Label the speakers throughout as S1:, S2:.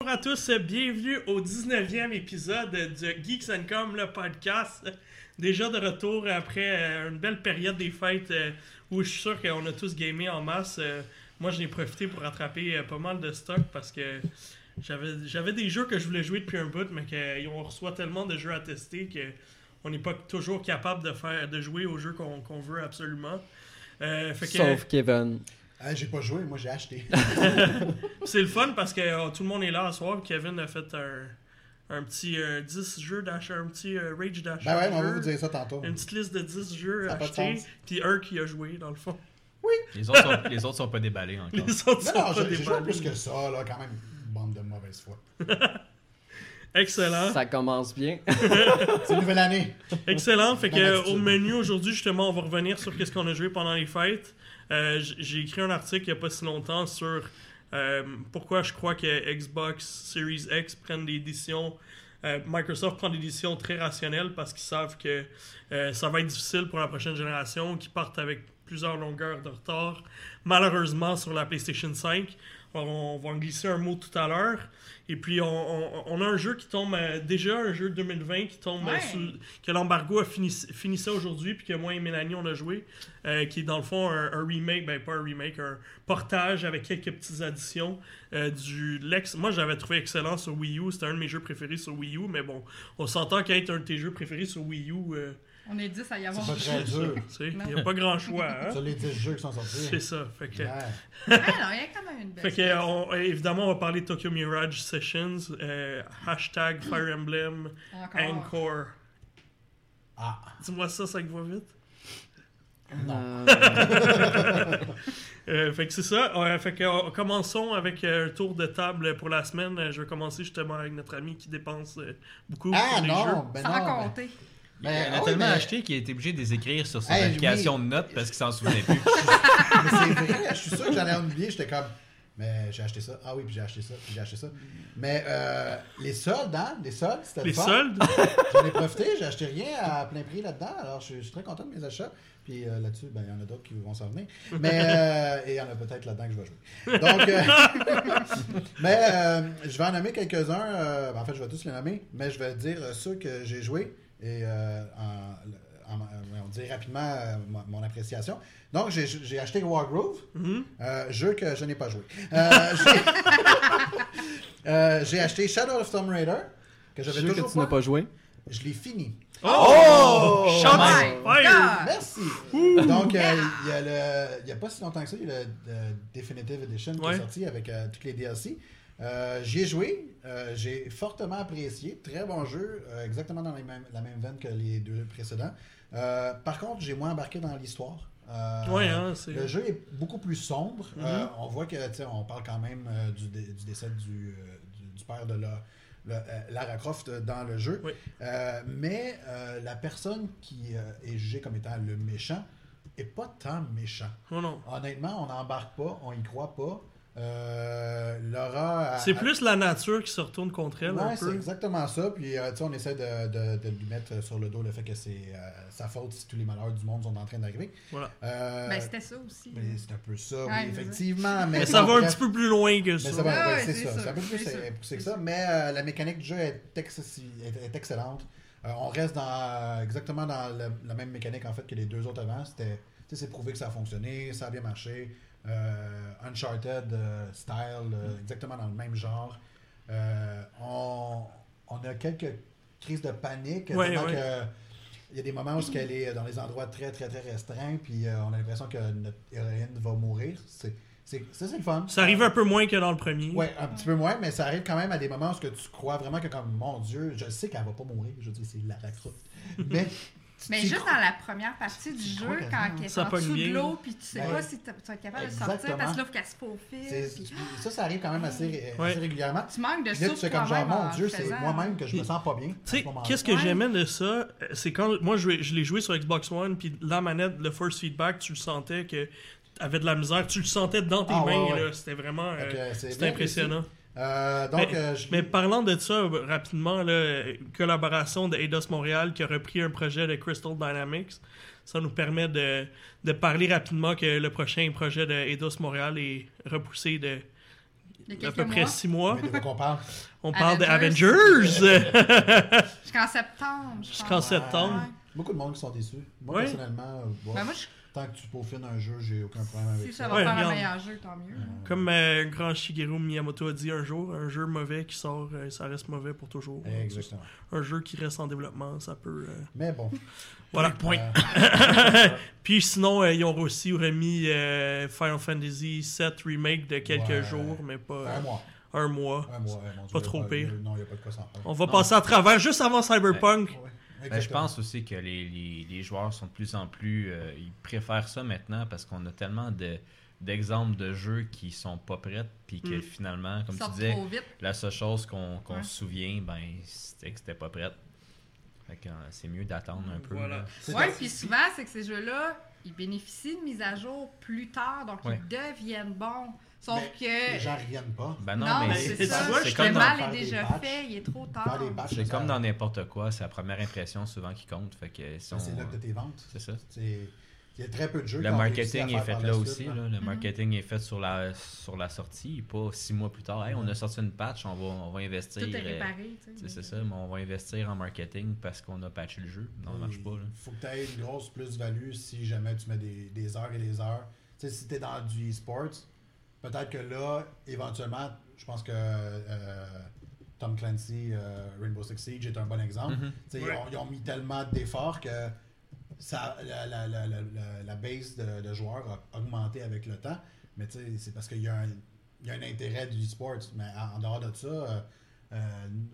S1: Bonjour à tous, bienvenue au 19e épisode de Geeks and Com, le podcast. Déjà de retour après euh, une belle période des fêtes euh, où je suis sûr qu'on a tous gamé en masse. Euh, Moi, j'en ai profité pour rattraper pas mal de stock parce que j'avais des jeux que je voulais jouer depuis un bout, mais qu'on reçoit tellement de jeux à tester que on n'est pas toujours capable de faire de jouer aux jeux qu'on qu veut absolument.
S2: Euh, fait que, Sauf Kevin.
S3: Ah, j'ai pas joué, moi j'ai acheté.
S1: c'est le fun parce que oh, tout le monde est là ce soir. Kevin a fait un, un petit euh, 10 jeux d'achat, un petit euh, Rage d'achat.
S3: Ben ouais, on va vous dire ça tantôt.
S1: Une petite liste de 10 jeux ça achetés, puis un qui a joué dans le fond.
S3: Oui.
S4: Les autres sont, les autres sont pas déballés encore.
S1: Les autres non, sont
S3: non,
S1: pas
S3: déballés. plus que ça, là, quand même. Bande de mauvaise foi. Hein?
S1: Excellent.
S2: Ça commence bien.
S3: c'est une nouvelle année.
S1: Excellent. Fait que au menu aujourd'hui, justement, on va revenir sur qu'est-ce qu'on a joué pendant les fêtes. Euh, J'ai écrit un article il n'y a pas si longtemps sur euh, pourquoi je crois que Xbox Series X prennent des décisions. Euh, Microsoft prend des décisions très rationnelles parce qu'ils savent que euh, ça va être difficile pour la prochaine génération, qu'ils partent avec plusieurs longueurs de retard, malheureusement, sur la PlayStation 5. Alors, on va en glisser un mot tout à l'heure. Et puis, on, on, on, a un jeu qui tombe, euh, déjà un jeu 2020 qui tombe ouais. euh, sous, que l'embargo a fini, fini ça aujourd'hui, puis que moi et Mélanie, on a joué, euh, qui est dans le fond un, un, remake, ben pas un remake, un portage avec quelques petites additions euh, du Lex. Moi, j'avais trouvé excellent sur Wii U, c'était un de mes jeux préférés sur Wii U, mais bon, on s'entend qu'être un de tes jeux préférés sur Wii U. euh,
S5: On est 10 à y avoir.
S3: C'est pas très dur.
S1: Il n'y a pas grand choix. Hein?
S3: Sur les 10 jeux qui sont sortis.
S1: C'est ça. Fait que...
S5: Ouais. ouais, Ah non, il y a quand même une belle.
S1: Fait que, on, évidemment, on va parler de Tokyo Mirage Sessions, euh, hashtag Fire Emblem, Encore. Encore.
S3: Ah.
S1: Dis-moi ça, ça va vite.
S3: Non.
S1: euh, fait que c'est ça. Euh, fait que euh, commençons avec euh, un tour de table pour la semaine. Je vais commencer justement avec notre ami qui dépense euh, beaucoup
S3: ah,
S1: pour les
S3: non,
S1: jeux.
S3: Ben
S5: Sans
S3: non,
S5: compter.
S3: Ben...
S4: Ben, il en a tellement oui, mais... acheté qu'il a été obligé de les écrire sur son
S3: Hey,
S4: application
S3: oui.
S4: de notes parce qu'il s'en souvenait plus.
S3: Mais ben, c'est vrai, je suis sûr que j'en ai oublié, j'étais comme, mais j'ai acheté ça, ah oui, puis j'ai acheté ça, puis j'ai acheté ça. Mais euh, les soldes, hein, les soldes, c'était le
S1: Les
S3: fun.
S1: soldes?
S3: J'en ai profité, j'ai acheté rien à plein prix là-dedans, alors je suis- je suis très content de mes achats. Puis euh, là-dessus, ben, il y en a d'autres qui vont s'en venir. Mais euh, et il y en a peut-être là-dedans que je vais jouer. Donc, euh, mais euh, je vais en nommer quelques-uns. euh, ben, en fait, je vais tous les nommer, mais je vais dire euh, ceux que j'ai joués et euh, en- en- en- on dit rapidement euh, mon, mon appréciation. Donc, j'ai- j'ai acheté Wargroove,
S2: Mm-hmm.
S3: euh, jeu que je n'ai pas joué. Euh, j'ai- euh, j'ai acheté Shadow of Tomb Raider, que j'avais
S2: Jeu
S3: toujours
S2: que tu n'as
S3: pas.
S2: pas joué.
S3: Je l'ai fini.
S1: Oh! Shots
S5: my
S1: fired!
S5: God!
S3: Merci. Donc, euh, il y a le, il y a pas si longtemps que ça, il y a le euh, Definitive Edition qui
S1: Ouais.
S3: est sorti avec euh, toutes les DLC. Euh, J'y ai joué, euh, j'ai fortement apprécié, très bon jeu, euh, exactement dans les mêmes- la même veine que les deux précédents. Euh, par contre, j'ai moins embarqué dans l'histoire. Euh,
S1: Ouais, hein, c'est- Mhm.
S3: le jeu est beaucoup plus sombre. Euh, on voit que, tu sais, on parle quand même euh, du, dé- du décès du, euh, du- du père de la, la- euh, Lara Croft dans le jeu.
S1: Oui.
S3: Euh, mais euh, la personne qui euh, est jugée comme étant le méchant est pas tant méchant.
S1: Oh non.
S3: Honnêtement, on n'embarque pas, on y croit pas. Euh, Laura. a-
S1: C'est
S3: a-
S1: plus la nature qui se retourne contre elle
S3: Ouais,
S1: un
S3: c'est
S1: peu.
S3: exactement ça. Puis, euh, tu sais, on essaie de, de- de lui mettre sur le dos le fait que c'est euh, sa faute si tous les malheurs du monde sont en train d'arriver.
S1: Voilà.
S3: Euh,
S5: Ben, c'était ça aussi.
S3: mais c'est un peu ça, oui,
S5: Ouais, c'est ça.
S3: effectivement. Mais,
S1: Mais ça
S3: bon,
S1: va un
S3: bref,
S1: petit peu plus loin que
S3: mais
S1: ça.
S3: ça va,
S5: Ah
S3: ouais,
S5: ouais,
S3: c'est
S5: c'est
S3: ça.
S5: ça,
S3: C'est un peu plus
S5: c'est ça.
S3: euh, poussé que
S5: C'est
S3: ça.
S5: ça.
S3: Mais euh, la mécanique du jeu est, excessi- est- est excellente. Euh, on reste dans, euh, exactement dans la, la même mécanique en fait que les deux autres avant. C'était, tu sais, c'est prouvé que ça a fonctionné, ça a bien marché. Euh, Uncharted euh, style, euh, exactement dans le même genre. Euh, on, on a quelques crises de panique.
S1: Ouais,
S3: tellement
S1: ouais.
S3: que- il y a des moments où ce qu'elle est dans les endroits très, très, très restreints, puis euh, on a l'impression que notre héroïne va mourir. C'est, c'est- ça, c'est le fun.
S1: Ça arrive un peu moins que dans le premier.
S3: Ouais, un petit peu moins, mais ça arrive quand même à des moments où ce que tu crois vraiment que comme mon Dieu, je sais qu'elle va pas mourir, je dis c'est Lara Croft. Mais tu-
S5: Mais
S3: tu
S5: juste
S3: crois-
S5: dans la première partie du
S3: Tu
S5: jeu,
S3: crois
S5: quand
S3: qu'elle-
S5: elle est
S1: Ça
S5: en
S1: pogne
S5: dessous
S1: bien.
S5: de l'eau, puis tu sais
S3: Ouais.
S5: pas si tu vas être capable de sortir,
S3: Exactement.
S5: parce que là, faut qu'elle se
S3: c'est-
S5: faufile. puis-
S3: ça ça arrive quand même assez, assez
S1: Ouais.
S3: régulièrement.
S5: Tu manques de
S3: Puis là, tu
S5: souffle
S3: fais comme genre
S5: toi-même en
S3: mon Dieu,
S5: le
S3: c'est
S5: faisant.
S3: moi-même que je me sens pas bien. à
S1: Tu
S3: ce
S1: sais,
S3: moment-là.
S1: qu'est-ce que
S5: Ouais.
S1: j'aimais de ça, euh, c'est quand moi je, je l'ai joué sur Xbox One, puis la manette, le force feedback, tu le sentais que avait de la misère, tu le sentais dans tes
S3: Ah, ouais,
S1: mains,
S3: ouais.
S1: là, c'était vraiment euh,
S3: Fait que, euh, c'est
S1: c'était
S3: bien
S1: impressionnant.
S3: Euh, donc,
S1: mais,
S3: euh, je-
S1: mais parlant de ça euh, rapidement, là, euh, collaboration de Eidos Montréal qui a repris un projet de Crystal Dynamics, ça nous permet de, de parler rapidement que le prochain projet de Eidos Montréal est repoussé de
S5: de
S1: à
S5: quelques
S1: peu près
S5: mois.
S1: six mois.
S3: Mais de quoi qu'on parle?
S1: On parle des Avengers!
S5: Avengers. Jusqu'en septembre, je
S1: Jusqu'en
S5: pense.
S1: septembre.
S5: Ouais.
S3: Beaucoup de monde qui sont déçus. Moi,
S1: Ouais.
S3: personnellement, euh, bon,
S5: Ben moi, je-
S3: tant que tu peaufines un jeu, j'ai aucun problème avec
S5: si ça
S3: ça.
S5: va
S1: Ouais,
S5: faire un
S1: regarde.
S5: meilleur jeu, tant mieux. hein.
S1: Comme euh, grand Shigeru Miyamoto a dit un jour, un jeu mauvais qui sort, euh, ça reste mauvais pour toujours.
S3: Exactement.
S1: Un jeu qui reste en développement, ça peut. euh,
S3: Mais bon.
S1: Voilà.
S3: euh,
S1: Puis sinon, euh, ils ont aussi remis euh, Final Fantasy VII Remake de quelques
S3: Ouais. Ah,
S1: jours, mais pas euh,
S3: un mois.
S1: un mois.
S3: Un mois, ouais, mon Dieu,
S1: Pas
S3: y a
S1: trop pire.
S3: Non, il n'y a pas de quoi s'en faire.
S1: On va
S4: Non.
S1: passer à travers juste avant Cyberpunk.
S3: Ouais,
S4: Ben, je
S3: exactement.
S4: pense aussi que les, les- les joueurs sont de plus en plus. euh, ils préfèrent ça maintenant parce qu'on a tellement de- d'exemples de, jeux qui sont pas prêts puis que
S1: Mm.
S4: finalement, comme
S5: Ils
S4: tu
S5: sortent
S4: disais,
S5: trop vite.
S4: la seule chose qu'on qu'on
S5: Ouais.
S4: se souvient, ben, c'était que c'était pas prêt. Fait que, euh, c'est mieux d'attendre un peu.
S1: Voilà.
S4: là.
S3: C'est
S5: Oui,
S3: dans-
S5: puis souvent, c'est que ces jeux-là, ils bénéficient de mises à jour plus tard, donc
S4: Ouais.
S5: ils deviennent bons. Sauf
S3: Mais Ben, Les
S5: que.
S3: gens reviennent pas.
S4: Ben non,
S5: Non,
S4: mais
S5: c'est ça.
S1: tu vois,
S5: le
S4: c'est
S1: j'étais
S4: comme, dans-
S5: mal
S3: faire
S5: est
S3: des
S5: déjà
S3: patchs.
S5: fait, il est trop
S3: Faire
S5: tard.
S3: des batchs,
S4: c'est
S3: ça-
S4: comme dans n'importe quoi, c'est la première impression souvent qui compte. Fait que si
S3: ça, Ben, C'est
S4: on-
S3: là que t'as tes ventes.
S4: c'est ça.
S3: C'est- Il y a très peu de jeux.
S4: Le
S3: qui ont réussi à
S4: marketing est
S3: faire
S4: fait
S3: par la
S4: là
S3: suite,
S4: aussi.
S3: là.
S4: là. Le marketing est fait sur la, sur la sortie, pas six mois plus tard. Hey, on a sorti une patch, on va, on va investir.
S5: Tout est
S4: euh,
S5: réparé. tu sais,
S4: c'est
S5: mais-
S4: c'est ça, mais on va investir en marketing parce qu'on a patché le jeu. Non, ça marche pas. Là.
S3: Il faut que tu aies une grosse plus-value si jamais tu mets des, des heures et des heures. Tu sais, si tu es dans du e-sports, peut-être que là, éventuellement, je pense que euh, Tom Clancy, euh, Rainbow Six Siege est un bon exemple.
S4: Mhm.
S3: Tu sais,
S1: Ouais.
S3: ils, ont, ils ont mis tellement d'efforts que ça, la, la, la, la, la- la base de, de joueurs a augmenté avec le temps. Mais tu sais, c'est parce qu'il y, a un- il y a un intérêt du e-sport. Mais en, en dehors de ça, euh, euh,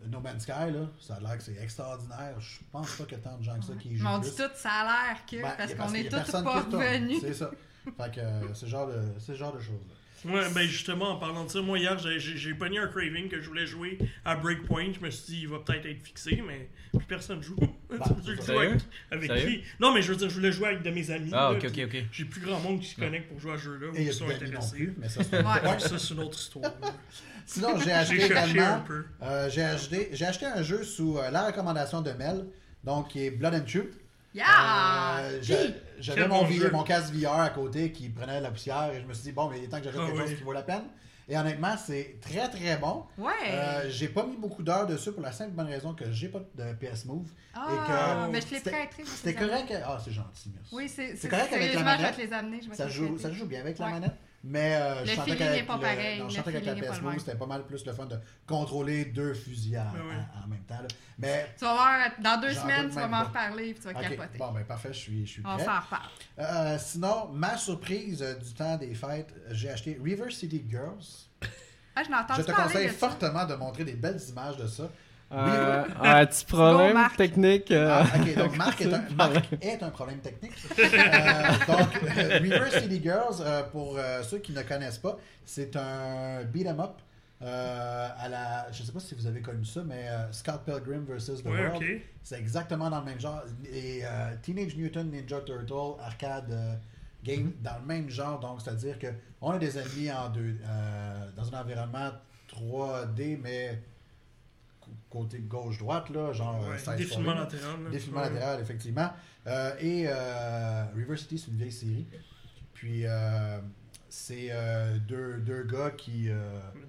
S3: No Man's Sky, là, ça a l'air que c'est extraordinaire. Je pense pas qu'il y a tant de gens que ça qui y jouent.
S5: Mais on
S3: plus.
S5: dit tout, ça a l'air que,
S3: Ben, il y a
S5: parce
S3: parce
S5: qu'on
S3: qu'il y
S5: est
S3: a
S5: tous
S3: personne qui
S5: pas
S3: retourne.
S5: revenus.
S3: C'est ça. Fait que euh, c'est le genre de, c'est le genre de choses.
S1: Ouais, ben justement, en parlant de ça, moi hier, j'ai- j'ai j'ai pogné un craving que je voulais jouer à Breakpoint. Je me suis dit, il va peut-être être fixé, mais plus personne joue.
S3: Bah,
S1: Tu veux jouer
S4: sérieux?
S1: avec- avec
S4: Sérieux?
S1: qui Non, mais je veux dire, je voulais jouer avec de mes amis. là,
S4: Ah, ok,
S1: puis
S4: ok, ok.
S1: J'ai plus grand monde qui se connecte pour jouer à ce jeu-là ou
S3: Et il
S1: qui
S3: y a plus
S1: sont
S3: d'amis non
S1: intéressés.
S3: plus, mais ça, c'est un-
S5: Ouais.
S1: Ouais, ça, c'est une autre histoire.
S3: Sinon, j'ai
S1: J'ai
S3: acheté
S1: cherché un
S3: également.
S1: peu.
S3: euh, j'ai acheté, j'ai acheté un jeu sous euh, la recommandation de Mel, donc qui est Blood and Shoot.
S5: Yeah!
S3: Euh,
S5: Puis,
S3: j'a- J'avais
S1: Quel
S3: mon,
S1: bon
S3: vi-
S1: jeu.
S3: mon casque VR à côté qui prenait la poussière et je me suis dit, bon, mais il est temps que j'achète
S1: Ah
S3: quelque
S1: oui.
S3: chose qui vaut la peine. Et honnêtement, c'est très très bon.
S5: Ouais!
S3: Euh, j'ai pas mis beaucoup d'heures dessus pour la simple bonne raison que j'ai pas de PS Move. et
S5: ah,
S3: que-
S5: mais je te l'ai
S3: c'était-
S5: prêté. moi,
S3: C'était
S5: cette année.
S3: correct. que- Ah, c'est gentil, merci.
S5: Oui, c'est
S3: C'est correct avec la
S5: sérieusement, je vais
S3: manette.
S5: te les amener. Je vais te
S3: Ça
S5: les
S3: joue,
S5: prêter.
S3: ça joue bien avec la
S5: Ouais.
S3: manette. Mais euh, je
S5: Le
S3: sentais
S5: feeling
S3: qu'avec
S5: est pas
S3: le-
S5: pareil,
S3: non, je
S5: le
S3: sentais qu'avec
S5: feeling est
S3: la
S5: pas
S3: PS
S5: le
S3: Move,
S5: même.
S3: c'était pas mal plus le fun de contrôler deux fusils en,
S1: Ouais, ouais.
S3: en- en même temps. là. Mais
S5: Tu vas voir, dans deux
S3: J'en
S5: semaines,
S3: doute
S5: tu vas
S3: même
S5: m'en
S3: pas.
S5: reparler et tu vas
S3: ok,
S5: capoter.
S3: bon, ben parfait, je suis, je suis
S5: On
S3: prêt.
S5: s'en reparle.
S3: Euh, sinon, ma surprise euh, du temps des fêtes, j'ai acheté River City Girls.
S5: Ah, je l'entends
S3: Je te
S5: parler
S3: conseille
S5: de ça.
S3: fortement de montrer des belles images de ça.
S2: Euh, un petit problème
S5: Go, Marc.
S2: technique. euh,
S3: Ah, ok, donc Marc est, un,
S2: c'est
S3: Marc est un problème technique. Euh, donc, euh, River City Girls, euh, pour euh, ceux qui ne connaissent pas, c'est un beat 'em up. euh, à la, je ne sais pas si vous avez connu ça, mais euh, Scott Pilgrim vs. The
S1: Ouais,
S3: World,
S1: ok.
S3: c'est exactement dans le même genre. Et euh, Teenage Mutant Ninja Turtle arcade euh, game
S1: Mm-hmm.
S3: dans le même genre, donc c'est-à-dire que on a des ennemis en deux, euh, dans un environnement 3D, mais cô- côté gauche-droite là, genre euh,
S1: Ouais,
S3: side
S1: défilement
S3: scrolling.
S1: latéral. là.
S3: Défilement
S1: Ouais.
S3: latéral, effectivement. Euh, et euh, River City, c'est une vieille série. Puis, euh, c'est euh, deux, deux gars qui. euh,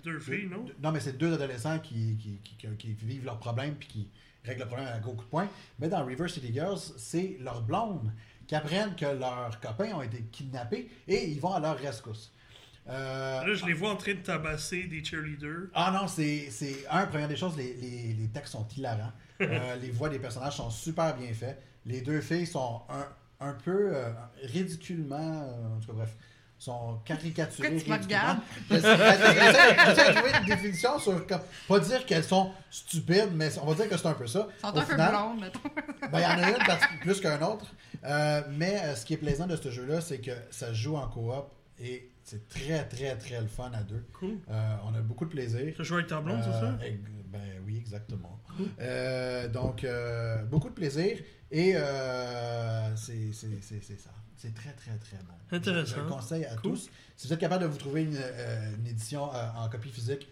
S1: Deux filles, non
S3: deux- mais c'est deux adolescents qui, qui, qui- qui- qui vivent leurs problèmes puis qui règlent le problème à gros coup de poing. Mais dans River City Girls, c'est leurs blondes qui apprennent que leurs copains ont été kidnappés et ils vont à leur rescousse. Euh,
S1: Là, je les vois en train de tabasser des cheerleaders.
S3: ah non, c'est, c'est- un, première des choses, les, les- les textes sont hilarants. Euh, les voix des personnages sont super bien faites. Les deux filles sont un, un peu euh, ridiculement, euh, en tout cas bref, sont caricaturées.
S5: Pourquoi tu me
S3: ridiculement.
S5: regardes?
S3: J'essaie j'essaie de trouver une définition sur, comme, pas dire qu'elles sont stupides, mais on va dire que c'est un peu ça.
S5: Ils sont
S3: Au
S5: un peu
S3: final,
S5: blondes, mettons.
S3: ben, il y en a une parti- plus qu'un autre. Euh, mais euh, ce qui est plaisant de ce jeu-là, c'est que ça se joue en coop et c'est très, très, très le fun à deux.
S1: Cool.
S3: Euh, on a beaucoup de plaisir.
S1: Tu joues avec ta blonde, c'est ça
S3: Euh, ex- Ben oui, exactement. Euh, donc, euh, beaucoup de plaisir et euh, c'est c'est- c'est- c'est ça. C'est très, très, très bon.
S1: Intéressant.
S3: Je, je le conseille à
S1: Cool.
S3: tous. Si vous êtes capable de vous trouver une, euh, une édition euh, en copie physique,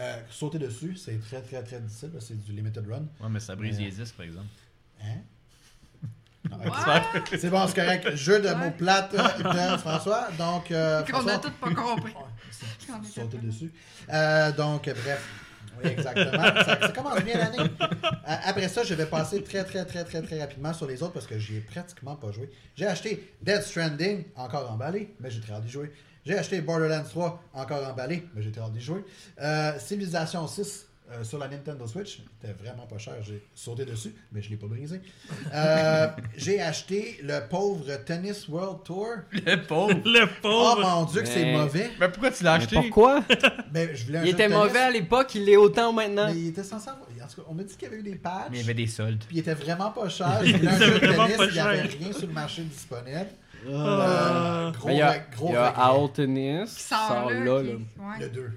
S3: euh, sautez dessus. C'est très, très, très difficile. parce que C'est du limited run.
S4: Ouais, mais ça brise
S3: Ouais.
S4: les disques, par exemple.
S3: Hein? C'est bon, c'est correct. Jeu de
S5: Ouais.
S3: mots plates de François. Donc, euh,
S5: Qu'on a
S3: François,
S5: tout pas compris.
S3: ils sont tous dessus. Euh, donc, euh, bref. Oui, exactement. Ça, ça commence bien l'année. Euh, après ça, je vais passer très, très, très, très, très rapidement sur les autres parce que j'y ai pratiquement pas joué. J'ai acheté Dead Stranding, encore emballé, mais j'ai très hâte d'y jouer. J'ai acheté Borderlands 3, encore emballé, mais j'ai très hâte d'y jouer. Euh, Civilization 6, euh, sur la Nintendo Switch, c'était vraiment pas cher. J'ai sauté dessus, mais je l'ai pas brisé. Euh, j'ai acheté le pauvre Tennis World Tour.
S4: Le pauvre.
S1: Le
S3: Oh
S1: pauvre.
S3: mon dieu, que c'est
S2: Mais-
S3: mauvais.
S4: Mais pourquoi tu l'as
S2: Mais
S4: acheté
S2: pourquoi?
S3: Ben, je voulais un
S2: Il
S3: jeu de
S2: était
S3: tennis,
S2: mauvais à l'époque, il est autant maintenant.
S3: Mais il était censé avoir- En tout cas, on m'a dit qu'il y avait eu des patchs.
S4: Mais il y avait des soldes.
S3: Puis il était vraiment pas cher. Je voulais un
S1: était
S3: jeu de
S1: vraiment
S3: tennis,
S1: pas
S3: il n'y avait
S1: cher.
S3: rien sur le marché disponible.
S1: Ah.
S3: Euh, gros,
S2: Mais il y a,
S3: reg- gros
S2: il y a
S3: regret.
S2: Out Tennis
S5: Qui
S2: qui
S5: sort là. qui- ouais.
S3: Le 2.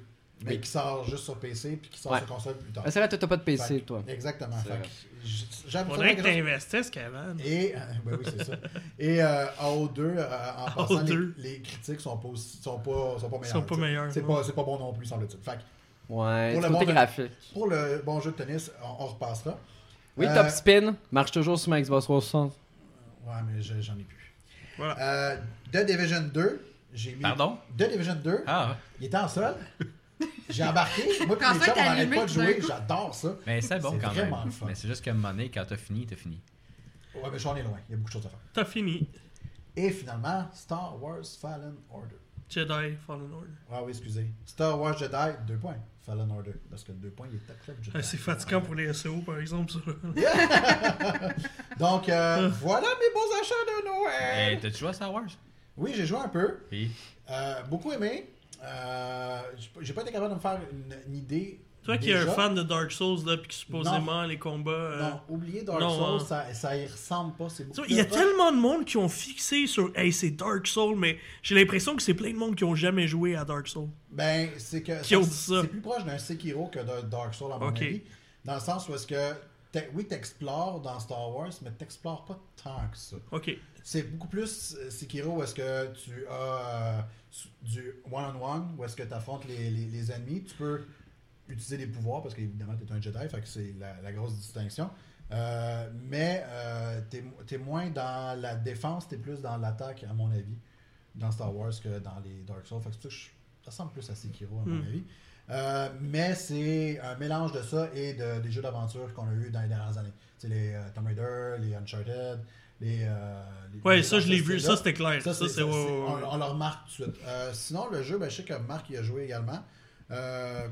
S3: Mais
S2: Oui.
S3: qui sort juste sur PC puis qui sort
S2: Ouais.
S3: sur console plus tard.
S2: Ah, c'est vrai, toi, t'as pas de
S3: Fait
S2: PC,
S3: que-
S2: toi.
S3: Exactement.
S2: C'est
S3: Fait
S2: vrai.
S3: que j- j'aime
S1: On
S3: ça,
S1: dirait
S3: la
S1: que
S3: grosse-
S1: t'investis, Cavan.
S3: Et, euh, ben oui, c'est ça. Et euh, AO2, euh, en passant, les,
S1: AO2.
S3: les critiques sont pas, aussi- sont pas, sont pas meilleures.
S1: Ils sont pas
S3: tu sais.
S1: meilleurs,
S3: C'est
S1: non.
S3: pas, c'est pas bon non plus, semble-t-il. Fait que
S2: Ouais,
S3: Pour
S2: du
S3: le
S2: côté
S3: monde-
S2: graphique.
S3: pour le bon jeu de tennis, on, on repassera.
S2: Oui,
S3: Euh,
S2: Top Spin marche toujours sur ma Xbox 360.
S3: Ouais, mais je- j'en ai plus.
S1: Voilà.
S3: Euh, The Division 2, j'ai mis.
S4: Pardon?
S3: The Division 2,
S4: Ah,
S3: il était en sol. J'ai embarqué. Moi, puis
S5: Quand
S3: mes
S5: ça,
S3: chums, on
S5: t'as
S3: n'arrête
S5: allumé
S3: pas de
S5: tout d'un
S3: jouer.
S5: coup.
S3: J'adore ça.
S4: mais c'est bon
S3: C'est
S4: quand même.
S3: vraiment le fun.
S4: Mais c'est juste qu'à un moment donné, quand t'as fini, t'as fini.
S3: Ouais, mais je suis en ai loin. Il y a beaucoup de choses à faire.
S1: T'as fini.
S3: Et finalement, Star Wars Fallen Order.
S1: Jedi Fallen Order.
S3: Ah oui, excusez. Star Wars Jedi, deux points. Fallen Order. Parce que le deux points, il est après le Jedi.
S1: Ah, C'est fatigant pour les SEO, par exemple. ça.
S3: Donc,
S1: Ah.
S3: euh, voilà mes bons achats de Noël.
S4: Eh, T'as-tu joué à Star Wars?
S3: Oui, j'ai joué un peu.
S4: Oui.
S3: Euh, beaucoup aimé. Euh, j'ai pas- j'ai pas été capable de me faire une, une idée.
S1: Toi qui es un
S3: déjà.
S1: fan de Dark Souls, là, puis que supposément les combats. euh,
S3: Non, oubliez Dark
S1: Non,
S3: Souls,
S1: hein.
S3: ça, ça y ressemble pas. C'est
S1: Tu
S3: beaucoup
S1: vois, Il y a
S3: plus proche.
S1: tellement de monde qui ont fixé sur Hey, c'est Dark Souls, mais j'ai l'impression que c'est plein de monde qui ont jamais joué à Dark Souls.
S3: Ben, c'est que
S1: Qui ont dit ça.
S3: c'est plus proche d'un Sekiro que d'un Dark Souls, à mon
S1: Ok.
S3: avis. Dans le sens où est-ce que, t'es- oui, t'explores dans Star Wars, mais t'explores pas tant que ça.
S1: Ok.
S3: C'est beaucoup plus euh, Sekiro où est-ce que tu as euh, su- du one-on-one, où est-ce que tu affrontes les, les- les ennemis. Tu peux utiliser des pouvoirs parce qu'évidemment, tu es un Jedi, fait que c'est la, la grosse distinction. Euh, mais tu es, moins dans la défense, tu es plus dans l'attaque, à mon avis, dans Star Wars que dans les Dark Souls. Fait que c'est pour ça, que je- ça ressemble plus à Sekiro, à mon
S1: Hmm.
S3: avis. Euh, mais c'est un mélange de ça et de- des jeux d'aventure qu'on a eu dans les dernières années. C'est les euh, Tomb Raider, les Uncharted, les. euh, les-
S1: Ouais,
S3: les
S1: ça, je l'ai vu.
S3: Uncharted-là.
S1: Ça, c'était clair.
S3: Ça, c'est- ça, c'est-
S1: ouais, ouais, ouais.
S3: on, on le remarque tout de suite. Euh, sinon, le jeu, ben, je sais que Marc y a joué également. Euh,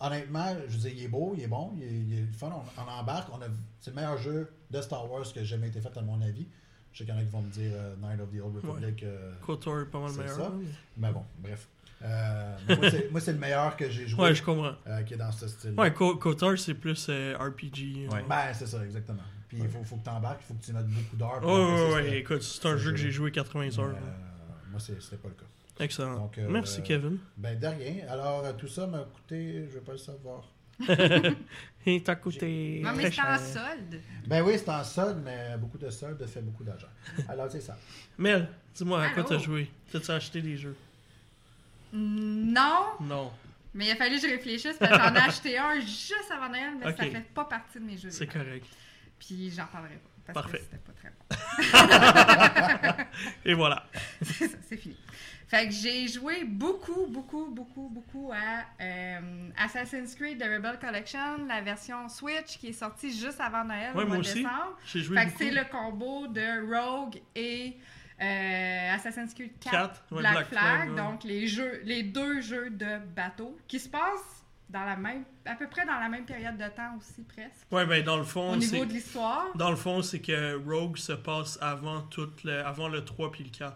S3: honnêtement, je vous dis, il est beau, il est bon, il est, il est le fun. On, on embarque. On a, c'est le meilleur jeu de Star Wars que j'ai jamais été fait, à mon avis. Je sais qu'il y en a qui vont me dire euh, Night of the Old Republic. euh,
S1: KOTOR est pas mal
S3: C'est
S1: meilleur.
S3: ça.
S1: hein,
S3: mais bon, bref. Euh, moi, c'est, moi, c'est le meilleur que j'ai
S1: mais-
S3: joué
S1: Ouais, je comprends.
S3: euh, qui est dans ce style.
S1: Ouais, Ko- KOTOR, c'est plus euh, RPG. hein.
S4: Ouais.
S3: Ben, c'est ça, exactement. Puis il faut, faut que tu embarques, il faut que tu y mettes beaucoup d'heures. pour
S1: Ouais, ouais,
S3: apprécier
S1: ouais,
S3: ce-
S1: écoute, c'est un
S3: ce
S1: jeu que
S3: jeu-là.
S1: j'ai joué 80 heures.
S3: Mais,
S1: là.
S3: euh, moi, c'est- c'était pas le cas.
S1: Excellent.
S3: donc, euh,
S1: Merci,
S3: euh,
S1: Kevin.
S3: Ben, de rien. Alors, euh, tout ça m'a coûté, je veux pas le savoir.
S1: Et t'as coûté.
S5: Non,
S1: très
S5: mais c'est en
S1: cher.
S5: solde.
S3: Ben oui, c'est en solde, mais beaucoup de solde fait beaucoup d'argent. Alors, c'est ça.
S1: Mel, dis-moi, à quoi
S5: Allô?
S1: t'as joué T'as-tu acheté des jeux
S5: Non,
S1: Non.
S5: mais il a fallu que je réfléchisse parce que j'en ai acheté un juste avant Noël, mais ça
S1: Ok.
S5: fait pas partie de mes jeux.
S1: C'est correct.
S5: Puis j'en parlerai pas. Parce
S1: Parfait.
S5: que c'était pas très bon.
S1: Et voilà.
S5: C'est ça, c'est fini. Fait que j'ai joué beaucoup, beaucoup, beaucoup, beaucoup à euh, Assassin's Creed The Rebel Collection, la version Switch qui est sortie juste avant Noël
S1: Ouais,
S5: au mois
S1: moi
S5: de
S1: aussi.
S5: décembre.
S1: J'ai joué
S5: Fait que
S1: beaucoup.
S5: c'est le combo de Rogue et euh, Assassin's Creed 4,
S1: Quatre, ouais,
S5: Black,
S1: Black
S5: Flag,
S1: Flag, ouais.
S5: donc les, jeux, les deux jeux de bateau qui se passent dans la même, à peu près dans la même période de temps aussi presque,
S1: Ouais, ben dans le fond,
S5: au
S1: c'est
S5: niveau de l'histoire.
S1: dans le fond, c'est que Rogue se passe avant tout le avant le 3 puis le 4.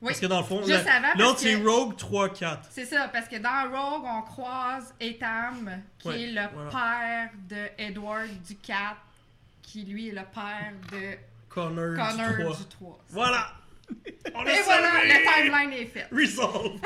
S5: Oui,
S1: Parce que dans le fond,
S5: Juste
S1: le-
S5: avant, parce
S1: l'autre c'est
S5: que-
S1: Rogue 3 4.
S5: c'est ça, parce que dans Rogue, on croise Etam, qui
S1: Ouais,
S5: est le
S1: voilà.
S5: père de Edward du 4, qui lui est le père de
S1: Connor, du
S5: Connor
S1: 3.
S5: du 3.
S1: Voilà. On
S5: Et
S1: est
S5: voilà,
S1: sauvés!
S5: le timeline est fait.
S1: Resolve!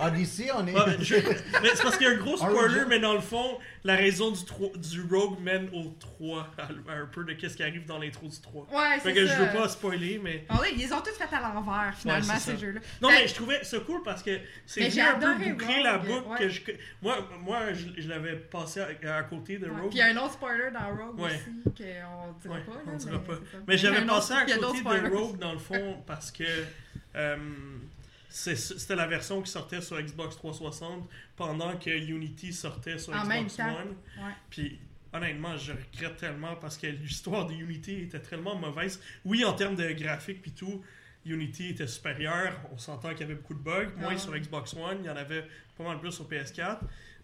S3: Odyssey, Ah, on est.
S1: Ouais, Ah, je- mais c'est parce qu'il y a un gros spoiler,
S3: Origin.
S1: mais dans le fond, la raison du, tro- du Rogue mène au 3, à- à un peu de qu'est-ce qui arrive dans l'intro du 3.
S5: Ouais,
S1: Fait
S5: c'est
S1: que
S5: ça.
S1: je veux pas spoiler, mais.
S5: En vrai, Ah ils les ont tous fait à l'envers, finalement,
S1: Ouais, c'est
S5: ces
S1: ça.
S5: jeux-là. Ben,
S1: Non,
S5: Fait-
S1: mais je trouvais ça cool parce que c'est
S5: Mais j'ai
S1: venu un peu
S5: adoré
S1: boucler la
S5: Rogue,
S1: boucle
S5: ouais.
S1: que je. Moi, moi je, je l'avais passé à, à côté de
S5: Ouais.
S1: Rogue.
S5: Puis il y a un autre spoiler dans Rogue
S1: Ouais.
S5: aussi qu'on dira
S1: Ouais,
S5: pas. là,
S1: on dira pas.
S5: c'est ça.
S1: Mais
S5: Il y a
S1: j'avais
S5: un autre-
S1: passé à
S5: il y a d'autres
S1: côté
S5: spoilers.
S1: de Rogue dans le fond parce que euh, c'est- c'était la version qui sortait sur Xbox 360 pendant que Unity sortait sur
S5: En
S1: Xbox
S5: même temps.
S1: One.
S5: Ouais.
S1: Puis honnêtement, je regrette tellement parce que l'histoire de Unity était tellement mauvaise. Oui, en termes de graphique puis tout, Unity était supérieur. On s'entend qu'il y avait beaucoup de bugs. Moins
S5: Ah.
S1: sur Xbox One, il y en avait pas mal plus sur PS4.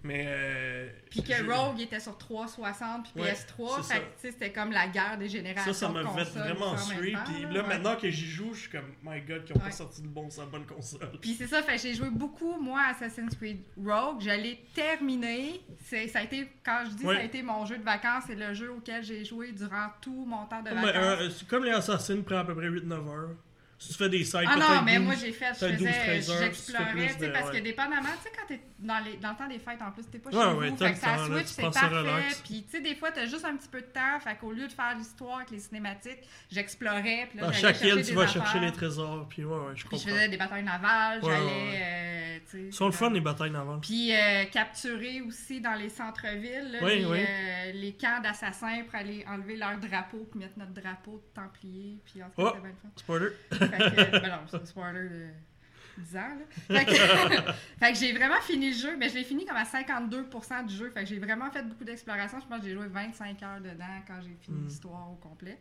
S1: Mais. euh,
S5: Puis que
S1: je-
S5: Rogue était sur 360 puis
S1: Ouais,
S5: PS3,
S1: c'est
S5: fait
S1: ça.
S5: que, tu sais, c'était comme la guerre des générations.
S1: Ça, ça m'a
S5: de
S1: fait
S5: consoles
S1: vraiment
S5: en même
S1: suer.
S5: temps,
S1: Puis là,
S5: ouais.
S1: maintenant que j'y joue, je suis comme, my god, qu'ils ont
S5: Ouais.
S1: pas sorti de bon sur la bonne console.
S5: Puis c'est ça, fait que j'ai joué beaucoup, moi, à Assassin's Creed Rogue. Je l'ai terminé. C'est- Ça a été, quand je dis
S1: Ouais.
S5: ça a été mon jeu de vacances, c'est le jeu auquel j'ai joué durant tout mon temps de
S1: Mais,
S5: vacances.
S1: euh, c'est comme les assassins, prend à peu près 8-9 heures. Si tu fais des sites,
S5: Ah non,
S1: peut-être
S5: mais moi
S1: 12.
S5: j'ai fait, je
S1: peut-être 12,
S5: faisais,
S1: 13 heures, tu fais
S5: j'explorais,
S1: plus
S5: tu sais,
S1: de-
S5: parce
S1: ouais.
S5: que dépendamment, tu sais, quand t'es dans, les, dans le temps des fêtes, en plus, t'es pas chez
S1: Ouais,
S5: vous,
S1: ouais,
S5: fait que
S1: tant
S5: ça
S1: que ça, là,
S5: switch,
S1: tu
S5: c'est
S1: passes ça
S5: parfait,
S1: relax.
S5: puis tu sais, des fois, t'as juste un petit peu de temps, fait qu'au lieu de faire l'histoire avec les cinématiques, j'explorais, puis là,
S1: Dans
S5: j'allais
S1: chaque île,
S5: chercher
S1: tu
S5: des
S1: vas
S5: affaires,
S1: chercher les trésors. Puis ouais, ouais, je
S5: puis je
S1: comprends.
S5: faisais des batailles navales,
S1: Ouais, ouais,
S5: j'allais, euh, tu sais...
S1: Ils sont le fun,
S5: comme-
S1: les batailles navales.
S5: puis euh, capturer aussi dans les centres-villes là,
S1: Oui,
S5: les,
S1: oui.
S5: euh, les camps d'assassins pour aller enlever leur drapeau puis mettre notre drapeau de templier. Puis en tout
S1: Oh.
S5: cas, c'était bien le fun.
S1: Spoiler.
S5: Fait que, ben non, c'est un spoiler de 10 ans. Là. Fait que, fait que j'ai vraiment fini le jeu, mais je l'ai fini comme à 52% du jeu. Fait que j'ai vraiment fait beaucoup d'exploration. Je pense que j'ai joué 25 heures dedans quand j'ai fini
S1: Mm.
S5: l'histoire au complet.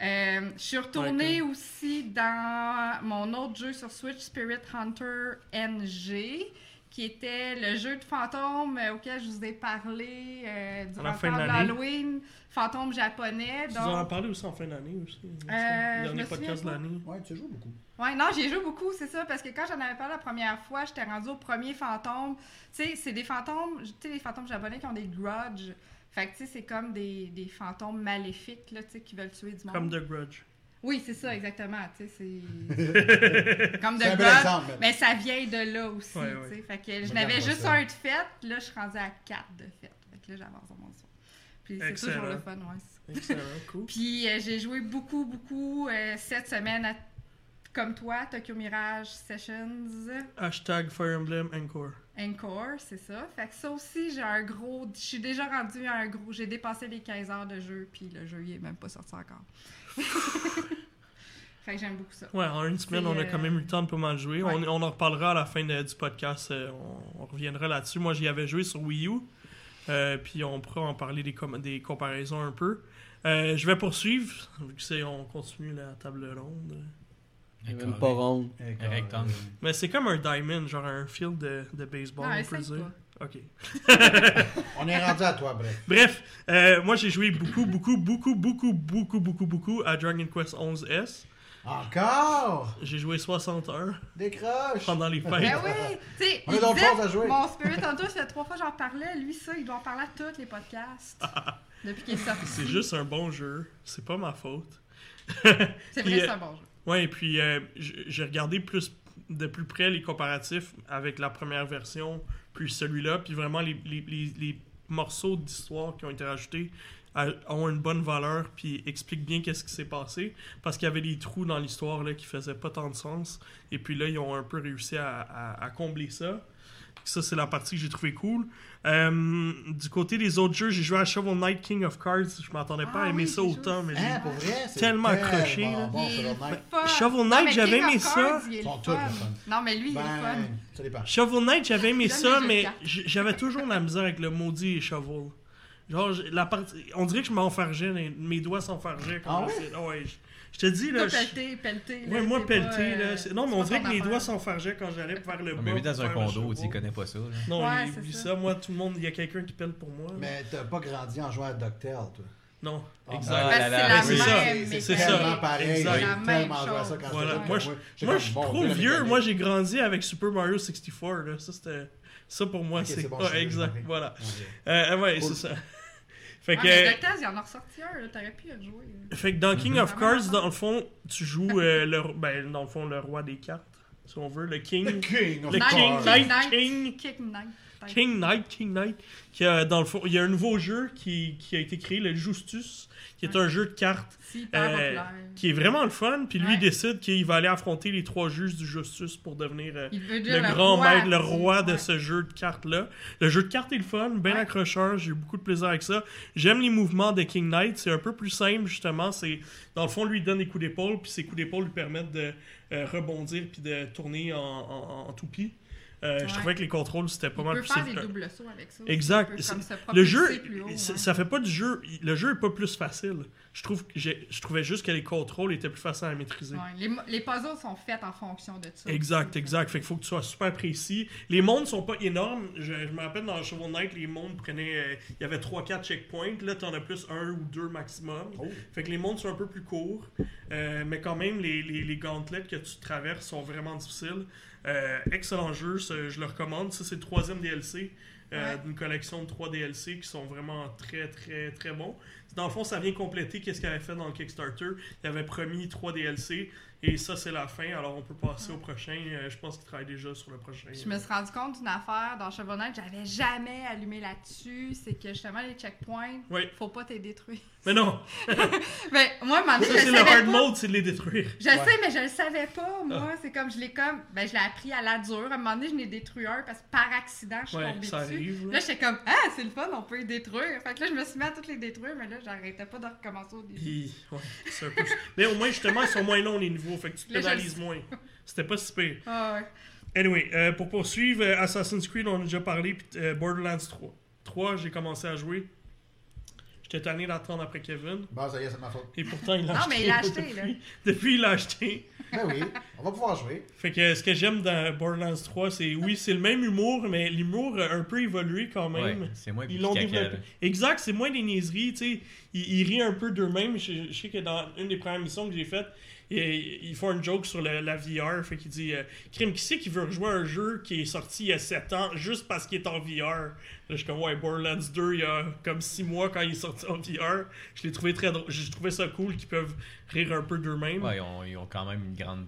S5: Euh, je suis retournée aussi dans mon autre jeu sur Switch, Spirit Hunter NG, qui était le jeu de fantômes euh, auquel je vous ai parlé euh, durant
S1: la
S5: le
S1: fin de
S5: temps de
S1: l'année.
S5: l'Halloween, fantôme japonais.
S1: Tu nous en as
S5: Donc,
S1: parlé aussi en fin d'année aussi.
S5: Euh, je
S1: dernier
S5: me
S1: podcast de
S5: souviens
S1: l'année.
S3: Ouais, tu joues beaucoup.
S5: Ouais, non, j'ai joué beaucoup, c'est ça, parce que quand j'en avais parlé la première fois, j'étais rendue au premier fantôme. Tu sais, c'est des fantômes, tu sais, les fantômes japonais qui ont des grudges. Fait que, tu sais, c'est comme des, des fantômes maléfiques, là, tu sais, qui veulent tuer du monde.
S1: Comme The Grudge.
S5: Oui, c'est ça, exactement, tu sais, c'est... comme
S3: C'est un
S5: de
S3: bel
S5: grudge,
S3: exemple.
S5: mais ça vient de là aussi,
S1: Ouais, ouais.
S5: tu sais. Fait que je
S3: Regarde
S5: n'avais
S3: pas
S5: juste
S3: ça.
S5: un de fait, là, je suis rendue à quatre de fait. Fait que là, j'avance dans mon histoire. Puis c'est toujours
S1: Excellent.
S5: le fun, ouais, c'est
S1: Excellent, cool.
S5: puis euh, j'ai joué beaucoup, beaucoup euh, cette semaine, à- comme toi, Tokyo Mirage Sessions,
S1: Hashtag Fire Emblem Encore.
S5: Encore, c'est ça. Fait que ça aussi, j'ai un gros. Je suis déjà rendu à un gros. J'ai dépassé les 15 heures de jeu, puis le jeu, il est même pas sorti encore. fait que j'aime beaucoup ça.
S1: Ouais, en une semaine,
S5: C'est,
S1: on a
S5: euh,
S1: quand même eu le temps de pas mal jouer.
S5: ouais.
S1: On, on en reparlera à la fin de- du podcast. euh, on, on reviendra là-dessus. Moi, j'y avais joué sur Wii U. euh, puis on pourra en parler des, com- des comparaisons un peu. Euh, je vais poursuivre, vu que c'est- on continue la table ronde.
S2: Il est même pas rond.
S3: D'accord.
S4: Rectangle.
S3: euh,
S1: Mais c'est comme un diamond, genre un field de, de baseball,
S5: non,
S1: on peut
S5: essaye
S1: dire.
S5: pas.
S1: Ok.
S3: On est rendu à toi, bref.
S1: Bref, euh, moi j'ai joué beaucoup, beaucoup, beaucoup, beaucoup, beaucoup, beaucoup, beaucoup à Dragon Quest 11S.
S3: Encore
S1: J'ai joué 60 heures
S3: Décroche
S1: pendant les fêtes.
S5: Ben oui! Tu sais,
S3: On
S5: il
S3: est dans le
S5: disait-
S3: fond à jouer.
S5: Mon Spirit Hunter, ça fait trois fois que j'en parlais. Lui, ça, il doit en parler à tous les podcasts. depuis qu'il est sorti.
S1: C'est juste un bon jeu, c'est pas ma faute.
S5: C'est
S1: puis,
S5: vrai,
S1: euh,
S5: c'est un bon jeu.
S1: Ouais, et puis euh, j- j'ai regardé plus de plus près les comparatifs avec la première version, puis celui-là, puis vraiment les, les- les- les morceaux d'histoire qui ont été rajoutés à- ont une bonne valeur, puis expliquent bien qu'est-ce qui s'est passé, parce qu'il y avait des trous dans l'histoire là, qui faisaient pas tant de sens, et puis là, ils ont un peu réussi à, à- à combler ça. Ça, c'est la partie que j'ai trouvé cool. Euh, du côté des autres jeux, j'ai joué à Shovel Knight King of Cards. Je m'attendais pas
S5: Ah
S1: à aimer
S5: oui,
S1: ça
S5: j'ai joué
S1: autant, mais j'ai
S3: Hein, pour vrai c'est
S1: Tellement accroché, là.
S3: Bon,
S5: Il est
S3: Shovel Knight.
S5: fun.
S1: Shovel Knight,
S5: Non, mais
S1: j'avais
S5: King of
S1: aimé ça.
S5: Cards, il est le
S3: Sont tous le
S5: fun.
S3: fun.
S5: Non, mais lui, il est fun.
S3: Ben, ça dépend.
S1: Shovel Knight, j'avais aimé
S5: J'aime
S1: ça,
S5: les jeux de
S1: mais
S5: cartes.
S1: j- j'avais toujours de la misère avec le maudit shovel. Genre, j- la partie, on dirait que je m'enfargeais, les- mes doigts s'enfargeaient. quand
S3: Ah
S1: on
S3: ouais?
S1: s'est- ouais, je, je te dis, là.
S5: Toi,
S1: je-
S5: pelleté, pelleté.
S1: ouais,
S5: là,
S1: moi,
S5: c'est
S1: pelleté,
S5: pas,
S1: là.
S5: euh,
S1: c'est- Non, mais
S5: c'est
S1: on
S5: pas
S1: dirait
S5: ton
S1: que mes
S5: affaire.
S1: doigts s'enfargeaient quand j'allais vers le bas.
S4: On m'a vu dans
S1: pour
S4: un
S1: faire le
S4: condo, tu
S1: shovel.
S4: connais pas ça. là.
S1: Non,
S5: Ouais,
S1: il
S5: c'est
S1: oublie
S5: ça.
S1: ça. Moi, tout le monde, il y a quelqu'un qui pèle pour moi.
S3: Mais t'as pas grandi en jouant à Ducktail, toi.
S1: Non,
S3: Ah,
S1: exact.
S5: Parce que
S4: Ah là là,
S5: c'est la
S1: oui,
S5: même
S1: c'est ça,
S5: mécanique.
S1: c'est ça.
S3: tellement pareil.
S1: Exact.
S3: j'ai
S5: La même
S3: tellement joué à ça
S5: chose.
S3: quand
S1: Voilà.
S3: j'étais
S1: Moi,
S3: jeune. J'étais
S1: Moi,
S3: comme,
S1: je suis
S3: bon,
S1: trop
S3: Dieu, la
S1: vieux.
S3: mécanique.
S1: Moi, j'ai grandi avec Super Mario 64. Là. Ça, c'était. Ça, pour moi,
S3: Ok,
S1: c'est.
S3: c'est bon,
S1: Ouais,
S3: je suis
S1: exact.
S3: désolé.
S1: Voilà.
S3: Ouais.
S1: Euh, ouais,
S3: Cool.
S1: c'est ça. Fait
S5: Ah,
S1: que,
S5: mais Doctez, il en a ressorti un, là, t'aurais pu y rejouer. là.
S1: fait que dans King of
S5: Mhm.
S1: Cards, dans le fond, tu joues euh, le, ro- ben, dans le fond, le roi des cartes, si on veut, le
S3: Le
S1: King.
S3: King, of
S1: Le
S3: course.
S1: King, Knight, King.
S5: Kick Knight.
S1: King Knight, King Knight, qui a, dans le fond, il y a un nouveau jeu qui, qui a été créé, le Justus, qui est un jeu de cartes
S5: C'est hyper
S1: euh,
S5: populaire.
S1: qui est vraiment le fun, puis lui
S5: Ouais.
S1: décide qu'il va aller affronter les trois juges du Justus pour devenir euh,
S5: Il veut
S1: le
S5: dire
S1: grand
S5: roi
S1: maître, le
S5: du-
S1: roi de
S5: ouais.
S1: ce jeu de cartes-là. Le jeu de cartes est le fun, bien
S5: Ouais.
S1: accrocheur, j'ai eu beaucoup de plaisir avec ça. J'aime les mouvements de King Knight, c'est un peu plus simple justement. C'est Dans le fond, lui il donne des coups d'épaule, puis ces coups d'épaule lui permettent de euh, rebondir puis de tourner en, en, en toupie. Euh,
S5: Ouais.
S1: Je trouvais que les contrôles c'était pas
S5: Il
S1: mal
S5: peut
S1: plus
S5: faire
S1: simple
S5: des
S1: que-
S5: doubles sauts avec ça.
S1: Exact.
S5: Il peut comme se
S1: le
S5: propulser
S1: jeu,
S5: plus haut, hein.
S1: ça,
S5: ouais.
S1: ça fait pas du jeu. Le jeu est pas plus facile. Je trouve que j'ai- je trouvais juste que les contrôles étaient plus faciles à maîtriser.
S5: Ouais, les, mo- les puzzles sont faits en fonction de ça.
S1: Exact,
S5: aussi,
S1: exact. Fait qu'il faut que tu sois super précis. Les mondes sont pas énormes. Je, je me rappelle dans Shovel Knight, les mondes prenaient. euh, Il y avait 3-4 checkpoints. Là, t'en as plus un ou deux maximum.
S3: Oh.
S1: Fait que les mondes sont un peu plus courts. Euh, mais quand même, les, les, les gantelets que tu traverses sont vraiment difficiles. Euh, excellent jeu, ça, je le recommande. Ça, c'est le troisième DLC euh,
S5: Ouais.
S1: d'une collection de trois DLC qui sont vraiment très, très, très bons. Dans le fond, ça vient compléter qu'est-ce qu'il avait fait dans le Kickstarter. Il avait promis trois DLC et ça, c'est la fin. Alors, on peut passer au prochain. Euh, je pense qu'il travaille déjà sur le prochain.
S5: Je me suis rendu compte d'une affaire dans Shovel Knight, j'avais jamais allumé là-dessus, c'est que justement les checkpoints,
S1: Oui.
S5: faut pas t'es détruire.
S1: Mais non,
S5: Ben, moi, man, je
S1: ça,
S5: le
S1: c'est le
S5: savais
S1: hard
S5: pas.
S1: mode, c'est de les détruire.
S5: Je sais, mais je le savais pas, moi. C'est comme, je l'ai comme, ben, je l'ai appris à la dure. À un moment donné, je l'ai détruit un parce que par accident, je suis
S1: Ouais,
S5: tombée
S1: ça
S5: dessus.
S1: arrive. là.
S5: Là, j'étais comme, ah, c'est le fun, on peut les détruire. Fait que là, je me suis mis à toutes les détruire, mais là, j'arrêtais pas de recommencer au début.
S1: Puis, ouais, c'est un peu... Mais au moins, justement, ils sont moins longs, les niveaux. Fait que tu te
S5: Là, je le
S1: pénalises
S5: sais.
S1: moins. C'était pas si pire.
S5: Ah ouais.
S1: Anyway, euh, pour poursuivre, euh, Assassin's Creed, on en a déjà parlé, puis euh, Borderlands 3. 3, j'ai commencé à jouer. J'étais tanné d'attendre après Kevin.
S3: Bon, ça y est, c'est de ma faute.
S1: Et pourtant, il l'a
S5: Non,
S1: acheté.
S5: mais il l'a acheté, là.
S1: depuis, depuis, il l'a acheté.
S3: Ben oui, on va pouvoir jouer.
S1: Fait que ce que j'aime dans Borderlands 3, c'est oui, c'est le même humour, mais l'humour a un peu évolué quand même.
S4: Ouais, c'est moins
S1: Ils l'ont
S4: pipi caca,
S1: développé.
S4: là.
S1: Exact, c'est moins des niaiseries, tu sais. Ils, ils rient un peu d'eux-mêmes. Je, je sais que dans une des premières missions que j'ai faites, ils, ils font une joke sur la, la VR. Fait qu'il dit euh, Crime, qui c'est qui veut rejouer un jeu qui est sorti il y a 7 ans juste parce qu'il est en VR Là, je suis comme, ouais, Borderlands 2, il y a comme 6 mois quand il est sorti en VR. Je l'ai trouvé très drôle. J'ai trouvé ça cool qu'ils peuvent rire un peu d'eux-mêmes.
S4: Ouais, ils, ont, ils ont quand même une grande,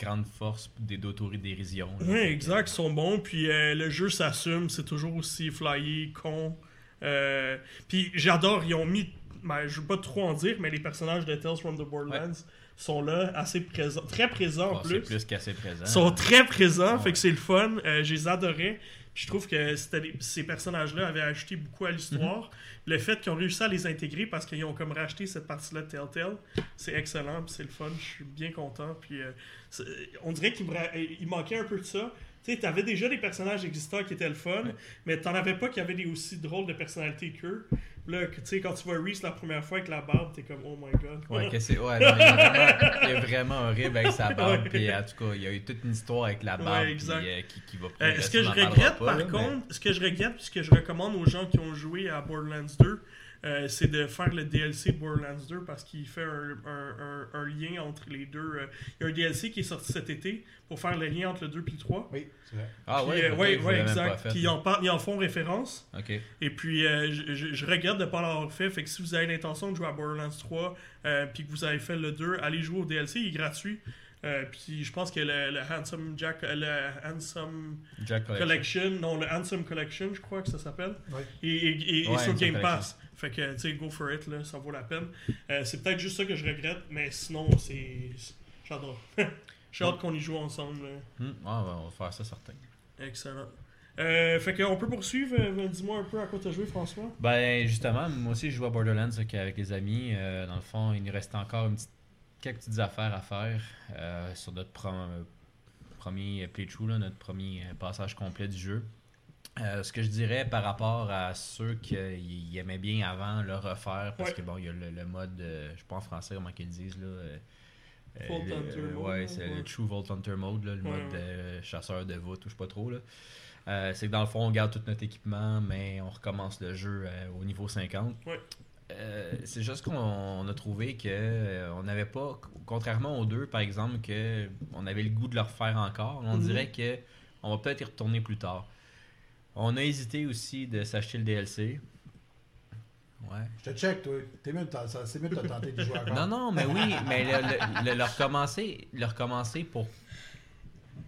S4: grande force des- d'autodérision. là.
S1: Ouais, exact, ils sont bons. Puis euh, le jeu s'assume, c'est toujours aussi flyé, con. Euh, puis j'adore, ils ont mis. ben, je veux pas trop en dire, mais les personnages de Tales from the Borderlands sont là, assez présents, très présents
S4: Bon,
S1: en
S4: c'est
S1: Ah, plus.
S4: plus qu'assez présent.
S1: Ils sont très présents, fait
S4: Ouais.
S1: que c'est le fun. Euh, je les adorais. Puis je trouve que c'était des- ces personnages-là avaient ajouté beaucoup à
S4: Mhm.
S1: l'histoire. Le fait qu'ils ont réussi à les intégrer parce qu'ils ont comme racheté cette partie-là de Telltale, c'est excellent, puis c'est le fun. Je suis bien content. Puis euh, c'est- on dirait qu'il me ra- euh, il manquait un peu de ça. Tu sais, t'avais déjà des personnages existants qui étaient le fun, mais t'en avais pas qui avaient des aussi drôles de personnalités qu'eux. Là, que- tu sais, quand tu vois Reese la première fois avec la barbe, t'es comme, oh my god.
S4: Ouais, que c'est... ouais non, il, est vraiment, il est vraiment horrible avec sa barbe. Puis en tout cas, il y a eu toute une histoire avec la barbe
S1: Ouais, exact.
S4: puis, euh, qui, qui va
S1: Euh, ce que je
S4: progresser, on en parlera
S1: regrette,
S4: pas,
S1: par
S4: là, mais-
S1: contre, ce que je regrette, ce que je recommande aux gens qui ont joué à Borderlands 2, euh, c'est de faire le DLC Borderlands 2 parce qu'il fait un, un- un- un lien entre les deux. euh, Il y a un DLC qui est sorti cet été pour faire le lien entre le 2 et le 3.
S3: Oui, c'est vrai.
S4: Ah
S1: Puis,
S4: ouais,
S1: euh,
S4: ok,
S1: ouais,
S4: je
S1: ouais,
S4: l'avais même pas
S1: exact.
S4: fait.
S1: Puis ils en, parlent- ils en font référence.
S4: Ok.
S1: Et puis, euh, je, je- je regrette de ne pas l'avoir fait. Fait que si vous avez l'intention de jouer à Borderlands 3 euh, puis que vous avez fait le 2, allez jouer au DLC, il est gratuit. Euh, puis je pense que le, le Handsome Jack, euh, le Handsome
S4: Jack Collection.
S1: Collection, non, le Handsome Collection, je crois que ça s'appelle.
S3: Oui.
S1: Et, et, et- et
S4: Ouais,
S1: sur
S4: Handsome
S1: Game
S4: Collection.
S1: Pass. Fait que, tu sais, go for it, là, ça vaut la peine. Euh, c'est peut-être juste ça que je regrette, mais sinon, c'est. J'adore. J'ai hâte qu'on y joue ensemble. là.
S4: Hmm, ah, ben, on va faire ça certain.
S1: Excellent. Euh, fait qu'on peut poursuivre. euh, Dis-moi un peu à quoi t'as joué, François.
S4: Ben justement, moi aussi je joue à Borderlands ok, avec les amis. Euh, dans le fond, il nous reste encore une petite- quelques petites affaires à faire euh, sur notre prom- premier playthrough, là, notre premier euh, passage complet du jeu. Euh, ce que je dirais par rapport à ceux qui euh, aimaient bien avant le refaire, parce
S1: Ouais.
S4: que bon, il y a le, le mode, euh, je sais pas en français comment qu'ils disent, là, euh, euh,
S1: Vault
S4: le-
S1: Hunter
S4: euh,
S1: mode, là,
S4: ouais, c'est
S1: ouais.
S4: le True Vault Hunter Mode, là, le
S1: Ouais,
S4: mode
S1: ouais.
S4: euh, chasseur de voûte, ou je sais pas trop. Là. Euh, c'est que dans le fond, on garde tout notre équipement, mais on recommence le jeu euh, au niveau 50.
S1: Ouais.
S4: Euh, c'est juste qu'on on a trouvé que euh, on n'avait pas, contrairement aux deux par exemple, que on avait le goût de le refaire encore. On
S1: Mhm.
S4: dirait que on va peut-être y retourner plus tard. On a hésité aussi de s'acheter le DLC. Ouais.
S3: Je te check, toi. T'es mieux de t'en- ça- C'est mieux de te tenter de jouer encore.
S4: Non, non, mais oui, mais le, le- le- le recommencer, le recommencer pour,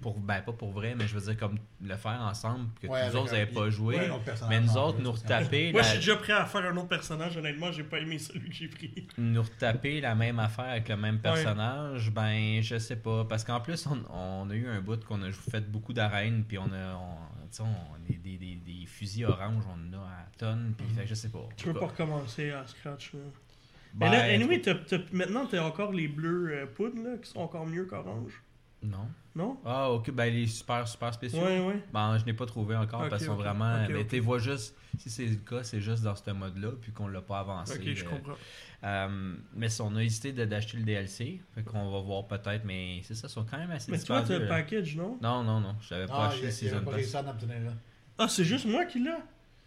S4: pour. Ben, pas pour vrai, mais je veux dire, comme le faire ensemble, que
S3: Ouais, avec
S4: nous autres, vous
S3: un-
S4: n'avez pas
S3: il-
S4: joué.
S3: ouais, un autre personnage
S4: mais nous
S3: en
S4: autres,
S3: plus,
S4: nous
S3: c'est ça.
S4: retaper,
S1: Moi,
S4: la,
S1: je suis déjà prêt à faire un autre personnage. Honnêtement, j'ai pas aimé celui que j'ai pris.
S4: nous retaper la même affaire avec le même personnage, ben, je sais pas. Parce qu'en plus, on, on a eu un bout qu'on a fait beaucoup d'arènes, puis on a. On, tu sais, on est des, des, des fusils orange, on en a à tonnes, puis fait que je sais pas.
S1: Mhm. Tu peux
S4: En
S1: pas
S4: tout cas,
S1: recommencer à scratch. Là.
S4: ben,
S1: mais là, anyway, t'as- t'as- maintenant, t'as encore les bleus euh, poudre là, qui sont encore mieux qu'orange.
S4: Non.
S1: Non?
S4: Ah, ok, ben, les super, super spéciaux.
S1: Ouais, ouais.
S4: Ben, je n'ai pas trouvé encore
S1: Ok,
S4: parce qu'ils sont
S1: ok,
S4: vraiment.
S1: ok,
S4: mais
S1: ok.
S4: tu vois juste, si c'est le cas, c'est juste dans ce mode-là, puis qu'on l'a pas avancé.
S1: Ok, je
S4: Euh,
S1: comprends.
S4: euh, mais si on a hésité de- d'acheter le DLC, fait qu'on va voir peut-être, mais c'est ça, ils sont quand même assez
S1: Mais toi, t'as
S4: dispendieux,
S1: le
S4: là.
S1: package, non?
S4: Non, non, non, je l'avais pas
S3: Ah,
S4: acheté
S3: il-
S4: le
S3: il
S4: Season
S3: avait pas réussi
S4: Pass.
S3: à en obtenir un.
S1: Ah, c'est juste moi qui l'ai.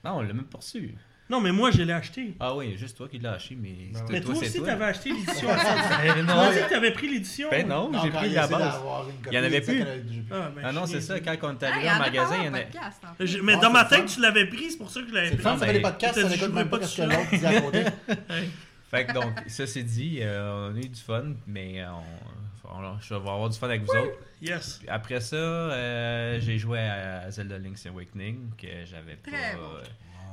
S4: Non, on l'a même pas reçu.
S1: Non, mais moi, je l'ai acheté.
S4: Ah oui, juste toi qui l'as acheté, mais.
S3: Ben
S4: c'est-
S3: ouais.
S1: Mais toi, aussi,
S4: c'est
S1: t'avais acheté l'édition.
S4: Ben
S1: Tu m'as
S4: non,
S1: dit que t'avais pris l'édition.
S4: ben non, j'ai
S3: Non, quand
S4: pris
S3: il
S4: la
S3: essaie
S4: base.
S3: d'avoir une
S4: Il y en avait
S3: copie,
S4: plus.
S3: il savait qu'il avait-
S1: Ah, ben,
S4: Ah non,
S1: je
S4: c'est
S1: suis
S4: ça, quand on est
S5: Ah,
S4: arrivé
S5: il y en
S4: au
S5: a
S4: magasin,
S5: parlé
S4: il y
S5: en
S4: en a.
S5: podcast, en fait.
S1: Je- Mais
S3: Ah,
S1: dans
S3: c'est
S1: ma
S3: le
S1: tête,
S3: fun.
S1: tu l'avais prise, c'est pour ça que je l'avais
S3: C'est le
S1: pris.
S3: fun, ça fait des
S4: Ben,
S3: podcasts,
S1: t'as
S3: ça
S1: dit,
S3: n'écoute
S1: je
S3: même
S1: veux
S3: pas
S1: pas
S3: ce que
S1: de
S3: l'autre dit à côté.
S1: Hey.
S4: Fait que donc, ceci dit, euh, on a eu du fun, mais on, on- je vais avoir du fun avec vous autres.
S1: Yes.
S4: Puis Après ça, euh, j'ai joué à Zelda Link's Awakening, que j'avais pas.
S5: Très bon.
S4: euh,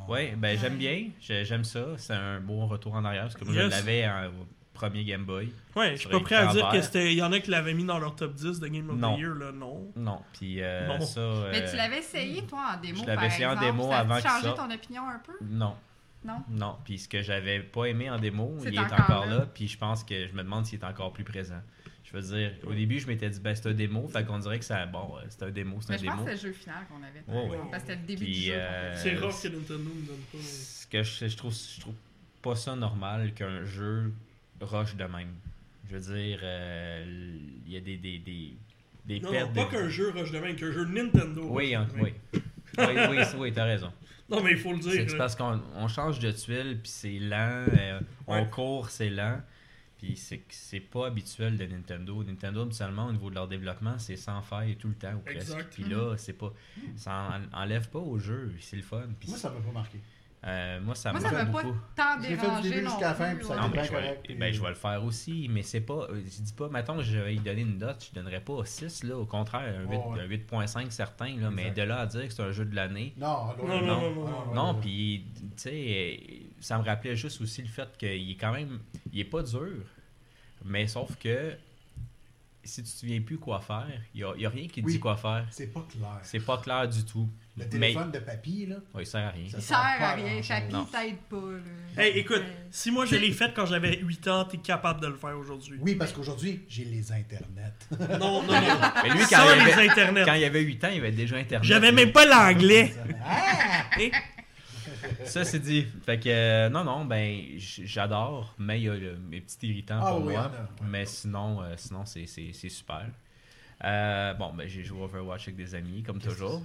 S4: Ouais, ben j'aime bien, j'ai- j'aime ça. C'est un bon retour en arrière, parce que moi je
S1: Yes.
S4: l'avais en- au premier Game Boy.
S1: Ouais, je suis
S4: Sur
S1: pas prêt à
S4: écran
S1: dire que
S4: vert.
S1: c'était. Il y en a qui l'avaient mis dans leur top 10 de Game of
S4: Non.
S1: the Year, là, non.
S4: Non, puis euh,
S1: Non.
S4: ça. euh,
S5: Mais tu l'avais essayé, toi, en démo.
S4: je l'avais
S5: par
S4: essayé en
S5: exemple.
S4: démo
S5: Ça a
S4: avant qu'il
S5: changé
S4: sorte.
S5: ton opinion un peu
S4: Non,
S5: Non
S4: non. Puis ce que j'avais pas aimé en démo,
S5: C'est
S4: il est encore,
S5: encore
S4: là.
S5: là.
S4: puis je pense que je me demande s'il est encore plus présent. Je veux dire, au début, je m'étais dit, ben c'est un démo, fait qu'on dirait que ça, bon, euh, c'est un démo, c'est
S5: Mais
S4: un
S5: je pense
S4: démo.
S5: que c'est le jeu final qu'on avait.
S4: Ouais, ouais.
S5: Parce que c'était le début
S4: Puis,
S5: du jeu.
S4: euh,
S1: C'est rare que Nintendo nous donne pas.
S4: Ce que je, je trouve je trouve pas ça normal qu'un jeu rush de même. Je veux dire, euh, il y a des, des, des, des
S1: Non,
S4: pertes
S1: non, pas
S4: de-
S1: qu'un jeu rush de main, qu'un jeu Nintendo.
S4: Oui, hein,
S1: rush de main.
S4: oui. Oui, oui, oui, t'as raison.
S1: Non, mais il faut le
S4: C'est
S1: dire.
S4: c'est
S1: là.
S4: parce qu'on on change de tuile, puis c'est lent, euh, on
S1: Ouais.
S4: court, c'est lent. Puis c'est que c'est pas habituel de Nintendo. Nintendo, habituellement, au niveau de leur développement, c'est sans faille tout le temps, ou presque.
S1: Exact.
S4: Puis là, c'est pas. Ça en- enlève pas au jeu, c'est le fun. Puis
S3: Moi, ça m'a pas marqué.
S4: euh, moi, ça
S5: Moi,
S4: me
S5: ça
S4: fait
S5: m'a pas
S4: beaucoup.
S5: tant
S3: J'ai fait du
S5: dérangé
S3: début
S5: non
S3: jusqu'à la fin,
S5: plus,
S3: puis ça
S5: ouais.
S3: a
S4: Non,
S3: été
S4: mais
S3: bien
S4: je, vais,
S3: Ah, correct.
S4: ben,
S3: puis-
S4: je vais le faire aussi, mais c'est pas. euh, Je dis pas, mettons que je vais lui donner une note, je donnerais pas 6, là. Au contraire, un huit-
S3: Ouais.
S4: un 8.5 certain, là. Mais
S3: Exact.
S4: de là à dire que c'est un jeu de l'année.
S3: Non,
S1: Non, non, non, non, non.
S4: Non, puis, tu sais, euh, ça me rappelait juste aussi le fait qu'il est quand même. Il est pas dur, mais sauf que. Si tu te souviens plus quoi faire, il y a, il y a rien qui te
S3: Oui.
S4: dit quoi faire.
S3: C'est pas clair.
S4: C'est pas clair du tout.
S3: Le
S4: mais
S3: téléphone de papy, là.
S4: Ouais, il sert à rien.
S3: Ça
S5: Il sert
S3: pas
S5: à
S3: grand-chose.
S5: rien.
S4: Non.
S5: Chacun t'aide pas. là.
S1: Hey, écoute,
S5: Ouais.
S1: si moi je l'ai faite quand j'avais 8 ans, t'es capable de le faire aujourd'hui.
S3: Oui, parce qu'aujourd'hui, j'ai les internets.
S1: Non, non, non.
S4: Mais lui, quand
S1: Sans
S4: il,
S1: les
S4: avait,
S1: internets.
S4: quand il avait 8 ans, il avait déjà Internet.
S1: J'avais
S4: là.
S1: même pas l'anglais.
S3: Ah!
S1: Hein?
S4: Ça, c'est dit. Fait que, euh, non, non, ben, j- j'adore, mais il y a le- mes petits irritants
S3: Ah
S4: pour
S3: oui,
S4: moi.
S3: on a-
S4: Mais sinon, euh, sinon c'est, c'est, c'est super. Euh, bon, ben, j'ai joué Overwatch avec des amis, comme toujours.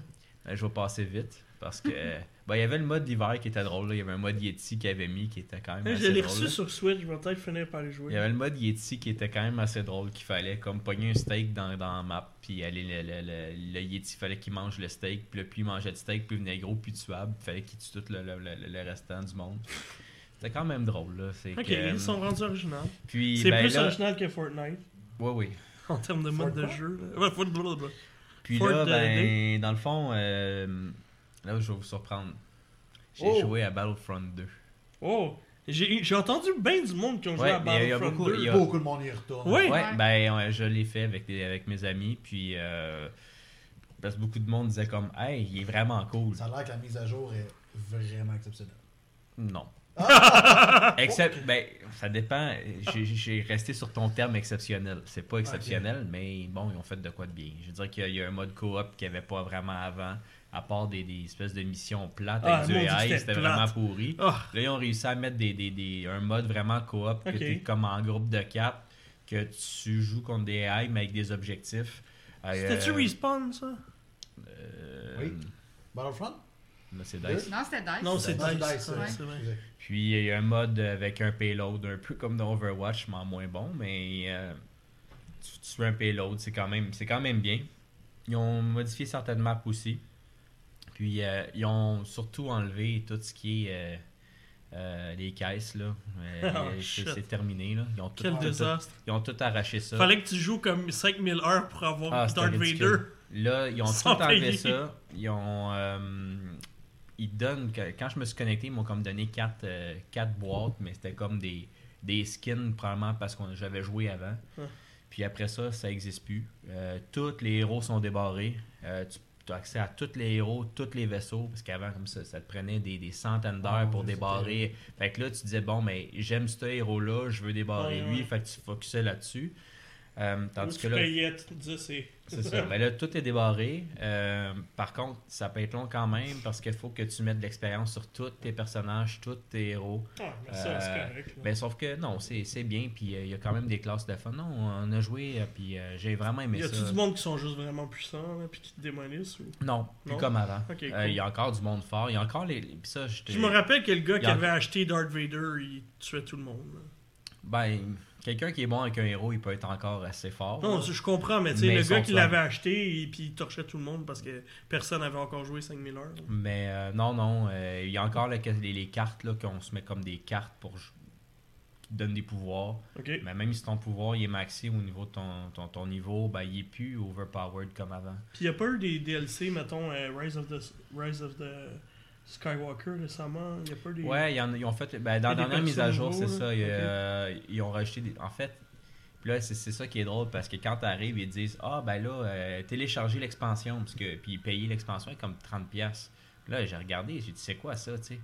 S4: Euh, je vais passer vite parce que. euh, ben, il y avait le mode d'hiver qui était drôle. là. Il y avait un mode Yeti qu'il avait mis qui était quand même.
S1: Hey,
S4: assez
S1: Je l'ai
S4: Ah, drôle,
S1: reçu
S4: là.
S1: sur Switch, je vais peut-être finir par les
S4: Il y
S1: jouer.
S4: avait le mode Yeti qui était quand même assez drôle, qu'il fallait comme pogner un steak dans, dans la map, puis aller le, le, le- le Yeti, fallait qu'il mange le steak, puis là, plus il mangeait le steak, plus il venait gros, plus tuable, puis fallait qu'il tue tout le, le- le- le restant du monde. C'était quand même drôle, là. c'est
S1: Ok,
S4: que-
S1: ils sont rendus originaux.
S4: Puis,
S1: C'est
S4: ben
S1: plus
S4: là-
S1: original que Fortnite
S4: Ouais, oui.
S1: en termes de mode de
S3: Fortnite?
S1: jeu. là. Ouais, Fort- blablabla.
S4: Puis
S1: Fort
S4: là,
S1: de-
S4: ben, dans le fond, euh, là, je vais vous surprendre. J'ai
S3: Oh!
S4: joué à Battlefront 2.
S1: Oh, j'ai j'ai entendu bien du monde qui ont joué
S4: Ouais,
S1: à
S4: mais il y a
S1: Battlefront
S4: beaucoup-
S1: 2.
S4: il y a-
S3: Beaucoup de monde y retourne.
S1: Oui.
S4: Ouais,
S5: Ouais.
S4: ben ouais, je l'ai fait avec, des- avec mes amis, puis euh, parce que beaucoup de monde disait comme, hey, il est vraiment cool.
S3: Ça a l'air que la mise à jour est vraiment exceptionnelle.
S4: Non.
S1: Ah!
S4: Except, ben, ça dépend. J'ai- J'ai resté sur ton terme exceptionnel. C'est pas exceptionnel, mais bon, ils ont fait de quoi de bien. Je veux dire qu'il y a- il y, a un mode coop qu'il n'y avait pas vraiment avant, à part des, des espèces de missions plates
S1: Ah,
S4: avec du
S1: maudit que
S4: AI,
S1: c'était
S4: c'était
S1: plate.
S4: vraiment pourri.
S1: Ah.
S4: Là, ils ont réussi à mettre des, des- des- un mode vraiment coop, que
S1: Ok.
S4: t'es comme en groupe de quatre, que tu joues contre des AI, mais avec des objectifs. Euh,
S1: C'était-tu Respawn, ça?
S4: euh,
S3: Oui. Battlefront?
S4: là, c'est Dice.
S5: Non, c'était
S3: Ah,
S5: Dice.
S1: Non, c'est
S3: Dans
S1: Dice.
S3: Dice,
S1: ouais,
S3: ouais.
S1: c'est vrai.
S3: Exact.
S4: Puis il y a un mode avec un payload, un peu comme dans Overwatch, mais en moins bon, mais euh, tu, tu fais un payload, c'est quand même c'est quand même bien. Ils ont modifié certaines maps aussi. Puis euh, ils ont surtout enlevé tout ce qui est euh, euh, les caisses, là. Euh,
S1: Oh,
S4: c'est-
S1: shit.
S4: c'est terminé, là. Ils ont, tout,
S1: Quel
S4: tout-
S1: désastre.
S4: ils ont tout arraché ça.
S1: Fallait que tu joues comme 5000 heures pour avoir
S4: Ah, c'était
S1: Darth
S4: ridicule.
S1: Vader.
S4: Là, ils ont tout
S1: Sans
S4: enlevé
S1: payer.
S4: ça. Ils ont. euh, ils donnent. que- Quand je me suis connecté, ils m'ont comme donné 4 boîtes, mais c'était comme des, des skins, probablement parce que j'avais joué avant.
S1: Ah.
S4: Puis après ça, ça n'existe plus. Euh, tous les héros sont débarrés. Euh, tu as accès à tous les héros, tous les vaisseaux, parce qu'avant, comme ça, ça te prenait des, des centaines d'heures
S3: Ah,
S4: pour
S3: c'était-
S4: débarrer. Fait que là, tu disais, bon, mais j'aime ce héros-là, je veux débarrer
S1: Ouais,
S4: lui.
S1: ouais.
S4: Fait que tu focusais là-dessus. Euh,
S1: Ou
S4: tandis que
S1: tu
S4: là,
S1: payais, tu te disais, c'est.
S4: c'est ça. Mais Ben là, tout est débarré. Euh, par contre, ça peut être long quand même parce qu'il faut que tu mettes de l'expérience sur tous tes personnages, tous tes héros.
S1: Ah, mais ça, c'est
S4: Euh,
S1: correct. là.
S4: Ben, sauf que non, c'est c'est bien. Puis euh, il y a quand même des classes de fun. Non, on a joué, euh, puis euh, j'ai vraiment aimé
S1: Y a-tu
S4: ça.
S1: du monde qui sont juste vraiment puissants, là, puis qui te démolissent ou...
S4: Non, plus
S1: Non?
S4: comme avant. Euh,
S1: Ok,
S4: Il
S1: cool.
S4: y a encore du monde fort. Il y a encore les. les- Puis ça, j'étais-
S1: Je me rappelle que le gars qui
S4: Y a-
S1: avait acheté Darth Vader, il tuait tout le monde. là.
S4: Ben, quelqu'un qui est bon avec un héros, il peut être encore assez fort.
S1: Non,
S4: là.
S1: je comprends, mais tu sais,
S4: Oh, Mais
S1: le
S4: ils
S1: gars
S4: sont
S1: qui
S4: fun.
S1: l'avait acheté, et puis il torchait tout le monde parce que personne n'avait encore joué 5000 heures. là.
S4: Mais euh, non, non, euh, il y a encore la- les, les cartes là qu'on se met comme des cartes pour jou- qui te donnent des pouvoirs.
S1: Ok.
S4: Mais même si ton pouvoir il est maxé au niveau de ton, ton, ton niveau, ben, il est plus overpowered comme avant.
S1: Puis il a pas eu des DLC, mettons, euh, Rise, of the, Rise of the Skywalker récemment. Il a pas eu des.
S4: Ouais, ils, en- ils ont fait. Ben, dans
S1: Et
S4: la
S1: des
S4: dernière mise à
S1: persos
S4: jour,
S1: nouveaux, là.
S4: c'est ça. Ils,
S1: Ok.
S4: euh, ils ont rajouté des. En fait, puis là, c'est c'est ça qui est drôle parce que quand t'arrives, ils disent Ah, ben là, euh, téléchargez l'expansion. Parce que, puis payer l'expansion est comme 30$. Puis Là, j'ai regardé, j'ai dit C'est quoi ça, tu sais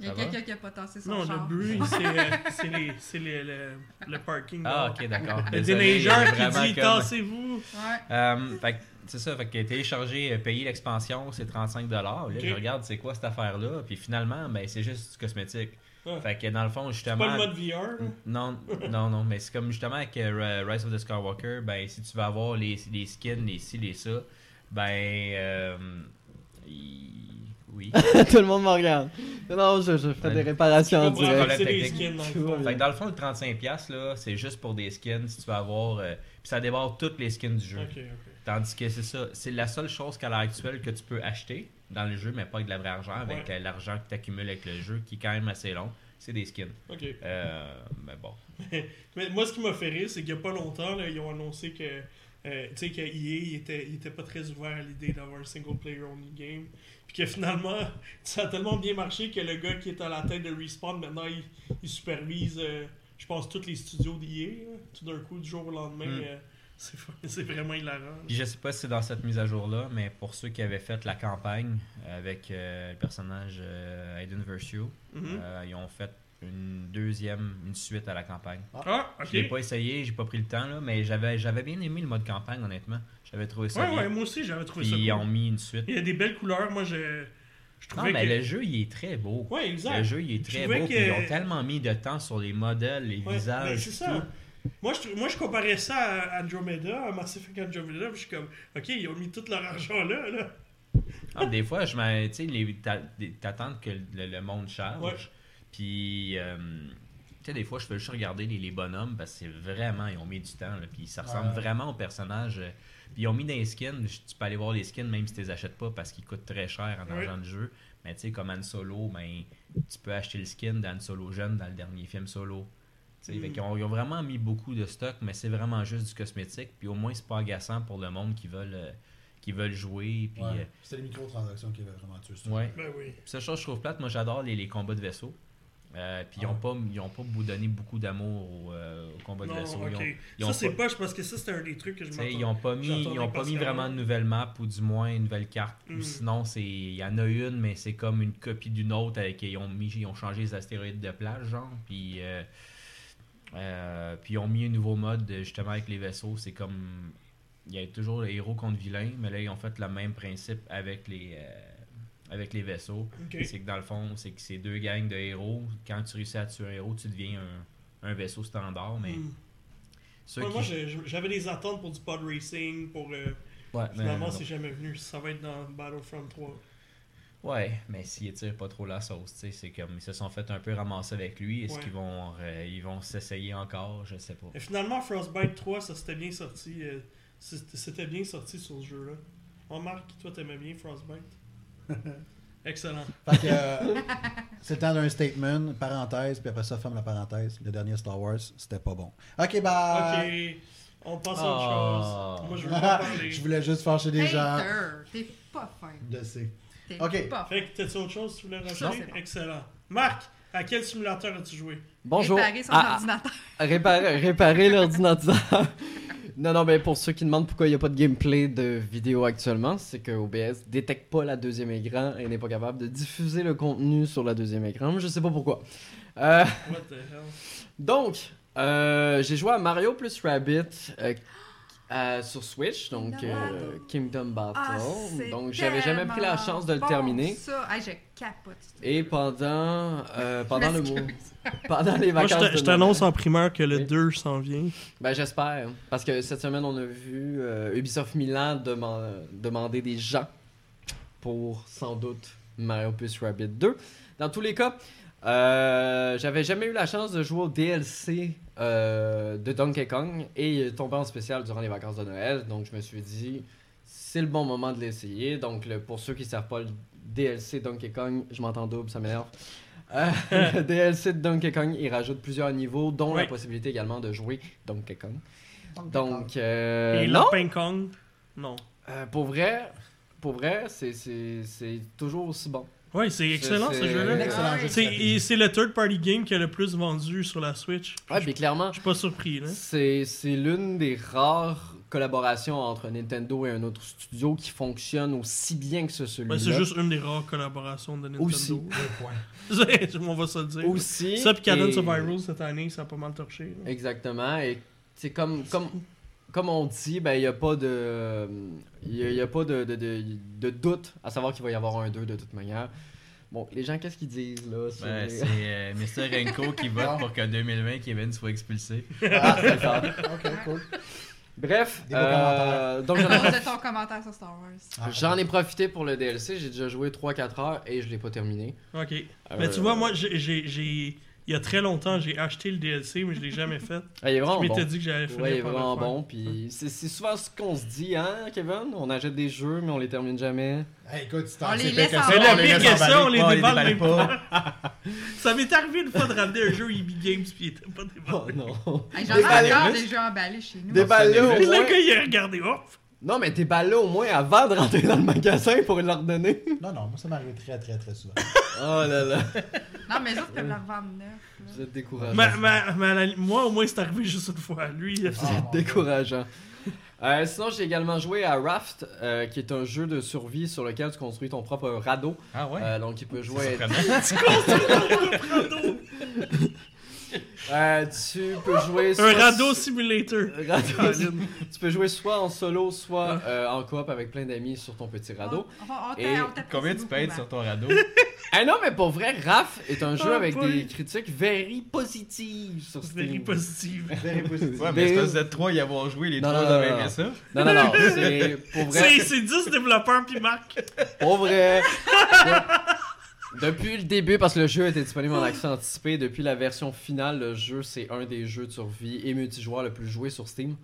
S5: Il y a
S4: Ça va?
S5: quelqu'un qui a potenté son
S1: Non, le
S5: char.
S1: bruit, c'est, euh, c'est, les- c'est les- le, le parking.
S4: Ah,
S1: là.
S4: ok, d'accord.
S1: Le
S4: Désolé, il y avait
S1: déneigeur qui
S4: vraiment
S1: dit
S4: comme-
S1: Tassez-vous
S5: Ouais.
S4: Euh, fait que, c'est ça, fait que télécharger, euh, payer l'expansion, c'est 35$. Là,
S1: Ok.
S4: je regarde c'est quoi cette affaire-là, puis finalement, ben, c'est juste du cosmétique.
S1: Ah.
S4: Fait que dans le fond,
S1: C'est
S4: justement.
S1: pas le mode VR, là.
S4: Non, non, non, mais c'est comme justement avec euh, Rise of the Skywalker, ben si tu veux avoir les, les skins, les ci, les ça, ben. euh, y- Oui.
S2: Tout le monde me regarde. Non, je, je fais
S4: Ouais.
S2: des réparations en
S1: Tu comprends,
S2: direct.
S1: c'est des
S4: Technique.
S1: skins, dans le
S2: Tu
S1: fond.
S2: vois,
S4: Fait que dans le fond, le 35$, là, c'est juste pour des skins si tu veux avoir. euh, puis ça débarre toutes les skins du jeu.
S1: Ok, ok.
S4: Tandis que c'est ça, c'est la seule chose qu'à l'heure actuelle que tu peux acheter dans le jeu, mais pas avec de la vraie argent, avec euh, l'argent que tu accumules avec le jeu, qui est quand même assez long, c'est des skins.
S1: Ok.
S4: Euh, mais bon.
S1: Mais moi, ce qui m'a fait rire, c'est qu'il n'y a pas longtemps, là, ils ont annoncé que, euh, tu sais, que EA, il était, il était pas très ouvert à l'idée d'avoir un single player only game. Puis que finalement, ça a tellement bien marché que le gars qui est à la tête de Respawn, maintenant, il, il supervise, euh, je pense, tous les studios d'EA. là. Tout d'un coup, du jour au lendemain,
S4: Mm.
S1: euh, c'est fa- c'est vraiment hilarant. là.
S4: Puis je sais pas si c'est dans cette mise à jour-là, mais pour ceux qui avaient fait la campagne avec euh, le personnage euh, Aiden Versio,
S1: Mhm.
S4: euh, ils ont fait une deuxième, une suite à la campagne.
S1: Ah, ok.
S4: Je l'ai pas essayé, j'ai pas pris le temps, là, mais j'avais j'avais bien aimé le mode campagne, honnêtement. J'avais trouvé ça
S1: Ouais,
S4: bien.
S1: ouais, moi aussi, j'avais trouvé
S4: Puis
S1: ça
S4: ils
S1: cool.
S4: ont mis une suite.
S1: Il y a des belles couleurs. Moi, je, je
S4: Non,
S1: trouvais
S4: mais
S1: que...
S4: le jeu, il est très beau.
S1: Ouais, exact.
S4: Le jeu, il est très
S1: trouvais
S4: beau.
S1: que-
S4: puis Ils ont tellement mis de temps sur les modèles, les
S1: Ouais, mais
S4: visages.
S1: c'est
S4: tout.
S1: ça. Moi je, trou- moi, je comparais ça à Andromeda, à Mass Effect Andromeda, puis je suis comme, OK, ils ont mis tout leur argent là, là.
S4: Ah, des fois, je m'en- tu sais, les- t'a- des- t'attends que le, le monde charge.
S1: Ouais.
S4: Puis, euh, tu sais, des fois, je peux juste regarder les, les bonhommes parce que c'est vraiment, ils ont mis du temps. là, puis, ça ressemble
S3: Ouais.
S4: vraiment aux personnages. euh, Puis, ils ont mis des skins. Tu peux aller voir les skins même si tu les achètes pas parce qu'ils coûtent très cher en
S1: Ouais.
S4: argent de jeu. Mais, tu sais, comme Han Solo, ben, tu peux acheter le skin d'Han Solo jeune dans le dernier film Solo. Tu sais,
S1: Mm.
S4: fait qu'ils ont- ils ont vraiment mis beaucoup de stock, mais c'est vraiment juste du cosmétique. Puis, au moins, c'est pas agaçant pour le monde qui veulent, euh, qui veulent jouer. Puis, euh,
S3: Ouais. C'était les microtransactions qui avaient vraiment tué ça.
S4: Ouais.
S1: Ben oui.
S4: Puis Seule chose que je trouve plate, moi j'adore les, les combats de vaisseaux. Euh, puis ils
S3: Ah
S4: ont
S3: ouais.
S4: pas, ils ont pas bou- donné beaucoup d'amour aux, euh, aux combats de
S1: Non,
S4: vaisseaux.
S1: OK.
S4: Ils ont, ils ont
S1: ça, c'est
S4: pas-
S1: poche, parce que ça, c'était un des trucs que je
S4: tu sais,
S1: m'attendais.
S4: ils ont pas mis, ils ont
S1: J'attendais
S4: pas mis
S1: patiemment.
S4: vraiment de nouvelles maps ou du moins une nouvelle carte. Ou
S1: Mm.
S4: sinon, c'est- il y en a une, mais c'est comme une copie d'une autre avec ils ont mis, ils ont changé les astéroïdes de plage, genre. Puis euh, euh, puis ils ont mis un nouveau mode euh, justement avec les vaisseaux. C'est comme il y a toujours le héros contre vilain, mais là ils ont fait le même principe avec les euh, avec les vaisseaux.
S1: OK.
S4: C'est que dans le fond, c'est que c'est deux gangs de héros. Quand tu réussis à tuer un héros, tu deviens un, un vaisseau standard. Mais
S1: Hmm.
S4: ceux
S1: Ouais,
S4: qui.
S1: Moi, j'ai- j'avais des attentes pour du pod racing, pour... euh,
S4: Ouais, mais-
S1: finalement,
S4: Ah, ben, non.
S1: c'est jamais venu. Ça va être dans Battlefront 3.
S4: Ouais, mais s'ils tirent pas trop la sauce, tu sais, c'est comme ils se sont fait un peu ramasser avec lui. Est-ce
S1: Ouais.
S4: qu'ils vont euh, ils vont s'essayer encore Je sais pas.
S1: Et finalement, Frostbite 3, ça s'était bien sorti. euh, c'était c'était bien sorti sur ce jeu-là. On marque, toi, t'aimais bien Frostbite. Excellent.
S3: Fait que, euh, c'est le temps d'un statement, parenthèse, puis après ça, ferme la parenthèse. Le dernier Star Wars, c'était pas bon. Ok, bye!
S1: Ok, on passe à
S4: Ah.
S1: autre chose. Moi, je veux pas parler.
S3: Euh, je voulais juste fâcher des gens.
S5: Hater, t'es pas fin.
S3: Je sais.
S5: T'es
S3: Ok.
S5: pas fin.
S1: Fait que t'as-tu autre chose que tu voulais
S5: Non,
S1: rajouter?
S5: c'est bon.
S1: Excellent. Marc, à quel simulateur as-tu joué?
S2: Bonjour.
S5: Réparer son
S2: Ah,
S5: ordinateur.
S2: ah, réparer réparer l'ordinateur. non, non, mais pour ceux qui demandent pourquoi il n'y a pas de gameplay de vidéo actuellement, c'est que OBS détecte pas la deuxième écran et n'est pas capable de diffuser le contenu sur la deuxième écran. Moi, Je sais pas pourquoi. Euh,
S1: What the hell?
S2: donc, euh, j'ai joué à Mario plus Rabbit euh, euh, sur Switch, donc
S5: Kingdom
S2: euh,
S5: Battle.
S2: Kingdom Battle.
S5: Ah, c'est
S2: donc, j'avais jamais pris la
S5: tellement
S2: chance de le
S5: bon,
S2: terminer.
S5: Ça, Hey, je capote.
S2: Et pendant, euh, pendant, le, mois-
S5: M'excuse.
S2: pendant les
S1: Moi,
S2: vacances. de
S1: je
S2: Noël-
S1: t'annonce en primeur que le
S2: Oui.
S1: 2 s'en vient.
S2: Ben, j'espère. Parce que cette semaine, on a vu euh, Ubisoft Milan deman- demander des gens pour sans doute Mario plus Rabbit 2. Dans tous les cas, euh, j'avais jamais eu la chance de jouer au DLC euh, de Donkey Kong et il est tombé en spécial durant les vacances de Noël. Donc, je me suis dit, c'est le bon moment de l'essayer. Donc, le- pour ceux qui ne savent pas le DLC Donkey Kong, je m'entends double, ça m'énerve. Euh, le DLC de Donkey Kong, il rajoute plusieurs niveaux, dont la
S1: Oui.
S2: possibilité également de jouer Donkey Kong. Donc, euh,
S1: Et
S2: non,
S1: le Ping Kong? Non.
S2: Euh, pour vrai, pour vrai, c'est- c'est c'est toujours aussi bon.
S1: Ouais, c'est excellent ce
S2: c'est-
S3: Un
S1: jeu-là. Ah.
S3: excellent jeu. de
S1: C'est et
S3: stratégie.
S1: c'est le third party game qui a le plus vendu sur la Switch.
S2: Ouais, puis clairement,
S1: Ah, Je suis pas surpris, là.
S2: c'est c'est l'une des rares collaborations entre Nintendo et un autre studio qui fonctionne aussi bien que ce celui-là.
S1: Ben, c'est juste une des rares collaborations de Nintendo.
S2: Aussi.
S3: Deux points.
S1: C'est- On va se le dire.
S2: aussi.
S1: Ça, puis Canon
S2: et-
S1: Survival cette année, ça a pas mal torché. là.
S2: Exactement. Et c'est comme comme comme on dit, ben il y a pas de il y a, il y a pas de, de, de- de doute à savoir qu'il va y avoir un 2 de toute manière. Bon, les gens qu'est-ce qu'ils disent là sur
S4: Ben,
S2: les-
S4: c'est euh, Mr. Renko qui vote pour que 2020 Kevin soit expulsé.
S2: Ah, c'est fort.
S3: Ok, cool.
S2: Bref,
S3: Des beaux
S2: euh, donc j'en ai
S5: Cause de ton commentaire sur Star Wars.
S3: Ah,
S2: J'en ai profité pour le DLC, j'ai déjà joué 3-4 heures et je l'ai pas terminé.
S1: Ok.
S2: Euh,
S1: Mais tu vois, moi, j'ai- j'ai. j'ai- Il y a très longtemps, j'ai acheté le DLC, mais je l'ai jamais fait.
S2: Ah, il est
S1: Je
S2: vraiment
S1: m'étais
S2: bon.
S1: dit que j'allais finir
S2: Ouais, il est
S1: par le
S2: vraiment
S1: faire.
S2: bon. Puis c'est c'est souvent ce qu'on se dit, hein, Kevin On achète des jeux, mais on les termine jamais.
S3: Hey, écoute, c'est
S5: On les
S3: c'est pire
S5: laisse
S3: que
S5: en
S3: ça,
S5: bas.
S1: Mais
S3: on
S1: la
S3: les
S1: pire
S3: laisse
S1: que ça, on les
S4: emballer,
S1: déballe
S4: les
S1: même
S4: déballe
S1: pas. Ça m'est arrivé une fois de ramener un jeu EB Games, puis il était pas
S2: Oh
S1: déballé.
S2: non.
S5: Hey, J'en
S2: Déballé,
S5: ai encore
S2: plus.
S5: des jeux emballés chez nous.
S2: Déballe-le au
S1: Puis là,
S2: moins.
S1: quand il a regardé, oh. hop!
S2: Non, mais déballe au moins avant de rentrer dans le magasin pour leur donner.
S3: Non, non, moi, ça m'arrive très, très, très souvent.
S2: Oh là là.
S5: Non, mais les autres
S2: Euh.
S5: peuvent le revendre neuf. là.
S2: Vous êtes décourageant.
S1: Ma- ma- ma- la- moi, au moins, c'est arrivé juste une fois. Lui, il a-
S2: Vous êtes
S3: Oh,
S2: décourageant. Euh, sinon, j'ai également joué à Raft, euh, qui est un jeu de survie sur lequel tu construis ton propre radeau.
S4: Ah ouais?
S2: Euh, donc, il peut jouer à être-
S4: Surprenant.
S2: Euh, tu peux jouer
S1: un
S2: soit-
S1: radeau simulator.
S2: Radeau. tu peux jouer soit en solo, soit
S1: Ah.
S2: euh, en coop avec plein d'amis sur ton petit radeau.
S5: On- on- on t'a-
S2: Et
S5: on t'apprécie
S4: Combien tu
S5: beaucoup,
S4: payes
S5: Matt.
S4: sur ton radeau?
S2: Ah non, mais pour vrai, Raph est un jeu
S1: Ah,
S2: avec
S1: boy.
S2: des critiques very positives sur
S1: C'est
S2: Steam.
S1: very positive.
S3: Very positive.
S4: Ouais,
S2: Des-
S4: mais c'est de trois y avoir joué, les
S2: Non,
S4: trois
S2: non, non,
S4: avaient
S2: non.
S4: aimé ça.
S2: Non, non, non, c'est pour vrai.
S1: C'est c'est 10 développeurs, puis Marc.
S2: Pour vrai. Depuis le début, parce que le jeu était disponible en accès anticipé, depuis la version finale, le jeu c'est un des jeux de survie et multijoueur le plus joué sur Steam.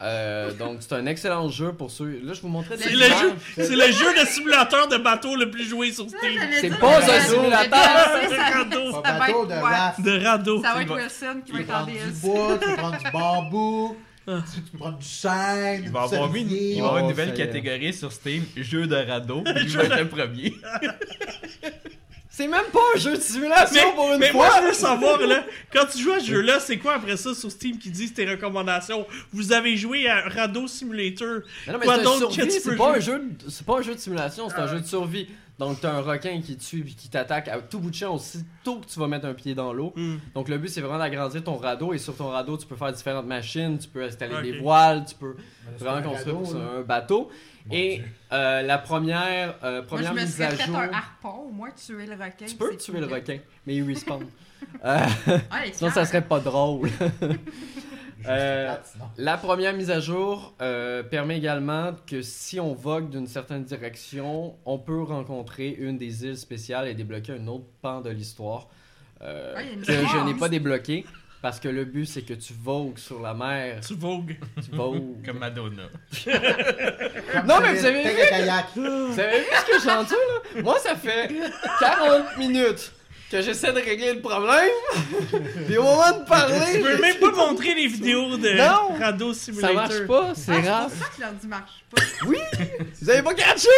S2: Euh, donc c'est un excellent jeu pour ceux. Là, je vous montrais. des
S5: C'est
S1: C'est
S5: le
S1: le
S2: images.
S1: jeu, c'est le jeu de simulateur de bateau le plus joué sur
S5: Ça,
S1: Steam.
S5: j'allais
S2: C'est
S5: dire,
S2: pas
S5: le-
S2: un
S5: le
S2: simulateur.
S5: DLC,
S1: De
S5: ça-
S1: radeau.
S3: Pas
S5: Ça va être
S3: bateau de
S5: quoi?
S3: raft.
S1: De radeau.
S5: Ça va être
S4: va-
S5: Wilson
S3: Tu
S5: qui va
S3: peux
S5: être en
S3: prendre du
S5: DLC.
S3: bois, tu peux prendre du bambou,
S1: Ah.
S3: tu tu peux prendre du chêne,
S4: Il va
S3: du
S4: avoir mis une,
S3: cerisier.
S4: il va avoir une
S2: Oh,
S4: nouvelle
S2: ça y est.
S4: catégorie sur Steam, jeu de radeau. Il va être le premier.
S2: C'est même pas un jeu de simulation
S1: Mais-
S2: pour une
S1: Mais
S2: fois.
S1: moi, je veux savoir, là, quand tu joues à ce jeu-là, c'est quoi après ça sur Steam qui disent tes recommandations? Vous avez joué à Radeau Simulator.
S2: Mais non, mais
S1: Quoi
S2: c'est un
S1: d'autre que
S2: survie,
S1: tu
S2: c'est
S1: peux
S2: pas,
S1: jouer? Ah.
S2: un jeu de- c'est pas un jeu de simulation, c'est un jeu de survie. Donc t'as un requin qui te suit puis qui t'attaque à tout bout de champ aussitôt que tu vas mettre un pied dans l'eau.
S1: Hmm.
S2: Donc le but c'est vraiment d'agrandir ton radeau et sur ton radeau tu peux faire différentes machines, tu peux installer des
S1: Ok.
S2: voiles, tu peux
S3: Mais c'est
S2: vraiment
S3: un
S2: construire
S3: radeau, là.
S2: un bateau.
S3: Mon
S2: et
S3: Dieu.
S2: euh, la première, euh,
S5: Moi, je
S2: première
S5: me
S2: mise
S5: serais
S2: à
S5: fait
S2: jour...
S5: un harpon, au moins tuer le requin.
S2: Tu peux
S5: c'est
S2: tuer le
S5: tout.
S2: requin, mais il respawn. Euh,
S5: Ah, les
S2: sinon
S5: cœurs.
S2: ça serait pas drôle.
S3: Je suis
S2: euh,
S3: plate, sinon.
S2: La première mise à jour euh, permet également que si on vogue d'une certaine direction, on peut rencontrer une des îles spéciales et débloquer un autre pan de l'histoire euh,
S5: Ah, il y a une
S2: que je
S5: différence.
S2: n'ai pas débloqué. Parce que le but, c'est que tu vogues sur la mer.
S1: Tu vogues.
S2: Tu vogues.
S4: Comme Madonna.
S2: Non, mais vous avez
S3: Tag
S2: vu-
S3: de kayak.
S2: Vous avez vu ce que j'ai entendu, là? Moi, ça fait 40 minutes que j'essaie de régler le problème. Puis au moment de
S1: Je
S2: parler,
S1: peux même pas montrer les vidéos de
S2: Non.
S1: Rado
S2: ça
S1: Simulator.
S2: marche pas, c'est
S5: Ah, c'est pour
S2: grave.
S5: ça que leur dit marche pas.
S2: Vous avez pas catché!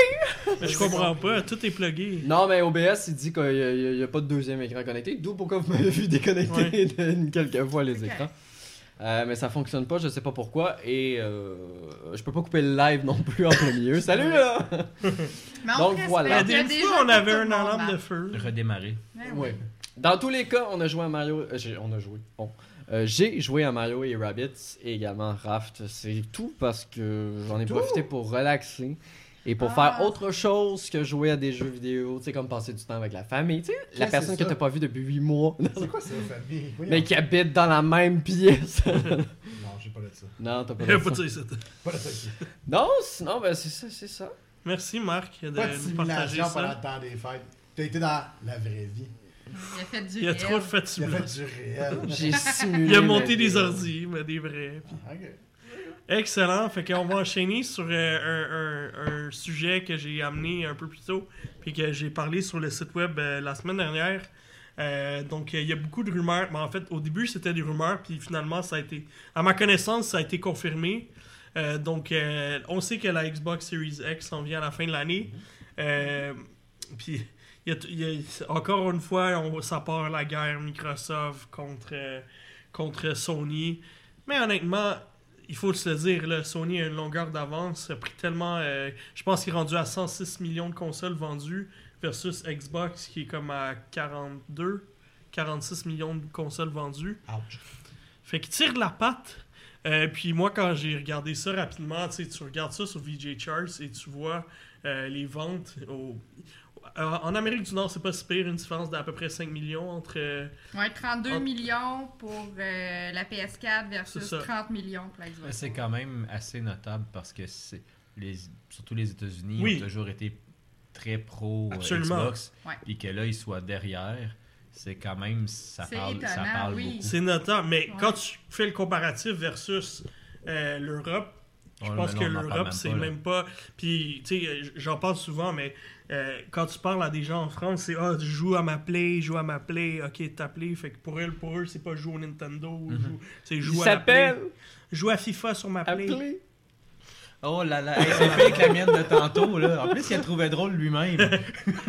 S1: Mais je comprends pas, tout est plugué.
S2: Non, mais OBS, il dit qu'il n'y a, pas de deuxième écran connecté, d'où pourquoi vous m'avez vu déconnecter de- quelques fois les
S5: Ok.
S2: écrans. Euh, mais ça fonctionne pas, je sais pas pourquoi, et euh, je peux pas couper le live non plus en plein milieu. Salut là!
S5: Mais on
S2: Donc,
S5: respecte,
S2: voilà.
S5: il y a
S1: La dernière
S5: des
S1: fois,
S5: gens
S1: on
S5: pour
S1: avait
S5: tout le
S1: un
S5: monde,
S1: alarme
S5: hein.
S1: de feu.
S4: Redémarrer.
S5: Ouais,
S2: Ouais. Dans tous les cas, on a joué à Mario. euh, j'ai- on a joué. Bon. Euh, J'ai joué à Mario et Rabbits et également Raft. C'est tout parce que j'en ai
S3: Tout?
S2: profité pour relaxer et pour
S5: Ah.
S2: faire autre chose que jouer à des jeux vidéo. Tu sais, comme passer du temps avec la famille. Tu sais, la
S3: c'est
S2: personne que
S3: ça?
S2: t'as pas vue depuis 8 mois,
S3: C'est quoi ça, famille? Voyons.
S2: mais qui habite dans la même pièce.
S3: Non, j'ai pas de ça.
S2: non, t'as pas
S1: Il a
S2: vu
S1: pas
S2: ça.
S1: de ça.
S3: Pas de ça ici.
S2: Non, sinon, ben c'est ça, c'est ça.
S1: Merci Marc de
S3: Pas de
S1: nous partager
S3: simulation pendant
S1: ça.
S3: le temps des fêtes. T'as été dans la vraie vie.
S5: Il a fait du
S1: Il a trop
S5: réel.
S1: fait de
S3: Tu as fait
S1: simulation.
S3: du réel.
S2: J'ai simulé.
S1: Il a
S2: ma
S1: monté
S2: vie.
S1: des ordi, mais des vrais.
S3: Ok.
S1: Excellent. Fait qu'on va enchaîner sur euh, un, un- un sujet que j'ai amené un peu plus tôt, puis que j'ai parlé sur le site web euh, la semaine dernière. Euh, donc, euh, il y a beaucoup de rumeurs. Mais en fait, au début, c'était des rumeurs, puis finalement, ça a été, à ma connaissance, ça a été confirmé. Euh, donc, euh, on sait que la Xbox Series X s'en vient à la fin de l'année. Euh, puis, il y a t- il y a- encore une fois, on, ça part la guerre Microsoft contre, euh, contre Sony. Mais honnêtement, il faut se le dire, là, Sony a une longueur d'avance, a pris tellement. euh, je pense qu'il est rendu à 106 millions de consoles vendues versus Xbox qui est comme à 42, 46 millions de consoles vendues.
S3: Ouch.
S1: Fait qu'il tire de la patte. Euh, puis moi, quand j'ai regardé ça rapidement, tu sais, tu regardes ça sur VJ Charts et tu vois euh, les ventes. au- euh, en Amérique du Nord, c'est pas si pire, une différence d'à peu près 5 millions entre. euh,
S5: Ouais, 32
S1: Entre-
S5: millions pour euh, la PS4 versus
S1: C'est ça.
S5: 30 millions pour la Xbox.
S4: C'est quand même assez notable parce que c'est les, surtout les États-Unis
S1: Oui.
S4: ont toujours été très pro euh,
S1: Absolument.
S4: Xbox.
S5: Ouais.
S4: Puis que là, ils soient derrière, c'est quand même. Ça
S5: C'est
S4: parle, ça
S5: étonnant,
S4: parle
S5: oui.
S4: beaucoup.
S1: C'est notable, mais
S5: Ouais.
S1: quand tu fais le comparatif versus euh, l'Europe, Je
S4: Ouais,
S1: pense
S4: mais
S1: que
S4: là, on en parle
S1: l'Europe,
S4: même
S1: c'est
S4: pas, là.
S1: même pas. Puis, tu sais, j- j'en parle souvent, mais euh, quand tu parles à des gens en France, c'est Ah, je joue à ma Play, joue à ma Play, ok, ta Play. Fait que pour, eux, pour eux, c'est pas jouer au Nintendo,
S4: Mhm.
S1: joue- c'est
S2: Il
S1: jouer à la Play.
S2: s'appelle.
S1: Joue à FIFA sur ma Play.
S2: Appelez.
S4: Oh là là, hey, c'est fait que la mienne de tantôt, là. En plus, il la trouvait drôle lui-même.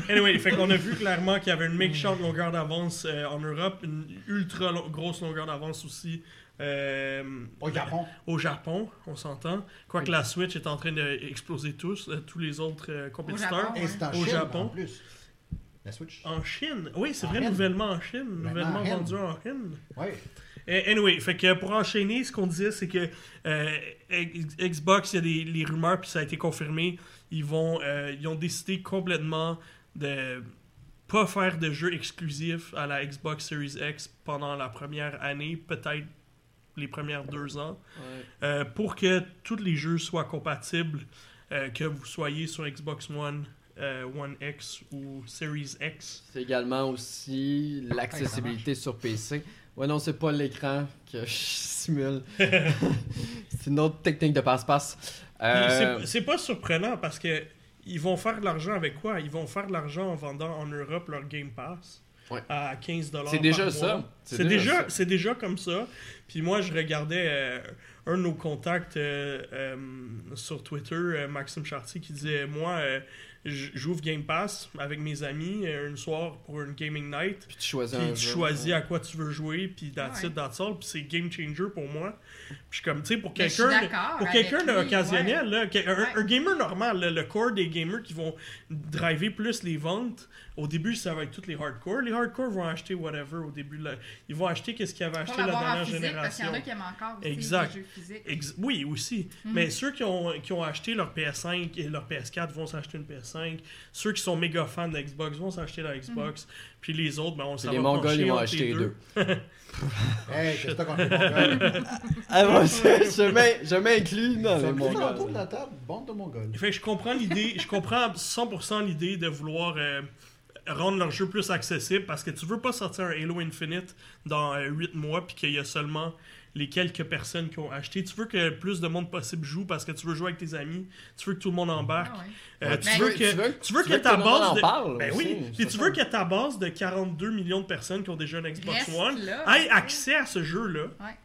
S1: Anyway, fait qu'on a vu clairement qu'il y avait une méchante
S4: Mhm.
S1: longueur d'avance euh, en Europe, une ultra lo- grosse longueur d'avance aussi. euh,
S3: Au Japon.
S1: au Japon, on s'entend. Quoique la Switch est en train d'exploser tous, euh, tous les autres euh, compétiteurs.
S5: Japon.
S3: Et c'est en
S1: Au
S3: Chine,
S1: Japon. Ah.
S3: en plus. La Switch.
S1: En Chine, oui, c'est
S3: En
S1: vrai,
S3: Chine.
S1: nouvellement en Chine,
S3: Nouvellement
S1: nouvellement
S3: en Chine.
S1: vendu en Chine.
S3: Ouais.
S1: Eh, Anyway, fait que pour enchaîner, ce qu'on disait, c'est que euh, Ex- Xbox, il y a des les rumeurs, puis ça a été confirmé. Ils vont, euh, ils ont décidé complètement de pas faire de jeux exclusifs à la Xbox Series X pendant la première année, peut-être les premières deux ans. Euh, pour que tous les jeux soient compatibles, euh, que vous soyez sur Xbox One, euh, One X ou Series X.
S2: C'est également aussi l'accessibilité sur PC. Ouais, non, c'est pas l'écran que je simule. c'est une autre technique de passe-passe. Euh,
S1: Puis c'est- C'est pas surprenant parce que ils vont faire de l'argent avec quoi Ils vont faire de l'argent en vendant en Europe leur Game Pass
S2: Ouais.
S1: à 15 dollars.
S2: C'est déjà ça. C'est
S1: C'est
S2: déjà
S1: déjà,
S2: ça.
S1: c'est déjà comme ça. Puis moi, je regardais euh, un de nos contacts euh, euh, sur Twitter, euh, Maxime Chartier, qui disait moi. euh, j- J'ouvre Game Pass avec mes amis euh, une soir pour une gaming night.
S2: puis tu choisis
S1: Puis
S2: un
S1: tu
S2: jeu.
S1: choisis à quoi tu veux jouer, puis that's
S5: Ouais.
S1: it, that's all. Puis c'est game changer pour moi. Puis je suis comme, tu sais, pour
S5: Mais Ben, je suis
S1: quelqu'un
S5: d'accord
S1: pour
S5: avec
S1: quelqu'un
S5: lui,
S1: d'occasionnel, là, que- un,
S5: Ouais.
S1: un gamer normal, là, le core des gamers qui vont driver plus les ventes, au début, ça va être tous les hardcore. Les hardcore vont acheter whatever au début. là. Ils vont acheter qu'est-ce qu'ils avaient
S5: Pour
S1: acheté la
S5: l'avoir en
S1: dernière
S5: physique, parce qu'il
S1: génération.
S5: y en a qui Mm-hmm. aiment encore aussi
S1: Exact.
S5: les jeux physiques.
S1: Ex- oui, aussi. Mais ceux qui ont, qui ont acheté leur PS5 et leur PS4 vont s'acheter une PS5. Ceux qui sont méga fans de Xbox vont s'acheter la Xbox.
S5: Mm-hmm.
S1: Puis les autres, ben, on
S2: Puis
S1: s'en
S2: les
S1: va
S2: Mongols,
S1: pencher
S2: ils vont
S1: entre
S2: acheter les deux.
S3: Hey, qu'est-ce que t'as contre les Mongols?
S2: Ah, moi, je je m'in- je m'inclus dans
S3: Ils
S2: Ah, les
S3: sont plus autour de
S2: Mongols.
S3: la table, bande de Mongols.
S1: Fait que je comprends l'idée, je comprends 100% l'idée de vouloir euh, rendre leur jeu plus accessible parce que tu veux pas sortir un Halo Infinite dans 8 mois puis qu'il y a seulement les quelques personnes qui ont acheté. Tu veux que le plus de monde possible joue parce que tu veux jouer avec tes amis, tu veux que tout le monde embarque.
S5: Ah ouais.
S1: Euh,
S2: Ouais,
S1: tu,
S5: mais-
S1: veux
S2: tu
S1: que,
S2: veux-
S1: tu veux
S2: tu
S1: que
S2: veux que
S1: ta
S2: tout le monde
S1: base
S2: en
S1: de...
S2: parle
S1: ben
S2: aussi,
S1: oui,
S2: c'est
S1: puis tu
S2: ça.
S1: veux que ta base de 42 millions de personnes qui ont déjà un Xbox
S5: Reste
S1: One
S5: là.
S1: aient accès à ce jeu-là.
S5: Ouais.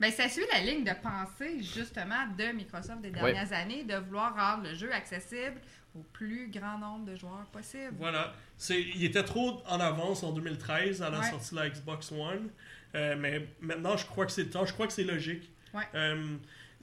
S5: Ben, ça suit la ligne de pensée, justement, de Microsoft des
S2: Ouais.
S5: dernières années, de vouloir rendre le jeu accessible au plus grand nombre de joueurs possible.
S1: Voilà. C'est, il était trop en avance en 2013 à la
S5: Ouais.
S1: sortie de la Xbox One. Euh, mais maintenant, je crois que c'est le temps. Je crois que c'est logique.
S5: Ouais.
S1: Euh,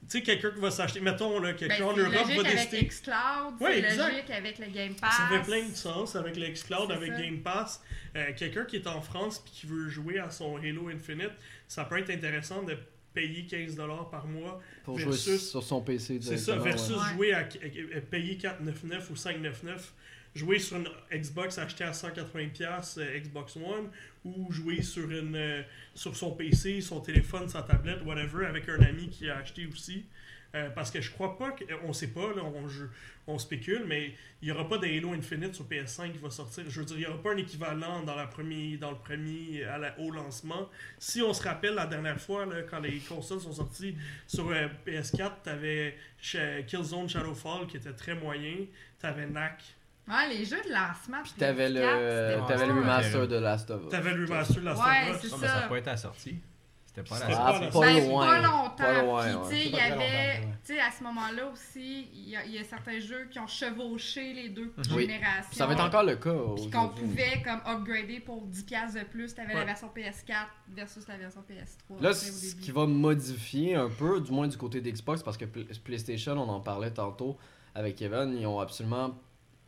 S1: tu sais, quelqu'un qui va s'acheter. Mettons, là,
S5: Ben,
S1: quelqu'un
S5: c'est
S1: en Europe va
S5: logique
S1: décider.
S5: avec Xcloud,
S1: Ouais,
S5: c'est
S1: exact.
S5: logique avec le Game Pass.
S1: Ça fait plein de sens avec le Xcloud,
S5: C'est
S1: avec
S5: ça.
S1: Game Pass. Euh, quelqu'un qui est en France et qui veut jouer à son Halo Infinite, ça peut être intéressant de payer 15$ par mois
S2: Pour jouer
S1: versus
S2: sur son PC.
S1: C'est ça,
S2: directement,
S1: versus
S2: ouais.
S5: ouais.
S1: jouer à, à- à payer 4,99 ou 5,99, jouer sur une Xbox achetée à 180$ euh, Xbox One, ou jouer sur, une, euh, sur son PC, son téléphone, sa tablette, whatever, avec un ami qui a acheté aussi. Euh, parce que je crois pas que- on sait pas, là, on, je- on spécule, mais il y aura pas d'Halo Infinite sur PS5 qui va sortir. Je veux dire, il y aura pas un équivalent dans, la premier, dans le premier euh, à la- au lancement. Si on se rappelle la dernière fois, là, quand les consoles sont sorties sur euh, PS4, t'avais Sh- Killzone Shadowfall qui était très moyen, t'avais Knack,
S5: Ouais, les jeux de lancement.
S2: Puis t'avais le,
S4: Ouais,
S2: t'avais le
S4: c'était
S2: remaster
S4: terrible.
S2: de Last of Us.
S1: t'avais le remaster de Last
S5: Ouais,
S1: of Us.
S5: c'est
S4: Non,
S5: ça.
S4: mais ça n'a pas été à la sortie. C'était pas à
S1: C'était
S4: la
S1: pas
S4: sortie.
S2: Ah,
S1: la-
S2: pas,
S5: Ben, c'est
S2: loin.
S5: pas longtemps.
S2: Pas loin,
S5: Puis,
S2: ouais.
S5: tu sais,
S3: C'est
S5: il y
S3: pas très
S5: avait,
S3: longtemps, ouais.
S5: tu sais, à ce moment-là aussi, il y, a- il y a certains jeux qui ont chevauché les deux
S2: Oui.
S5: générations.
S2: Ça va être encore le cas.
S5: Puis qu'on
S2: aujourd'hui.
S5: pouvait comme upgrader pour 10$ piastres de plus. T'avais
S1: Ouais.
S5: la version PS4 versus la version PS3.
S2: Là,
S5: tu sais, au
S2: ce
S5: début.
S2: qui va modifier un peu, du moins du côté d'Xbox, parce que Pl- PlayStation, on en parlait tantôt avec Kevin, ils ont absolument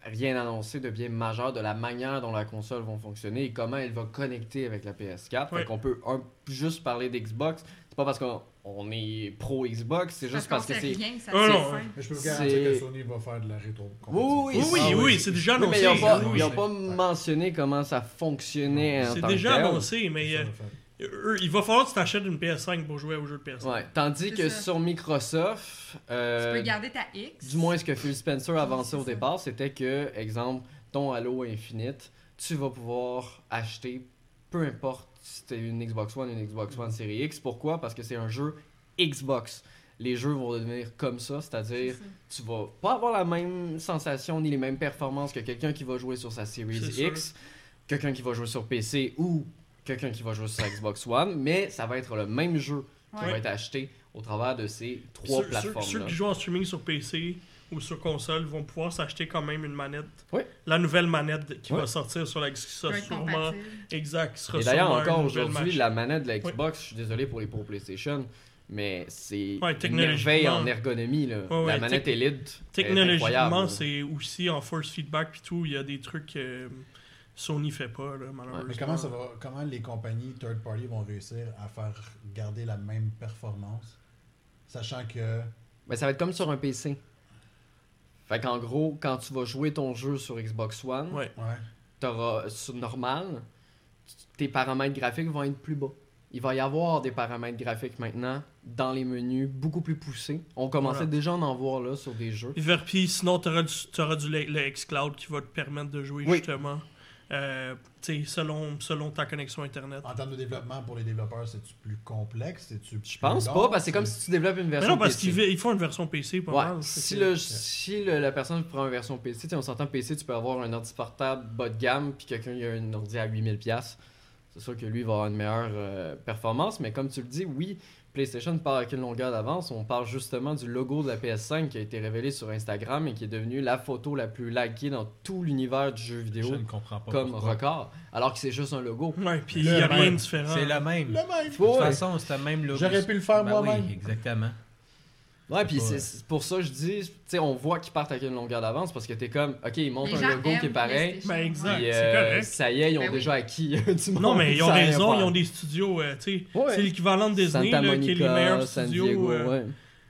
S2: rien annoncé de bien majeur de la manière dont la console va fonctionner et comment elle va connecter avec la PS4.
S1: Ouais.
S2: Fait qu'on peut un- juste parler d'Xbox. C'est pas parce qu'on on est pro Xbox, c'est juste parce que
S5: qu'on sait
S2: c'est.
S5: rien que ça
S1: Ah
S5: fait
S1: non,
S5: fin.
S3: Mais je peux vous
S2: C'est-
S3: garantir que Sony va faire de la rétro.
S2: Oui,
S1: Oui, oui,
S2: Ah,
S1: oui,
S2: oui.
S1: c'est déjà
S2: Oui,
S1: annoncé.
S2: mais ils n'ont pas,
S1: Oui,
S2: ils ont
S1: oui.
S2: pas mentionné comment ça fonctionnait en
S1: Ah, C'est
S2: tant
S1: déjà
S2: que tel.
S3: Ah,
S1: annoncé, mais euh, eux, il va falloir que tu t'achètes une PS5 pour jouer au jeu de PS5.
S2: Ouais. Tandis
S5: C'est
S2: que
S5: ça.
S2: sur Microsoft, euh,
S5: Tu peux garder ta X.
S2: du moins ce que Phil Spencer avançait
S5: Oui,
S2: au
S5: c'est ça.
S2: départ, c'était que, exemple, ton Halo Infinite, tu vas pouvoir acheter peu importe si t'es une Xbox One, une Xbox One Series X. Pourquoi Parce que c'est un jeu Xbox. Les jeux vont devenir comme ça, c'est-à-dire tu vas pas avoir la même sensation ni les mêmes performances que quelqu'un qui va jouer sur sa Series
S1: C'est
S2: X, quelqu'un qui va jouer sur PC ou quelqu'un qui va jouer sur sa Xbox One, mais ça va être le même jeu qui
S5: Ouais.
S2: va être acheté au travers de ces trois
S1: Ceux- ceux-
S2: plateformes.
S1: Ceux, qui jouent en streaming sur PC ou sur console vont pouvoir s'acheter quand même une manette.
S2: Oui.
S1: La nouvelle manette qui
S2: Oui.
S1: va sortir sur la qui sera
S5: peut être
S1: sûrement.
S5: compatible.
S1: Exact. qui sera
S2: Et d'ailleurs,
S1: sûrement
S2: encore
S1: une nouvelle
S2: aujourd'hui,
S1: manche.
S2: la manette de la Xbox, je suis désolé pour les pro PlayStation, mais c'est
S1: Ouais,
S2: une
S1: technologiquement-
S2: merveille en ergonomie. Là.
S1: Ouais, ouais,
S2: la manette
S1: tec-
S2: Elite, est
S1: Technologiquement,
S2: incroyable.
S1: c'est aussi en force feedback puis tout. Il y a des trucs que euh, Sony fait pas, là, malheureusement.
S3: Mais comment, ça va, comment les compagnies third party vont réussir à faire garder la même performance, sachant que
S2: Mais ça va être comme sur un PC. Fait qu'en gros, quand tu vas jouer ton jeu sur Xbox One,
S1: Ouais.
S3: ouais,
S2: t'auras sur normal, tes paramètres graphiques vont être plus bas. Il va y avoir des paramètres graphiques maintenant dans les menus beaucoup plus poussés. On commençait
S1: Voilà.
S2: déjà à en voir là sur des jeux.
S1: Vers- puis sinon, tu auras du, t'auras du le, le xCloud qui va te permettre de jouer
S2: Oui.
S1: justement euh, tu sais, selon, selon ta connexion Internet.
S2: Ah,
S3: en termes de développement pour les développeurs, c'est-tu plus complexe? C'est-tu
S2: Je pense pas, parce que c'est comme si tu développes une
S1: Mais
S2: version
S1: non, parce
S2: PC.
S1: qu'ils vi- ils font une version PC pas
S2: Ouais,
S1: mal. fait
S2: si
S1: que-
S2: le, si le- la personne prend une version PC, tu sais, on s'entend PC, tu peux avoir un ordi portable bas de gamme, puis quelqu'un il a un ordi à 8000$. C'est sûr que lui va avoir une meilleure euh, performance, mais comme tu le dis, oui, PlayStation part avec une longueur d'avance. On parle justement du logo de la PS5 qui a été révélé sur Instagram et qui est devenue la photo la plus likée dans tout l'univers du jeu
S4: Je
S2: vidéo
S4: ne comprends pas.
S2: comme
S4: pourquoi.
S2: record, alors que c'est juste un logo.
S1: Ouais, puis il
S3: Le
S1: n'y a
S3: même.
S1: rien de différent.
S4: C'est la même. De
S3: Le même!
S2: Ouais.
S4: toute façon, c'est la même logo.
S3: J'aurais pu le faire
S4: Ben oui,
S3: moi-même.
S4: exactement.
S2: Ouais, puis
S4: pas-
S2: c'est c'est pour ça que je dis, tu sais, on voit qu'ils partent avec une longueur d'avance parce que t'es comme, ok, ils montent
S5: Les
S2: un
S5: gens
S2: logo qui est
S5: aiment
S2: pareil.
S5: PlayStation,
S1: Ben, exact.
S5: ouais.
S2: Puis,
S1: c'est
S2: euh,
S1: correct.
S2: Ça y est, ils ont
S5: Ben oui.
S2: déjà acquis euh, du monde.
S1: Non, mais ils ont
S2: Ça a
S1: raison,
S2: rien
S1: ils
S2: à
S1: ont des studios. euh, tu sais,
S2: Ouais.
S1: C'est l'équivalent de
S2: faire.
S1: Disney
S2: Santa
S1: là, qui est les
S2: Monica,
S1: meilleurs
S2: San
S1: studios.
S2: Diego,
S1: euh,
S2: ouais.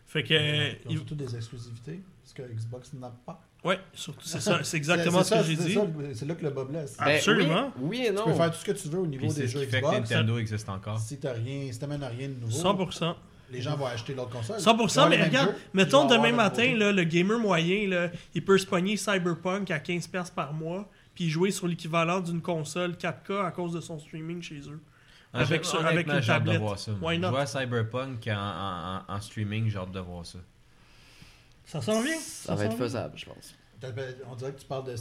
S1: Fait que. euh,
S3: Ils ont surtout des exclusivités, ce que Xbox n'a pas.
S1: Ouais, surtout, c'est ça, c'est exactement
S3: Ben, C'est- c'est
S1: ce que j'ai
S3: ça,
S1: dit.
S3: c'est ça, C'est là que le bob laisse.
S1: Ah,
S2: Ben
S1: Absolument.
S2: oui, oui et non.
S3: Tu peux faire tout ce que tu veux au niveau
S4: Puis
S3: des
S4: c'est ce
S3: jeux
S4: qui fait que
S3: Xbox.
S4: Nintendo existe encore.
S3: Si t'as rien, si t'amènes rien de nouveau,
S1: 100%.
S3: les gens vont acheter l'autre console.
S1: 100%,
S3: Ils vont avoir
S1: mais
S3: les mêmes
S1: regarde,
S3: jeux,
S1: mettons
S3: ils vont avoir
S1: demain
S3: le
S1: matin,
S3: nouveau.
S1: là, le gamer moyen, là, il peut se pogner Cyberpunk à 15$ par mois, puis puis jouer sur l'équivalent d'une console 4K à cause de son streaming chez eux.
S4: Ah,
S1: Avec
S4: j'ai-
S1: ça- avec
S4: honnêtement,
S1: une
S4: j'ai hâte de
S1: tablette.
S4: voir ça.
S1: Why
S4: Je
S1: not?
S4: vois Cyberpunk en, en- en- en streaming, j'ai hâte de voir ça.
S1: Ça s'en vient.
S2: Ça va
S1: s'en
S2: être
S1: vient.
S2: faisable, je pense.
S3: T'appelles- ben, On dirait que tu parles de,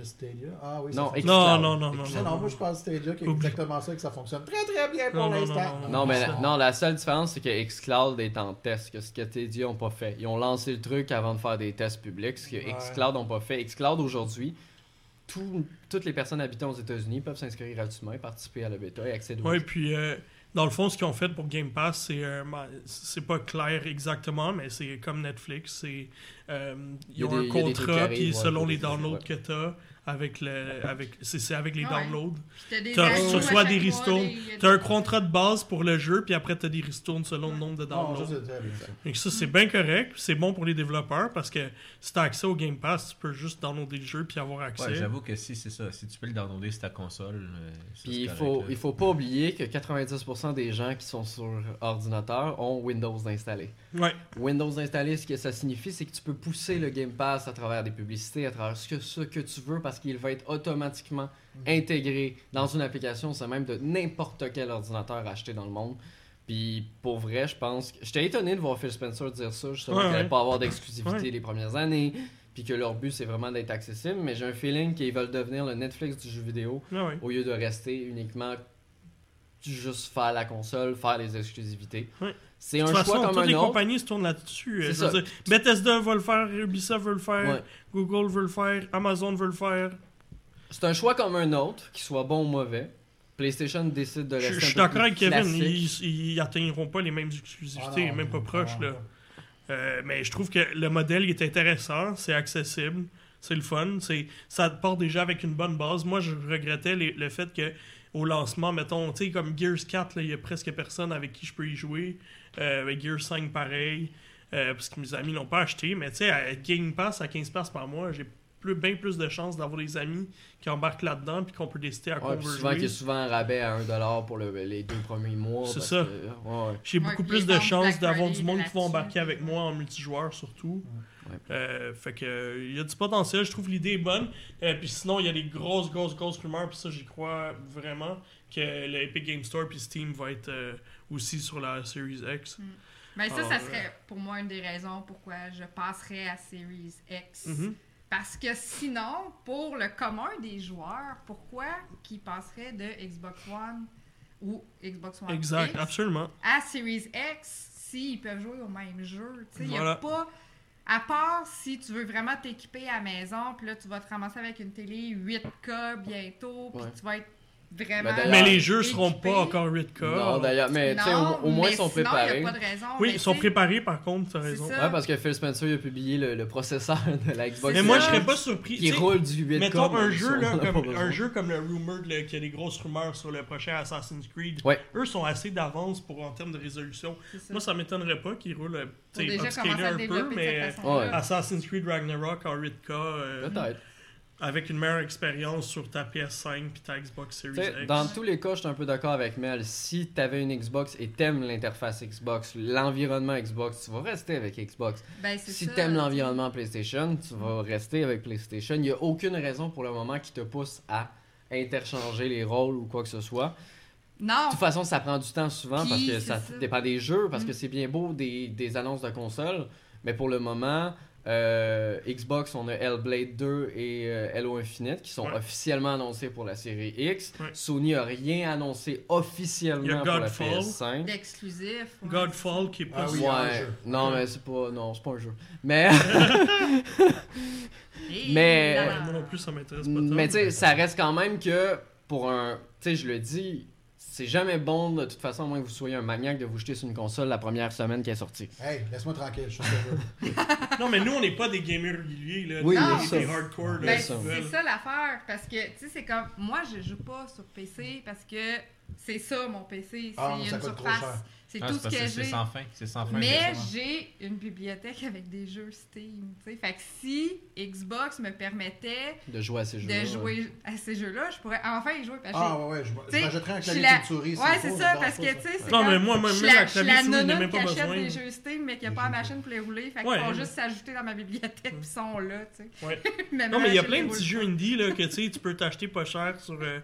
S3: de Stadia. Ah oui,
S2: Non,
S1: Non,
S3: ça fonctionne.
S2: Xcloud.
S1: non, non, non,
S3: Non, non, moi je parle de Stadia, qui est
S1: Oublie.
S3: exactement ça, que ça fonctionne très très bien
S1: Non,
S3: pour
S1: non,
S3: l'instant.
S1: non,
S2: Non, mais la,
S1: ça.
S2: non, la seule différence, c'est que Xcloud est en test, que ce que Teddy n'ont pas fait. Ils ont lancé le truc avant de faire des tests publics, ce que
S3: Ouais.
S2: Xcloud n'ont pas fait. Xcloud, aujourd'hui, tout- toutes les personnes habitant aux États-Unis peuvent s'inscrire gratuitement et participer à la bêta et accéder aux
S1: Ouais, puis euh, dans le fond, ce qu'ils ont fait pour Game Pass, c'est euh, ma- c'est pas clair exactement, mais c'est comme Netflix, c'est euh,
S2: y
S1: ils
S2: a
S1: ont
S2: des-
S1: un
S2: il y a des trucs qui
S1: contrat
S2: arrivent,
S1: puis
S2: ouais,
S1: selon
S2: pour
S1: les
S2: des trucs,
S1: downloads
S2: ouais.
S1: que t'as avec le avec c'est c'est avec les
S5: Ouais.
S1: downloads.
S5: Puis t'as des
S1: T'as-
S5: ajouts
S1: tu
S5: à
S1: reçois
S5: chaque
S1: des
S5: mois,
S1: ristournes.
S5: des-
S1: T'as un contrat de base pour le jeu puis après t'as des ristournes selon le nombre de
S3: Non,
S1: downloads.
S3: ça, c'est très bien, ça.
S1: Et ça c'est bien correct, c'est bon pour les développeurs parce que si t'as accès au Game Pass, tu peux juste downloader le jeu puis avoir accès.
S4: Ouais, j'avoue que si c'est ça, si tu peux le downloader sur ta console, euh, ça, c'est
S2: Puis il
S4: correct,
S2: faut,
S4: là.
S2: il faut pas oublier que 90% des gens qui sont sur ordinateur ont Windows installé.
S1: Ouais.
S2: Windows installé, ce que ça signifie, c'est que tu peux pousser le Game Pass à travers des publicités, à travers ce que, ce que tu veux, parce qu'il va être automatiquement
S1: Mhm.
S2: intégré dans une application, c'est même de n'importe quel ordinateur acheté dans le monde. Puis pour vrai, je pense que. J'étais étonné de voir Phil Spencer dire ça, je savais
S1: Ouais,
S2: qu'il allait
S1: ouais.
S2: pas avoir d'exclusivité
S1: Ouais.
S2: les premières années, puis que leur but c'est vraiment d'être accessible, mais j'ai un feeling qu'ils veulent devenir le Netflix du jeu vidéo
S1: Ah ouais.
S2: au lieu de rester uniquement juste faire la console, faire les exclusivités.
S1: Ouais.
S2: C'est
S1: De
S2: un
S1: toute
S2: choix
S1: façon,
S2: comme
S1: toutes
S2: un
S1: les
S2: autre.
S1: compagnies se tournent là-dessus. euh,
S2: C'est
S1: je veux
S2: ça.
S1: dire, Bethesda veut le faire, Ubisoft veut le faire,
S2: Ouais.
S1: Google veut le faire, Amazon veut le faire.
S2: C'est un choix comme un autre, qu'il soit bon ou mauvais. PlayStation décide de
S1: Je
S2: rester
S1: je
S2: un
S1: suis
S2: peu
S1: d'accord
S2: plus
S1: avec Kevin, ils,
S2: classique.
S1: ils atteindront pas les mêmes exclusivités,
S3: Ah, non,
S1: même pas
S3: non,
S1: proches.
S3: non,
S1: Là.
S3: non.
S1: Euh, mais je trouve que le modèle il est intéressant, c'est accessible, c'est le fun, c'est ça te part déjà avec une bonne base. Moi, je regrettais les- le fait que au lancement, mettons, tu sais, comme Gears 4, là, il y a presque personne avec qui je peux y jouer. Euh, avec Gears 5, pareil. Euh, parce que mes amis l'ont pas acheté. Mais tu sais, à Game Pass, à 15$ piastres par mois, j'ai plus, bien plus de chances d'avoir des amis qui embarquent là-dedans puis qu'on peut décider à quoi
S2: Ouais,
S1: on
S2: puis
S1: veut
S2: souvent, qui est
S1: jouer.
S2: souvent un rabais à 1$ pour le- les deux premiers mois.
S1: C'est
S2: parce
S1: ça.
S2: que- ouais, ouais.
S1: J'ai
S5: Ouais,
S1: beaucoup
S5: puis
S1: plus
S5: les
S1: de
S5: ventes
S1: chances
S5: Black
S1: d'avoir du
S5: Friday
S1: monde qui va
S5: là-dessus.
S1: embarquer avec moi en multijoueur surtout.
S2: Ouais.
S1: Euh, fait que il y a du potentiel, je trouve l'idée est bonne. Euh, puis sinon, il y a des grosses, grosses, grosses rumeurs, puis ça j'y crois vraiment que le Epic Game Store puis Steam va être euh, aussi sur la Series X.
S5: Ben ça,
S1: Ah,
S5: ça
S1: ouais.
S5: serait pour moi une des raisons pourquoi je passerais à Series X.
S1: Mhm.
S5: Parce que sinon, pour le commun des joueurs, pourquoi qu'ils passeraient de Xbox One ou Xbox One
S1: Exact,
S5: X
S1: absolument.
S5: à Series X s'ils peuvent jouer au même jeu? Tu sais, y
S1: Voilà.
S5: a pas... À part si tu veux vraiment t'équiper à la maison, puis là, tu vas te ramasser avec une télé 8K bientôt, puis
S2: Ouais. Ben,
S5: tu vas être vraiment...
S2: d'ailleurs-
S1: Mais
S2: Alors,
S1: les jeux seront
S5: équipé.
S1: pas encore 8K.
S2: Non, d'ailleurs, mais tu sais,
S5: Non,
S2: au, au moins,
S5: mais
S2: ils sont
S5: sinon, y a
S2: préparés.
S5: pas de raison,
S1: oui,
S5: Ah, mais
S1: ils sont
S5: tu sais,
S1: préparés par contre, t'as
S5: C'est
S1: raison.
S5: ça.
S2: Ouais, parce que Phil Spencer il a publié le, le processeur de la Xbox.
S1: Mais moi, je
S5: ça.
S1: serais pas surpris.
S2: Qui
S1: tu sais,
S2: roule du 8K.
S1: Mettons un
S2: mais ça,
S1: jeu, là,
S2: on a pas
S1: comme,
S2: besoin.
S1: un jeu comme le Rumored, là, qui a des grosses rumeurs sur le prochain Assassin's Creed.
S2: Ouais.
S1: Eux sont assez d'avance pour en termes de résolution.
S5: c'est ça.
S1: Moi, ça m'étonnerait pas qu'ils roulent euh,
S5: Faut
S1: tu sais,
S5: déjà
S1: upscaler
S5: commencer à
S1: un peu,
S5: développer de cette
S1: mais
S5: façon-là.
S2: Ouais.
S1: Assassin's Creed Ragnarok en 8K euh,
S2: Peut-être.
S1: avec une meilleure expérience sur ta PS5 puis ta Xbox Series
S2: T'sais,
S1: X.
S2: dans tous les cas, je suis un peu d'accord avec Mel. Si t'avais une Xbox et t'aimes l'interface Xbox, l'environnement Xbox, tu vas rester avec Xbox.
S5: Ben, c'est
S2: Si
S5: ça.
S2: t'aimes l'environnement PlayStation, tu vas rester avec PlayStation. Il n'y a aucune raison pour le moment qui te pousse à interchanger les rôles ou quoi que ce soit.
S5: Non,
S2: De toute façon, ça prend du temps souvent
S5: Puis,
S2: parce que
S5: c'est
S2: ça,
S5: ça.
S2: dépend des jeux, parce
S5: Mm.
S2: que c'est bien beau des, des annonces de consoles, mais pour le moment, euh, Xbox, on a Hellblade 2 et euh, Halo Infinite qui sont
S1: Ouais.
S2: officiellement annoncés pour la série X.
S1: Ouais.
S2: Sony a rien annoncé
S1: Il y a
S2: officiellement pour la
S1: Godfall.
S2: PS5.
S5: d'exclusif. ouais.
S1: Godfall qui est pas
S3: Ah oui,
S1: sur-
S3: un
S2: Ouais.
S3: jeu.
S2: Non, mais c'est pas, non, c'est pas un jeu. Mais,
S5: Et
S2: Mais-
S5: là,
S1: Ouais,
S5: là.
S1: moi non plus, ça m'intéresse pas tant.
S2: mais tu sais, ça reste quand même que pour un. Tu sais, je le dis, c'est jamais bon de toute façon, à moins que vous soyez un maniaque, de vous jeter sur une console la première semaine qu'elle est sortie.
S3: Hey, laisse-moi tranquille, je suis sur le jeu.
S1: Non, mais nous, on n'est pas des gamers réguliers. Là,
S2: Oui,
S1: Nous,
S5: mais
S1: on est
S2: ça-
S1: des hardcore. là,
S5: Ben,
S1: qui
S2: ça.
S5: c'est
S1: veulent.
S5: ça l'affaire. Parce que, tu sais, c'est comme. Moi, je joue pas sur PC parce que c'est ça mon PC. C'est
S3: Ah, ça
S5: une
S3: coûte trop
S5: surface.
S3: cher.
S5: C'est
S4: Ah,
S5: tout
S4: c'est
S5: ce
S4: parce
S5: que
S4: que c'est
S5: j'ai.
S4: sans fin. C'est sans fin.
S5: Mais
S4: exactement.
S5: j'ai une bibliothèque avec des jeux Steam. tu sais. Fait que si Xbox me permettait
S2: De jouer à ces jeux
S5: de jouer à ces jeux-là, je pourrais enfin y jouer. Parce que
S3: Ah, ouais, ouais, je
S5: Tu sais,
S3: m'ajouterais un
S5: je
S3: clavier
S5: la-
S3: une souris.
S5: Ouais,
S3: faux,
S5: c'est ça,
S3: j'adore
S5: parce
S3: ça,
S5: que
S3: ça.
S5: tu sais, c'est
S1: Non, mais
S5: comme-
S1: moi, même,
S5: je suis
S1: même
S5: la,
S1: la
S5: je suis la
S1: clavier souris, j'ai
S5: nonne
S1: même
S5: qui
S1: pas
S5: achète
S1: besoin.
S5: des jeux Steam, mais qui a
S3: Des
S5: pas la
S3: jeux.
S5: machine pour les rouler. Fait qu'ils
S1: Ouais. Mm.
S5: vont juste s'ajouter dans ma bibliothèque, puis sont là, tu sais.
S1: Ouais.
S5: Mais
S1: Non,
S5: ma
S1: mais il y a
S5: machine
S1: plein
S5: les
S1: de
S5: roule
S1: petits
S5: pas.
S1: jeux indie là, que tu sais, tu peux t'acheter pas cher sur, euh,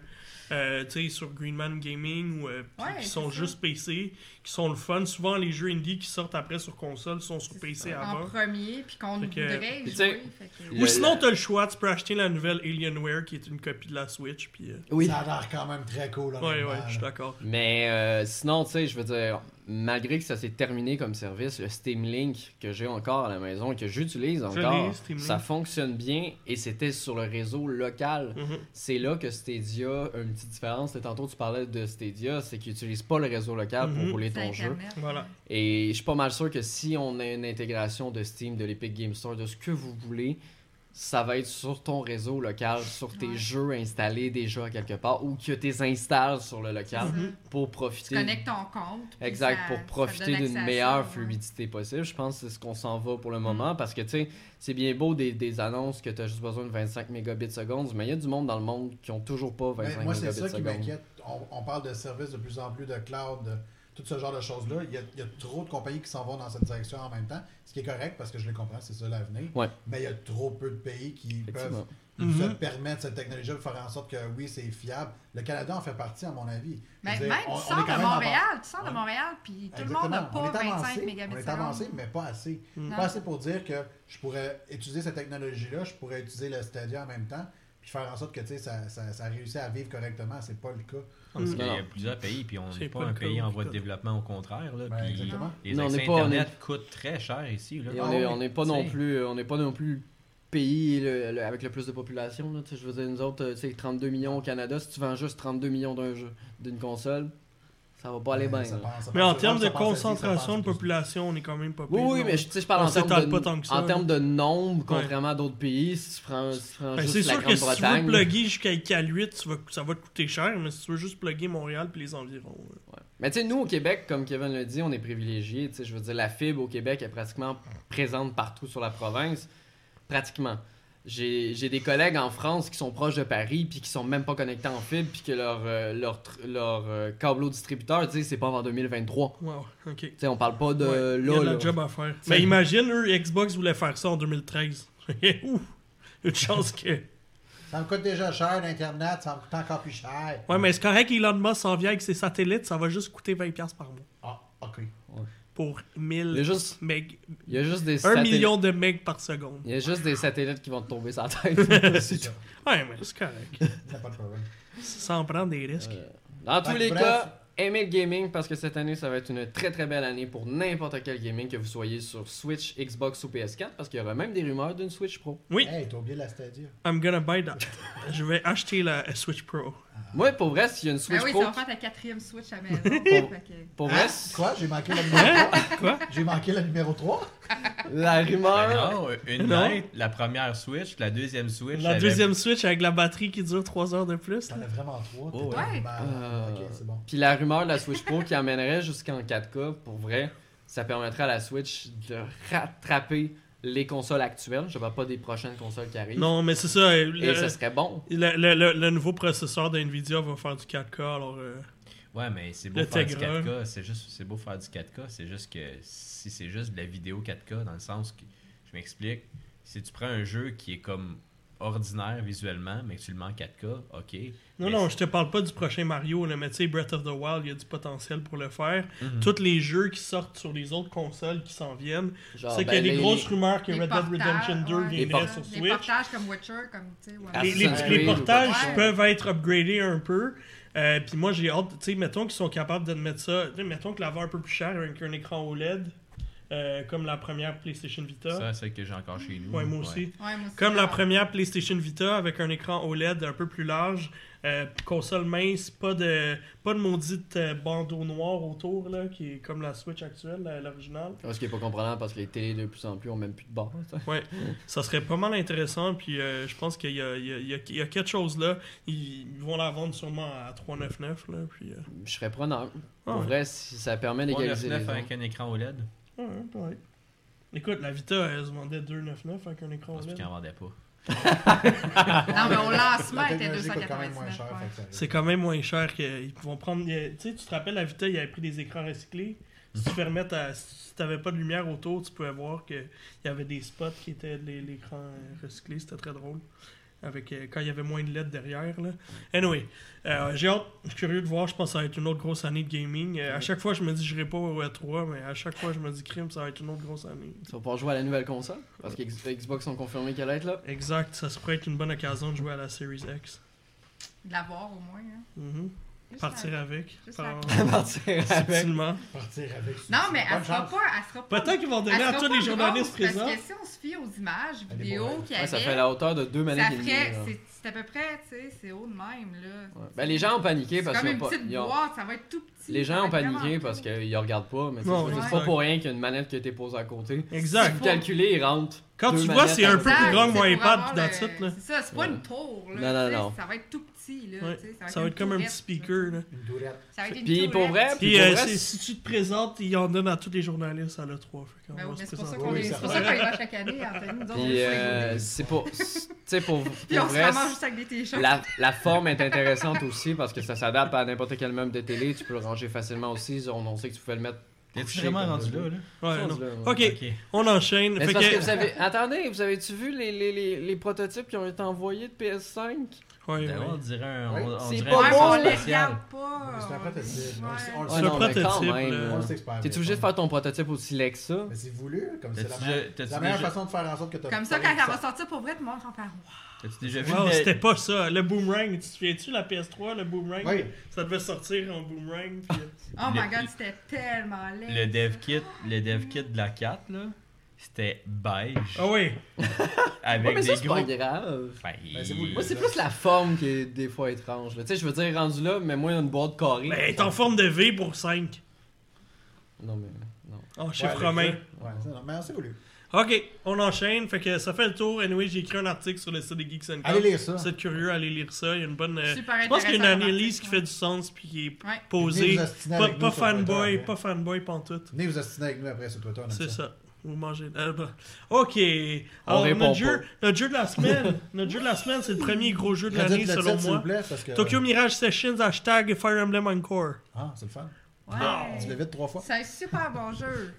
S1: euh, tu sais, sur Greenman Gaming ou euh, puis
S5: Ouais,
S1: qui
S5: c'est
S1: sont
S5: ça.
S1: juste PC, qui sont le fun. Souvent, les jeux indie qui sortent après sur console sont sur PC
S5: En
S1: avant.
S5: premier, puis qu'on
S1: Fait que-
S5: voudrait
S2: Puis tu
S5: jouer.
S2: sais-
S5: fait que-
S2: Le-
S1: Ou sinon, t'as le choix, tu peux acheter la nouvelle Alienware qui est une copie de la Switch. Puis, euh,
S2: Oui.
S3: Ça a l'air quand même très cool.
S1: Ouais,
S3: honnêtement,
S1: ouais,
S3: là.
S1: je suis d'accord.
S2: Mais euh, sinon, tu sais, je veux dire, malgré que ça s'est terminé comme service, le Steam Link que j'ai encore à la maison, que j'utilise encore,
S1: Steam Link.
S2: ça fonctionne bien et c'était sur le réseau local.
S1: Mhm.
S2: C'est là que Stadia a une petite différence. Là, Tantôt, tu parlais de Stadia, c'est qu'ils n'utilisent pas le réseau local pour
S1: Mhm.
S2: rouler
S5: C'est
S2: ton jeu.
S5: Internet.
S1: Voilà.
S2: Et je suis pas mal sûr que si on a une intégration de Steam, de l'Epic Game Store, de ce que vous voulez, ça va être sur ton réseau local, sur tes
S5: Ouais.
S2: jeux installés déjà quelque part ou que tu installes sur le
S5: C'est ça.
S2: local pour profiter.
S5: Tu connectes ton compte. puis
S2: Exact,
S5: ça-
S2: pour
S5: ça
S2: profiter
S5: donne accès
S2: d'une
S5: à
S2: meilleure
S5: ça, ouais. Mm.
S2: fluidité possible. Je pense que c'est ce qu'on s'en va pour le moment parce que, tu sais, c'est bien beau des, des annonces que tu as juste besoin de 25 mégabits secondes, mais il y a du monde dans le monde qui ont toujours pas
S3: Mais
S2: 25
S3: Ben, moi, c'est
S2: mégabits
S3: ça qui
S2: secondes.
S3: m'inquiète. On, on parle de services de plus en plus de cloud, de tout ce genre de choses-là. Il y, a, il y a trop de compagnies qui s'en vont dans cette direction en même temps, ce qui est correct parce que je les comprends, c'est ça l'avenir.
S2: Ouais.
S3: Mais il y a trop peu de pays qui peuvent
S2: Effectivement.
S3: se
S1: Mhm.
S3: permettre cette technologie pour faire en sorte que oui, c'est fiable. Le Canada en fait partie, à mon avis.
S5: Mais
S3: Je veux dire,
S5: même,
S3: on- on
S5: tu
S3: est
S5: sors
S3: quand
S5: de
S3: même en-
S5: Montréal, tu sors de
S3: Ouais.
S5: Montréal, puis tout le
S3: Exactement.
S5: monde n'a
S3: on
S5: pas
S3: est avancé,
S5: 25 mégabits
S3: On est
S5: secondes.
S3: avancé, mais pas assez.
S1: Mm.
S5: Non.
S3: Pas assez pour dire que je pourrais utiliser cette technologie-là, je pourrais utiliser le Stadia en même temps, puis faire en sorte que tu sais, ça, ça, ça réussit à vivre correctement. C'est pas le cas.
S4: Parce qu'il y a
S2: Non.
S4: plusieurs pays, puis on
S1: C'est
S4: n'est
S1: pas
S4: pas
S1: le
S4: un
S1: cas,
S4: pays en
S1: oui,
S4: voie de
S1: tout à fait.
S4: développement, au contraire. Là,
S3: Ben,
S4: puis
S3: exactement.
S4: Les
S2: Non, on
S4: accès
S2: n'est pas- on est-
S4: Internet coûtent très cher ici. Là. Ben
S2: Et
S3: Ah
S2: on est-
S3: oui,
S2: on n'est pas non
S4: t'sais.
S2: plus euh, on n'est pas non plus pays le- le- avec le plus de population. là, tu sais, je veux dire, nous autres, euh, tu sais, 32 millions au Canada, si tu vends juste 32 millions d'un jeu- d'une console, ça va pas aller bien.
S3: Euh, Ça
S2: là.
S3: pense- ça
S1: Mais
S3: pense-
S1: en
S3: ça
S1: termes
S3: pense-
S1: de
S3: ça pense- ça pense-
S1: concentration de
S3: ça pense-
S1: population, on est quand même pas
S2: Oui,
S1: pire,
S2: oui,
S1: non?
S2: mais je tu sais, je parle
S1: On
S2: en termes,
S1: s'étale
S2: de,
S1: pas tant que ça,
S2: en
S1: là.
S2: termes de nombre, contrairement à d'autres pays, si tu prends, si tu prends
S1: Ben, c'est
S2: juste la
S1: sûr que si tu veux
S2: Grande-Bretagne.
S1: plugger jusqu'à Iqaluit, tu vas- ça va te coûter cher, mais si tu veux juste plugger Montréal puis les environs. euh. là.
S2: Ouais. Mais tu sais, nous au Québec, comme Kevin le dit, on est privilégié. Je veux dire, la fibre au Québec est pratiquement présente partout sur la province. Pratiquement. J'ai j'ai des collègues en France qui sont proches de Paris puis qui sont même pas connectés en fibre puis que leur, euh, leur, tr- leur euh, câble au distributeur, tu sais, c'est pas avant 2023.
S1: Wow, ok.
S2: Tu sais, on parle pas de
S1: Ouais, Il y
S2: là.
S1: a de
S2: là.
S1: la job à faire. Mais imagine, eux, Xbox voulait faire ça en 2013. Ouh! Une chance que.
S3: Ça me coûte déjà cher l'Internet, ça me coûte encore plus cher.
S1: Ouais, mais c'est correct, Elon Musk s'en vient avec ses satellites, ça va juste coûter 20$ par mois.
S3: Ah, ok.
S1: Pour
S2: Il y a
S1: 1000
S2: juste,
S1: meg.
S2: il y a juste des
S1: 1
S2: satellites-
S1: million de megs par seconde.
S2: Il y a juste des satellites qui vont te tomber sur la tête.
S3: C'est ça.
S1: Ouais, mais c'est correct.
S3: C'est pas de problème.
S1: Ça en prend des risques.
S2: Euh, Dans tous
S3: Fait que
S2: les
S3: bref.
S2: cas, aimez le gaming parce que cette année, ça va être une très très belle année pour n'importe quel gaming, que vous soyez sur Switch, Xbox ou PS4, parce qu'il y aura même des rumeurs d'une Switch Pro.
S1: Oui,
S3: Hey, t'as oublié la Stadia.
S1: I'm gonna buy that. Je vais acheter la Switch Pro.
S2: Moi, pour vrai, s'il y a une Switch
S5: Ben oui,
S2: Pro.
S5: ça va faire ta quatrième Switch à la maison. Fait que-
S2: Pour
S3: Hein?
S2: vrai,
S3: Quoi? J'ai manqué la numéro
S1: Hein?
S3: 3?
S1: Quoi?
S3: J'ai manqué la numéro 3?
S5: Ah.
S2: la
S4: Ben
S2: rumeur.
S4: non, une
S1: Non.
S4: lettre, la première Switch, la deuxième Switch.
S1: La
S4: avait-
S1: deuxième Switch avec la batterie qui dure 3 heures de
S2: Ah
S1: plus. là.
S3: T'en as vraiment 3?
S4: Oh,
S5: ouais.
S2: Euh,
S3: Ok, c'est bon.
S2: Puis la rumeur de la Switch Pro qui amènerait jusqu'en 4K, pour vrai, ça permettrait à la Switch de rattraper les consoles actuelles. Je ne parle pas des prochaines consoles qui arrivent.
S1: Non, mais c'est ça. euh,
S2: Et ce
S1: Le,
S2: serait bon.
S1: le- le- le- le nouveau processeur d'NVIDIA va faire du 4K, alors... euh,
S4: Ouais, mais c'est beau
S1: Le
S4: faire du
S1: Tegra.
S4: 4K. C'est juste, c'est beau faire du 4K. C'est juste que si c'est juste de la vidéo 4K, dans le sens que je m'explique, si tu prends un jeu qui est comme ordinaire visuellement, mais que tu le mets en 4K, ok.
S1: Non,
S4: Mais
S1: non,
S4: c'est-
S1: je te parle pas du prochain Mario, là, mais tu sais, Breath of the Wild, il y a du potentiel pour le faire.
S4: Mhm.
S1: Tous les jeux qui sortent sur les autres consoles qui s'en viennent,
S2: Genre,
S1: c'est
S2: ben,
S1: qu'il y a des
S2: les-
S1: grosses rumeurs que
S5: Les
S1: Red Dead
S5: portages,
S1: Redemption 2
S5: ouais,
S1: viendrait
S5: c'est
S1: sur
S5: ça.
S1: Switch.
S5: Les portages comme Witcher, comme tu sais. ouais.
S2: Ah,
S1: les, les-
S2: Assassin's
S1: les
S2: Creed ou
S1: portages
S5: pas. Ouais.
S1: peuvent être upgradés un peu. Euh, Puis moi, j'ai hâte, tu sais, mettons qu'ils sont capables de mettre ça, tu sais, mettons que l'avoir un peu plus cher avec un écran OLED. E euh, comme la première PlayStation Vita.
S4: Ça, c'est que j'ai encore chez nous.
S1: Ouais, moi aussi.
S5: Ouais, moi aussi,
S1: Comme la
S5: ah.
S1: première PlayStation Vita avec un écran OLED un peu plus large, euh, console mince, pas de pas de maudite euh, bandeau noir autour là, qui est comme la Switch actuelle, la- l'originale.
S2: Ce qui est pas comprenant parce que les télés de plus en plus ont même plus de barres. ça.
S1: Ça serait pas mal intéressant, puis euh, je pense qu'il y a, il y a- il y a- il y a quelque chose là. Ils ils vont la vendre sûrement à 399 là, puis. euh,
S2: Je serais preneur.
S1: ah
S2: Pour
S1: ouais.
S2: vrai, si ça permet d'égaliser les
S4: 9
S2: gens.
S4: avec un écran E OLED.
S1: Ah ouais, pareil. Écoute, la Vita, elle se vendait 299 avec un écran
S2: Ah,
S1: E
S4: Parce
S1: OLED.
S4: qu'ils Ah, en vendaient pas.
S5: Non, mais au lancement,
S3: La
S5: elle était
S3: technologie coûte quand même
S5: 299.
S3: moins cher.
S5: ouais.
S3: fait que ça-
S1: C'est quand même moins cher qu'ils vont prendre. il y a- Tu sais, tu te rappelles, la Vita, il avait pris des écrans recyclés. Si tu fermais ta- Si t'avais pas de lumière autour, tu pouvais voir qu'il y avait des spots qui étaient de l'é- l'écran euh, recyclé. C'était très drôle. Avec, euh, quand il y avait moins de LED derrière. Là. Anyway, euh, j'ai hâte, je suis curieux de voir. Je pense que ça va être une autre grosse année de gaming. Euh, à chaque fois, je me dis, je pas au E3, mais à chaque fois, je me dis, crime, ça va être une autre grosse année.
S2: Tu vas pouvoir jouer à la nouvelle console parce que X- Xbox ont confirmé qu'elle va être là.
S1: Exact, ça se pourrait être une bonne occasion de jouer à la Series X.
S5: De l'avoir au moins. hein.
S1: Mhm.
S5: Juste
S1: Partir
S5: la-
S1: avec.
S5: juste
S1: par-
S2: À partir avec.
S1: Subtilement.
S3: Partir avec.
S5: Non, mais
S3: Bonne
S5: elle sera
S3: chance.
S5: pas. Elle sera pas.
S1: Peut-être qu'ils vont
S5: elle
S1: donner à
S5: sera
S1: tous
S5: pas
S1: les journalistes
S5: grosse,
S1: présents.
S5: Parce que si on se fie aux images
S3: Elle est
S5: vidéo
S3: bourrée.
S5: qu'il y
S2: Ouais, ça
S5: avait,
S2: fait la hauteur de deux
S5: ça
S2: manettes et demie.
S5: ferait-
S2: là.
S5: c'est- c'est à peu près, tu sais, c'est haut de même, là.
S2: Ouais. Ben, les gens ont paniqué
S5: C'est
S2: parce
S5: comme
S2: qu'ils
S5: une
S2: ont pas.
S5: petite
S2: ils ont-
S5: boîte, ça va être tout petit.
S2: Les
S5: ça
S2: gens
S5: va
S2: ont
S5: être
S2: paniqué
S5: vraiment
S2: parce
S5: tout.
S2: qu'ils regardent pas, mais c'est
S1: Non,
S2: sûr,
S5: ouais.
S2: c'est pas pour rien qu'il y a une manette qui a été posée à côté. Si
S1: Exact.
S2: vous calculez, ils rentrent.
S1: Quand
S2: deux
S1: tu vois,
S2: manettes
S1: c'est un
S2: à
S1: peu
S2: côté.
S1: plus grand que moi.
S5: c'est
S1: mon
S5: pour
S1: iPad
S5: avoir
S1: puis
S5: le-
S1: that's it, là.
S5: C'est ça, c'est pas
S2: Ouais.
S5: une tour, là.
S2: Non, non,
S5: tu sais,
S2: non.
S5: Ça va être tout petit, là.
S1: Ouais.
S5: tu sais,
S1: Ça va être comme un petit speaker. Là.
S3: Une doulette.
S5: Ça va être une
S2: Puis pour
S5: tourette.
S2: vrai, puis
S1: Puis
S2: pour
S1: euh,
S2: vrai,
S1: c'est- si tu te présentes, ils en donnent à tous les journalistes à l'E3. Fait qu'on
S5: Ben
S1: va
S5: oui,
S1: se
S5: mais c'est pour ça
S1: présenter.
S5: qu'on
S3: Oui,
S5: est-
S3: ça
S5: c'est pour
S3: va.
S5: ça qu'on y va chaque année, Anthony. Nous autres, on
S2: euh, Puis,
S5: est
S2: euh,
S5: fous.
S2: c'est pour. Tu sais, pour,
S5: Puis
S2: pour
S5: on se
S2: vrai,
S5: ramasse juste avec des t-shirts.
S2: la, la forme est intéressante aussi parce que ça s'adapte à n'importe quel meuble de télé. Tu peux le ranger facilement aussi. Ils ont annoncé que tu pouvais le mettre.
S4: T'es-tu
S2: couché
S4: vraiment
S2: comme
S4: rendu
S2: deux.
S4: là, là?
S1: Ouais, non.
S2: Là, ouais.
S1: Ok, on enchaîne.
S2: Mais
S1: Fait
S2: c'est parce
S1: que-
S2: que vous avez. Attendez, vous avez-tu vu les, les, les, les prototypes qui ont été envoyés de PS5
S1: Ouais,
S4: Ben,
S1: ouais.
S4: On dirait un.
S3: Ouais.
S4: on- on
S2: C'est
S4: dirait
S5: Ouais,
S2: pas
S4: un
S5: mais
S2: bon,
S5: on
S2: là.
S5: les
S4: spécial.
S5: regarde pas.
S3: Mais C'est un
S5: on-
S3: prototype. On le sait- On le
S5: Ah, Ouais.
S2: Ouais,
S1: C'est
S3: sait.
S1: un
S2: non, mais quand
S1: prototype.
S2: même,
S1: là.
S3: On le sait que c'est pas
S2: Euh, T'es-tu
S3: vrai,
S2: obligé de
S3: ça.
S2: faire ton prototype aussi laid que ça
S3: Mais c'est voulu, comme c'est la
S4: T'as-tu
S3: meilleure-
S4: déjà-
S3: c'est
S4: t'as-tu
S3: la meilleure
S4: déjà-
S3: façon de faire en sorte que t'as.
S5: Comme ça,
S3: t'as-
S5: quand elle va sortir pour vrai, tout le monde va faire Wow.
S4: T'as-tu déjà vu?
S1: Wow,
S4: le-
S1: c'était pas ça. Le boomerang, tu te souviens-tu la PS3, le boomerang
S3: Oui,
S1: Ça devait sortir en boomerang. puis-
S5: Oh my
S4: Le-
S5: god, c'était tellement
S4: Le
S5: laid.
S4: dev
S5: ça.
S4: kit, le dev kit de la 4, là, c'était beige.
S1: Ah oui,
S2: Ouais,
S4: Avec
S2: mais ça,
S4: des
S2: c'est
S4: gros.
S2: pas grave.
S4: Ben,
S3: Ben, c'est vous,
S4: il-
S2: Moi, c'est plus la forme qui est des fois étrange. là. Tu sais, je veux dire, rendu là, mais moi, une boîte carrée.
S1: ben, elle est en forme de V pour 5.
S2: Non, mais. Non.
S1: En chiffre
S3: Ouais,
S1: romain.
S3: le cul. Ouais, c'est- non, mais c'est voulu.
S1: Ok, on enchaîne. Fait que ça fait le tour. Anyway, j'ai écrit un article sur le site des Geeks and
S3: Allez
S1: Comics.
S3: lire ça.
S1: Si vous êtes curieux, allez lire ça. Il y a une bonne. euh,
S5: Super
S1: Je pense qu'il y a une
S5: intéressant comme
S1: analyse
S5: article,
S1: qui
S5: ouais.
S1: fait du sens puis qui est
S5: Ouais.
S1: posée.
S3: Venez vous ostiner
S1: Pas,
S3: avec nous
S1: pas
S3: sur Twitter
S1: fanboy,
S3: après.
S1: pas fanboy pantoute.
S3: Venez vous ostiner avec nous après sur Twitter. on aime
S1: C'est
S3: hein. ça.
S1: ça. Vous mangez. euh, bah. Ok. Alors,
S2: répond
S1: notre, jeu, notre jeu de la semaine, notre jeu de la semaine, c'est le premier gros jeu de
S3: Redites
S1: l'année
S3: le
S1: selon
S3: titre, s'il vous
S1: moi.
S3: plaît, parce que.
S1: Tokyo Mirage Sessions hashtag Fire Emblem Encore.
S3: Ah, c'est le fun. Tu
S5: Ouais.
S3: l'évites trois fois.
S5: C'est un super bon jeu.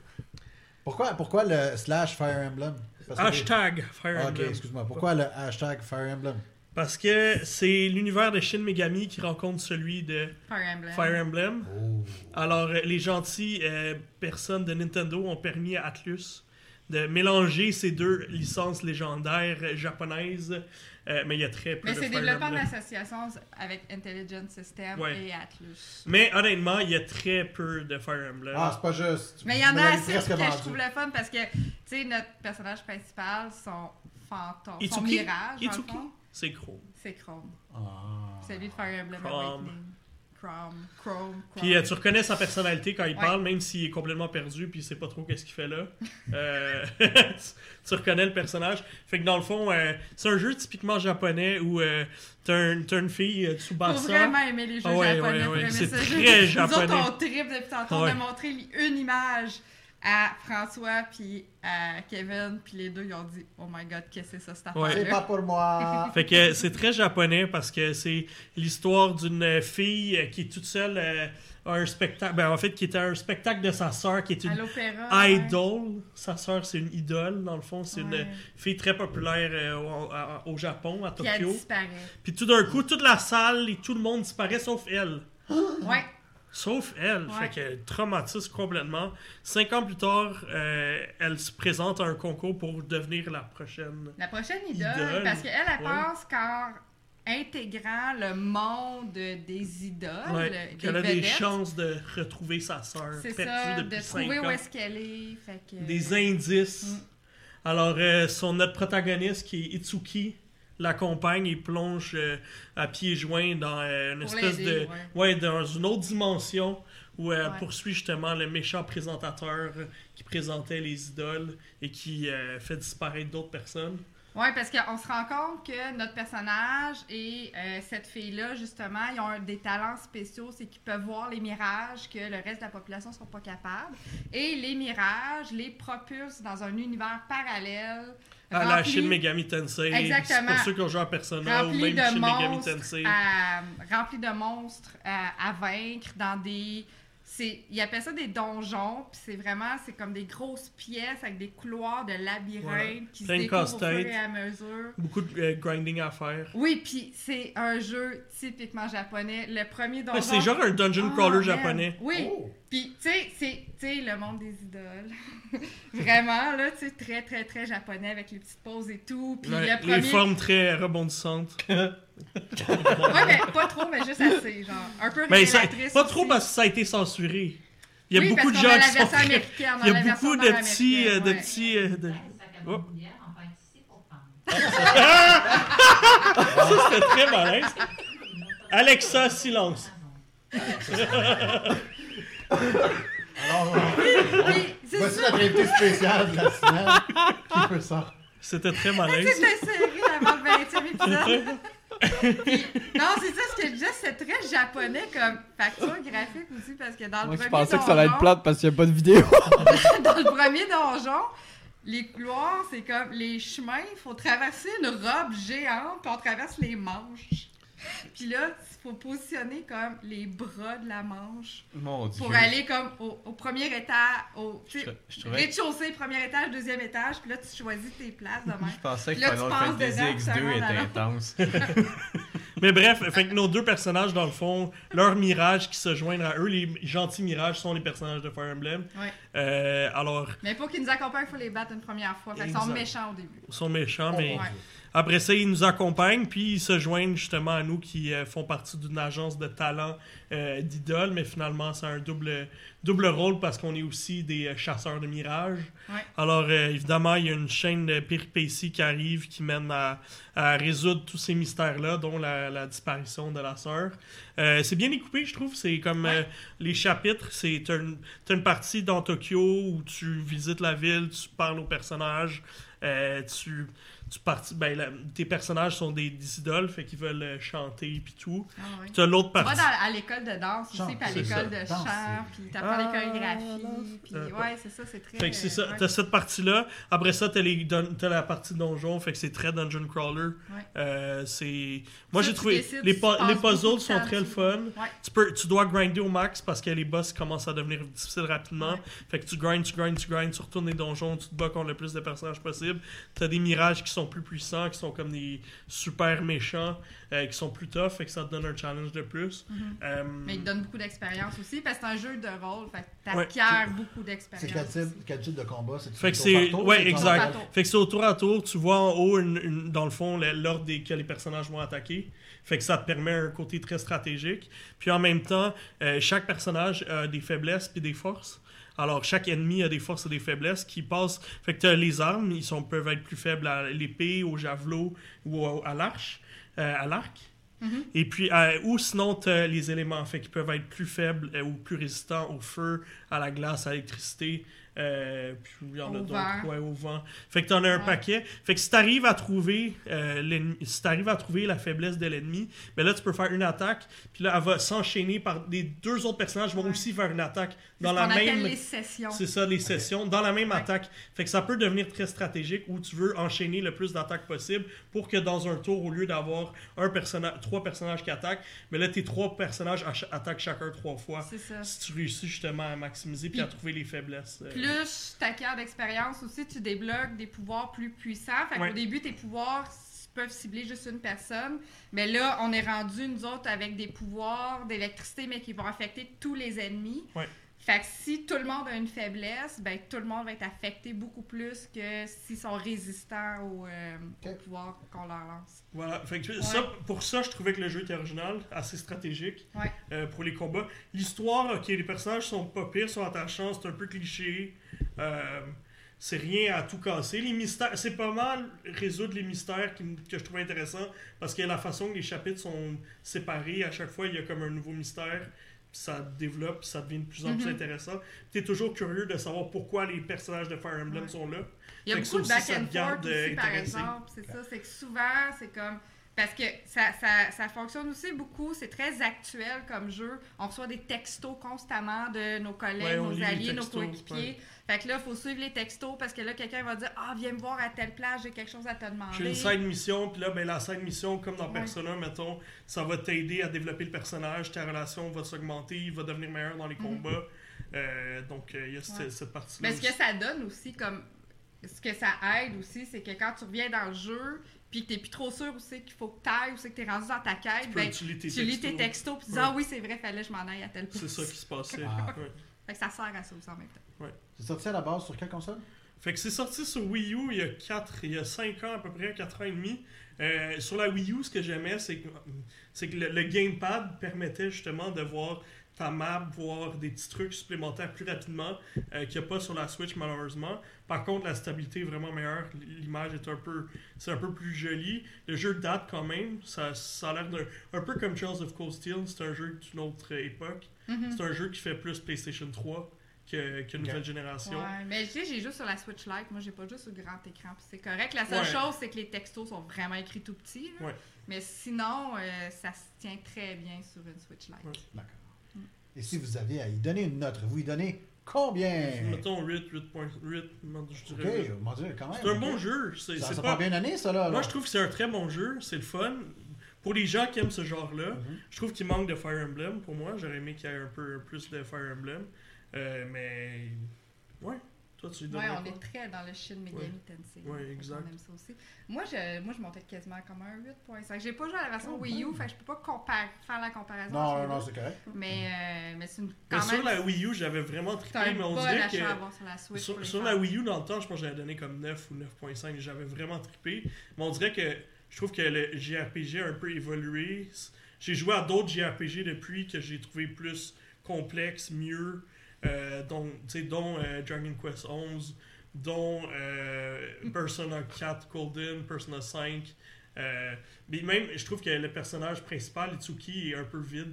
S3: Pourquoi, pourquoi le slash Fire Emblem Parce que-
S1: Hashtag Fire
S3: Ah, Ok,
S1: Emblem.
S3: excuse-moi. Pourquoi le hashtag Fire Emblem
S1: Parce que c'est l'univers de Shin Megami qui rencontre celui de
S5: Fire Emblem.
S1: Fire Emblem.
S3: Oh.
S1: Alors, euh, les gentilles euh, personnes de Nintendo ont permis à Atlus de mélanger ces deux licences légendaires euh, japonaises, Euh, mais il y a très peu
S5: Mais
S1: de
S5: c'est
S1: Fire
S5: développé en
S1: Emblem.
S5: association avec Intelligent System
S1: Ouais.
S5: et Atlus.
S1: Mais honnêtement, il y a très peu de Fire Emblem.
S3: Ah, c'est pas juste.
S5: Mais il y en
S3: Vous
S5: a
S3: l'avez
S5: assez que
S3: presque
S5: je
S3: vendu.
S5: trouve le fun parce que, tu sais, notre personnage principal, son fantôme, son
S1: Itsuki?
S5: mirage, dans le
S1: Itsuki,
S5: fond,
S1: c'est gros.
S5: c'est Chrome.
S3: Ah.
S5: Celui de Fire Emblem
S1: Chrome.
S5: Awakening. Chrome, Chrome, Chrome.
S1: Puis euh, tu reconnais sa personnalité quand il
S5: Ouais.
S1: parle, même s'il est complètement perdu, puis il sait pas trop qu'est-ce qu'il fait là. Euh, tu- tu reconnais le personnage. Fait que dans le fond, euh, c'est un jeu typiquement japonais où euh, t'as un- t'as une fille, euh,
S5: Faut
S1: Tsubasa.
S5: vraiment aimer les jeux
S1: Ah ouais,
S5: japonais.
S1: ouais,
S5: pour
S1: ouais,
S5: aimer
S1: c'est
S5: ce
S1: très
S5: jeu.
S1: japonais.
S5: Nous autres, on tripe depuis tantôt.
S1: Ouais.
S5: On a montré li- une image à François puis à Kevin. Puis les deux, ils ont dit « Oh my God, qu'est-ce que c'est ça, cette
S1: Ouais.
S3: C'est
S5: affaire-là?
S3: pas pour moi.
S1: Fait que c'est très japonais parce que c'est l'histoire d'une fille euh, qui est toute seule euh, à un spectacle. Ben, en fait, qui était à un spectacle de sa sœur, qui est
S5: À
S1: une
S5: l'opéra. ouais.
S1: idol. Sa sœur, c'est une idole, dans le fond. C'est
S5: Ouais.
S1: une fille très populaire euh, au, à- au Japon, à
S5: Puis elle
S1: Tokyo.
S5: disparaît.
S1: Puis tout d'un coup, toute la salle et tout le monde disparaît sauf elle.
S5: Ouais.
S1: Sauf elle.
S5: Ouais.
S1: Fait qu'elle traumatise complètement. Cinq ans plus tard, euh, elle se présente à un concours pour devenir la prochaine.
S5: La prochaine idole,
S1: Idole.
S5: parce qu'elle, elle
S1: Ouais.
S5: pense qu'en intégrant le monde des idoles,
S1: Ouais,
S5: Ah, des
S1: qu'elle a des
S5: vedettes.
S1: chances de retrouver sa sœur
S5: C'est
S1: perdue
S5: ça, de
S1: depuis
S5: trouver
S1: 5
S5: où
S1: ans.
S5: est-ce qu'elle est. Fait que... Mm.
S1: Des indices. Alors, euh, son, notre protagoniste, qui est Itsuki, l'accompagne et plonge euh, à pieds joints dans euh, une
S5: Pour
S1: espèce de...
S5: l'aider,
S1: Ouais, dans une autre dimension où elle
S5: Ouais.
S1: poursuit justement le méchant présentateur euh, qui présentait les idoles et qui euh, fait disparaître d'autres personnes.
S5: Oui, parce qu'on se rend compte que notre personnage et euh, cette fille-là, justement, ils ont un- des talents spéciaux, c'est qu'ils peuvent voir les mirages que le reste de la population ne sont pas capables. Et les mirages les propulsent dans un univers parallèle.
S1: À la
S5: rempli-
S1: Shin Megami Tensei.
S5: Exactement.
S1: C'est pour ceux qui ont joué à Persona ou
S5: rempli
S1: même
S5: de
S1: Shin Megami
S5: monstres Ah.
S1: Tensei.
S5: à- rempli de monstres à, à vaincre dans des. c'est- Ils appellent ça des donjons, puis c'est vraiment, c'est comme des grosses pièces avec des couloirs de labyrinthe
S1: Voilà.
S5: qui
S1: Plein de
S5: se découvrent au fur
S1: casse-tête.
S5: et à mesure.
S1: Beaucoup de euh, grinding à faire.
S5: Oui, puis c'est un jeu typiquement japonais. Le premier donjon.
S1: Ouais, Ben, c'est genre un dungeon
S5: Ah,
S1: crawler
S5: man.
S1: japonais.
S5: Oui,
S3: Oh!
S5: puis tu sais, c'est tu sais, le monde des idoles. Vraiment, là, tu sais, très, très, très japonais avec les petites pauses et tout. Puis
S1: Ouais,
S5: le premier.
S1: Les formes très rebondissantes.
S5: Ouais, mais pas trop, mais juste assez, genre. Un peu
S1: Mais Ben, ça,
S5: révélatrice
S1: pas trop
S5: aussi.
S1: parce que ça a été censuré. Il y a
S5: Oui,
S1: beaucoup de
S5: parce
S1: gens
S5: qu'on a
S1: qui
S5: la
S1: sont
S5: version
S1: très-
S5: américaine, on
S1: Il y
S5: la
S1: a
S5: version
S1: beaucoup de petits, euh,
S5: nord-américaine,
S1: de
S5: ouais.
S1: petits, euh, de- Oh. Ça, c'était très malaise. Alexa, silence.
S3: Alors, euh,
S5: Puis, c'est
S3: voici
S5: ça,
S3: notre invité spécial de la semaine. Qui peut ça?
S1: C'était très
S5: c'est
S1: malaise.
S5: inséré avant le 20e épisode. Puis, non, c'est ça ce que je disais, c'est très japonais comme facture graphique aussi, parce que dans le
S2: Moi
S5: premier
S2: je pensais que ça
S5: donjon-
S2: allait être plate parce qu'il n'y a pas de vidéo.
S5: dans le premier donjon, les couloirs, c'est comme les chemins, il faut traverser une robe géante, puis on traverse les manches. Puis là, il faut positionner comme les bras de la manche
S4: Mon dieu.
S5: pour aller comme au, au premier étage, au tu
S4: Je,
S5: sais,
S4: trou- je trouvais que-
S5: rez-de-chaussée, premier étage, deuxième étage, puis là, tu choisis tes places de même.
S4: je pensais que
S5: Là, tu
S4: Final
S5: passes
S4: Fantasy
S5: dedans, ça
S4: X2
S5: rentre
S4: était
S5: dans-
S4: intense.
S1: Mais bref, fait que nos deux personnages, dans le fond, leurs mirages qui se joignent à eux, les gentils mirages sont les personnages de Fire Emblem.
S5: Ouais.
S1: Euh, alors,
S5: Mais pour qu'ils nous accompagnent, il faut les battre une première fois. Fait qu'ils sont
S1: Exact.
S5: méchants au début.
S1: ils sont méchants, mais
S5: Ouais.
S1: après ça, ils nous accompagnent, puis ils se joignent justement à nous qui euh, font partie d'une agence de talent euh, d'idoles, mais finalement, c'est un double, double rôle parce qu'on est aussi des euh, chasseurs de mirages.
S5: Ouais.
S1: Alors, euh, évidemment, il y a une chaîne de péripéties qui arrive qui mène à, à résoudre tous ces mystères-là, dont la, la disparition de la sœur. Euh, c'est bien découpé, je trouve. C'est comme euh, les chapitres. C'est t'as une, t'as une partie dans Tokyo où tu visites la ville, tu parles aux personnages, euh, tu, tu parti- ben, la- tes personnages sont des, des idoles, fait qu'ils veulent euh, chanter puis tout.
S5: Ah ouais.
S1: T'as l'autre
S5: Tu vas
S1: partie.
S5: dans- à l'école de danse
S3: Chant,
S5: aussi, puis à
S3: c'est
S5: l'école de
S3: ça,
S5: chant,
S3: danser.
S5: puis t'apprends les
S1: Ah,
S5: chorégraphies,
S1: danse.
S5: puis
S1: Euh,
S5: ouais, c'est ça, c'est très...
S1: Fait que c'est ça,
S5: ouais.
S1: t'as cette partie-là. Après ça, t'as, les dun- t'as la partie donjon, fait que c'est très dungeon crawler.
S5: Ouais.
S1: Euh, c'est... Moi,
S5: Ça,
S1: j'ai
S5: tu
S1: trouvé.
S5: décides,
S1: les, pu-
S5: tu passes
S1: les
S5: beaucoup
S1: puzzles
S5: de
S1: sont
S5: temps
S1: très le
S5: dessus.
S1: fun.
S5: Ouais.
S1: Tu, peux, tu dois grinder au max parce que les boss commencent à devenir difficiles rapidement.
S5: Ouais.
S1: Fait que tu grindes, tu grindes, tu grindes, tu retournes les donjons, tu te bats contre le plus de personnages possible. T'as des mirages qui sont plus puissants, qui sont comme des super méchants, euh, qui sont plus tough, fait que ça te donne un challenge de plus. Euh,
S5: Mm-hmm. Mais il te donne beaucoup d'expérience aussi, parce que c'est un jeu de rôle, fait que
S1: Ouais.
S5: t'acquiers beaucoup
S3: C'est quel
S5: d'expérience.
S3: type, quel type de combat? C'est
S1: Fait que c'est. Ouais, exact.
S5: tour à tour.
S1: Fait que c'est au tour à tour, tu vois en haut, une- une- dans le fond, la- l'ordre des- que les personnages vont attaquer. Fait que ça te permet un côté très stratégique. Puis en même temps, euh, chaque personnage a des faiblesses puis des forces. Alors, chaque ennemi a des forces et des faiblesses qui passent. Fait que t'as les armes, ils sont, peuvent être plus faibles à l'épée, au javelot ou au- à l'arche, euh, à l'arc.
S5: Mhm.
S1: Et puis, euh, ou sinon, t'as les éléments, fait qu'ils peuvent être plus faibles euh, ou plus résistants au feu, à la glace, à l'électricité, euh, puis il y en a
S5: Au
S1: d'autres,
S5: vent.
S1: ouais, au vent. Fait que t'en as un
S5: Ouais.
S1: paquet. Fait que si t'arrives à trouver euh, l'ennemi- si t'arrives à trouver la faiblesse de l'ennemi, ben là, tu peux faire une attaque, puis là, elle va s'enchaîner par... Les deux autres personnages vont
S5: Ouais.
S1: aussi faire une attaque
S5: C'est
S1: dans
S5: ce
S1: la
S5: qu'on appelle
S1: même...
S5: les sessions.
S1: C'est ça, les sessions, dans la même
S5: Ouais.
S1: attaque. Fait que ça peut devenir très stratégique où tu veux enchaîner le plus d'attaques possible pour que dans un tour, au lieu d'avoir un personnage, trois personnages qui attaquent, mais là, tes trois personnages ach- attaquent chacun trois fois.
S5: C'est ça.
S1: Si tu réussis justement à maximiser puis
S5: Puis-
S1: à trouver les faiblesses. euh,
S5: Plus t'acquiers d'expérience aussi, tu débloques des pouvoirs plus puissants. Fait qu'au
S1: Ouais.
S5: début, tes pouvoirs s- peuvent cibler juste une personne. Mais là, on est rendu, nous autres, avec des pouvoirs d'électricité, mais qui vont affecter tous les ennemis.
S1: Ouais.
S5: Fait que si tout le monde a une faiblesse, ben tout le monde va être affecté beaucoup plus que s'ils sont résistants au, euh, au
S3: Ok.
S5: pouvoir qu'on leur lance.
S1: Voilà. Fait que tu- ça, pour ça, je trouvais que le jeu était original, assez stratégique
S5: Ouais.
S1: euh, pour les combats. L'histoire, ok, les personnages sont pas pires, sont attachants, c'est un peu cliché. Euh, c'est rien à tout casser. Les mystères, c'est pas mal résoudre les mystères qui m- que je trouvais intéressant parce que la façon que les chapitres sont séparés, à chaque fois, il y a comme un nouveau mystère. puis Ça développe, puis ça devient de plus en plus
S5: Mhm.
S1: intéressant. T'es toujours curieux de savoir pourquoi les personnages de Fire Emblem
S5: Ouais.
S1: sont là.
S5: Il y a
S1: Fait que ça
S5: beaucoup de back
S1: aussi, ça
S5: and
S1: te garde,
S5: forth
S1: euh,
S5: aussi, par
S1: intéressé.
S5: exemple. C'est ça, c'est que souvent, c'est comme. Parce que ça, ça, ça fonctionne aussi beaucoup, c'est très actuel comme jeu. On reçoit des textos constamment de nos collègues,
S1: Ouais, on lit
S5: nos
S1: les
S5: alliés, nos
S1: textos,
S5: coéquipiers. Fait que là, il faut suivre les textos parce que là, quelqu'un va dire Ah, viens me voir à telle place, j'ai quelque chose à te demander.
S1: J'ai une side mission, puis là, ben, la side mission, comme dans
S5: Ouais.
S1: Persona, mettons, ça va t'aider à développer le personnage, ta relation va s'augmenter, il va devenir meilleur dans les combats. Euh, donc, euh, il y a cette,
S5: Mhm. Ouais.
S1: cette partie-là.
S5: Mais ce que
S1: aussi.
S5: ça donne aussi, comme. Ce que ça aide aussi, c'est que quand tu reviens dans le jeu, puis que t'es plus trop sûr aussi qu'il faut que t'ailles ou c'est que t'es rendu dans ta quête,
S1: Tu peux
S5: ben, tu
S1: utiliser tes
S5: lis
S1: textos.
S5: tes textos, puis tu dis
S1: Ouais.
S5: Ah oui, c'est vrai, fallait que je m'en aille à telle place.
S1: C'est ça qui se passait.
S3: Ah.
S1: ouais.
S5: Fait que ça sert à ça aussi en même temps.
S3: C'est sorti à la base sur quelle console
S1: Fait que c'est sorti sur Wii U il y a 4, il y a 5 ans à peu près, 4 ans et demi. Euh, sur la Wii U, ce que j'aimais, c'est que, c'est que le, le gamepad permettait justement de voir ta map, voir des petits trucs supplémentaires plus rapidement euh, qu'il n'y a pas sur la Switch malheureusement. Par contre, la stabilité est vraiment meilleure. L'image est un peu, c'est un peu plus joli. Le jeu date quand même. Ça, ça a l'air d'un, un peu comme Charles of Cold Steel. C'est un jeu d'une autre époque. C'est un jeu qui fait plus PlayStation 3 que, que nouvelle génération.
S5: Ouais, mais tu sais, j'ai juste sur la Switch Lite, moi j'ai pas juste sur le grand écran, puis c'est correct. La seule
S1: Ouais.
S5: chose, c'est que les textos sont vraiment écrits tout petits. là.
S1: Ouais.
S5: Mais sinon, euh, ça se tient très bien sur une Switch Lite.
S1: Ouais.
S3: D'accord. Et si vous avez à y donner une note, vous y donnez combien
S1: Mettons 8, 8.8, non, je
S3: Euh, Ok, oh
S1: dirais.
S3: mon dieu, quand même.
S1: C'est un
S3: ok.
S1: bon jeu. C'est
S3: Ça,
S1: c'est
S3: ça
S1: pas...
S3: prend bien une année, ça, là.
S1: Moi,
S3: là.
S1: je trouve que c'est un très bon jeu. C'est le fun. Pour les gens qui aiment ce genre-là,
S3: Mhm.
S1: je trouve qu'il manque de Fire Emblem. Pour moi, j'aurais aimé qu'il y ait un peu plus de Fire Emblem. Euh, mais. Ouais. Toi, tu lui
S5: Ouais,
S1: donnerais
S5: on
S1: quoi?
S5: est très dans le Shin Megami
S1: Ouais.
S5: Tensei.
S1: Ouais,
S5: Fait qu'on
S1: exact.
S5: aime ça aussi. Moi, je, moi, je montais quasiment comme un 8.5. J'ai pas joué à la
S1: Oh,
S5: version Wii U, fait que je peux pas comparer, faire la comparaison.
S3: Non,
S5: entre
S3: non,
S5: les
S3: non,
S5: deux.
S3: c'est correct.
S5: Mais, euh, mais c'est une,
S1: Mais
S5: quand
S1: sur
S5: même.
S1: la Wii U, j'avais vraiment
S5: C'est
S1: trippé,
S5: un
S1: mais on
S5: bon
S1: dirait
S5: achat à
S1: que.
S5: avoir sur la Switch. pour
S1: Sur,
S5: les
S1: sur
S5: fans.
S1: la Wii U, dans le temps, je pense que j'avais donné comme 9 ou 9.5. J'avais vraiment trippé. Mais on dirait que je trouve que le JRPG a un peu évolué. J'ai joué à d'autres JRPG depuis que j'ai trouvé plus complexe, mieux. euh, dont tu sais, dont euh, Dragon Quest 11, dont euh, Persona 4 Golden, Persona 5. euh, mais même, je trouve que le personnage principal, Itsuki, est un peu vide.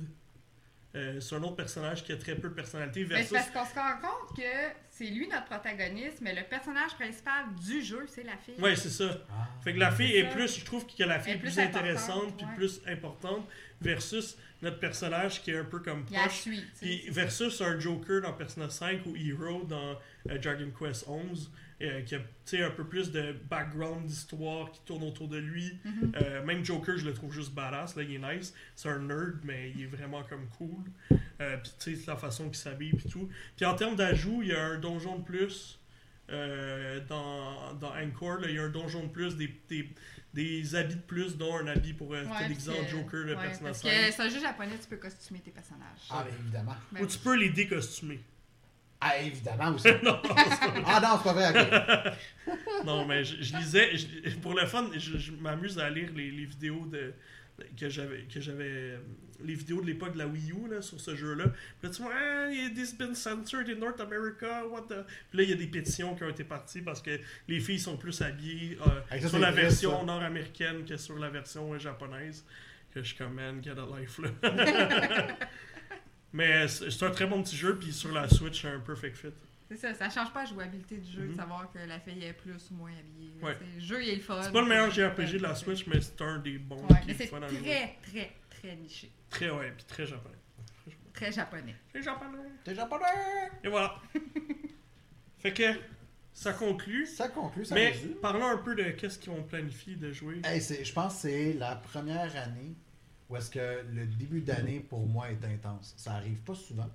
S1: Euh, c'est un autre personnage qui a très peu de personnalité
S5: Mais
S1: versus
S5: c'est parce qu'on se rend compte que c'est lui notre protagoniste, mais le personnage principal du jeu, c'est la fille.
S1: Ouais, c'est ça.
S3: Ah.
S1: Fait que la fille
S5: C'est
S1: est
S5: ça.
S1: plus, je trouve que la fille
S5: Elle
S1: est
S5: est
S1: plus,
S5: plus
S1: intéressante
S5: importante,
S1: puis
S5: ouais.
S1: plus importante versus notre personnage qui est un peu comme
S5: Il la
S1: proche.
S5: suit. tu sais,
S1: Puis euh,
S5: c'est
S1: versus un Joker dans Persona 5 ou Hero dans euh, Dragon Quest 11 euh, qui a tu sais, un peu plus de background d'histoire qui tourne autour de lui.
S5: ça. Mhm.
S1: Euh, même Joker, je le trouve juste badass, là, il est nice. C'est un nerd, mais il est vraiment comme cool. Euh, puis tu sais, la façon qu'il s'habille puis tout. Puis en termes d'ajout, il y a un donjon de plus euh, dans, dans Anchor. là, il y a un donjon de plus, des, des, des habits de plus, dont un habit pour euh,
S5: Ouais,
S1: t'as l'exemple
S5: parce que-
S1: Joker de
S5: ouais,
S1: Persona
S5: Parce
S1: 5.
S5: que c'est un jeu japonais, tu peux costumer tes personnages.
S3: Ah, ben, évidemment.
S5: Ben
S1: Ou
S5: oui.
S1: tu peux les décostumer.
S3: Ah, évidemment aussi. ah, non, c'est pas vrai, ok.
S1: Non, mais je, je lisais, je- pour le fun, je, je m'amuse à lire les, les vidéos de que j'avais que j'avais euh, les vidéos de l'époque de la Wii U là, sur ce jeu là puis là tu vois ah, it has been censored in North America what the puis là il y a des pétitions qui ont été parties parce que les filles sont plus habillées euh,
S3: Hey, Ah, ça,
S1: sur
S3: c'est
S1: la
S3: triste,
S1: version
S3: ça.
S1: nord-américaine que sur la version euh, japonaise que je suis comme man get a life là mais c'est c'est un très bon petit jeu puis sur la Switch c'est un perfect fit
S5: C'est ça, ça change pas la jouabilité du jeu
S1: Mhm.
S5: de savoir que la fille est plus ou moins habillée.
S1: Ouais.
S5: Tu sais, Le jeu il est le fun.
S1: c'est pas le meilleur JRPG de la Switch mais c'est un des bons
S5: Ouais,
S1: qui
S5: mais
S1: est
S5: c'est
S1: fun à
S5: très,
S1: jouer.
S5: très, très, niché.
S1: Très, ouais, puis très japonais.
S5: Très japonais.
S1: Très japonais.
S3: T'es japonais!
S1: Et voilà. fait que ça conclut.
S3: Ça conclut, Euh, ça
S1: Mais
S3: résume.
S1: parlons un peu de qu'est-ce qu'on planifie de jouer.
S3: Hey, c'est- je pense que c'est la première année où est-ce que le début d'année pour moi est intense. Ça arrive pas souvent.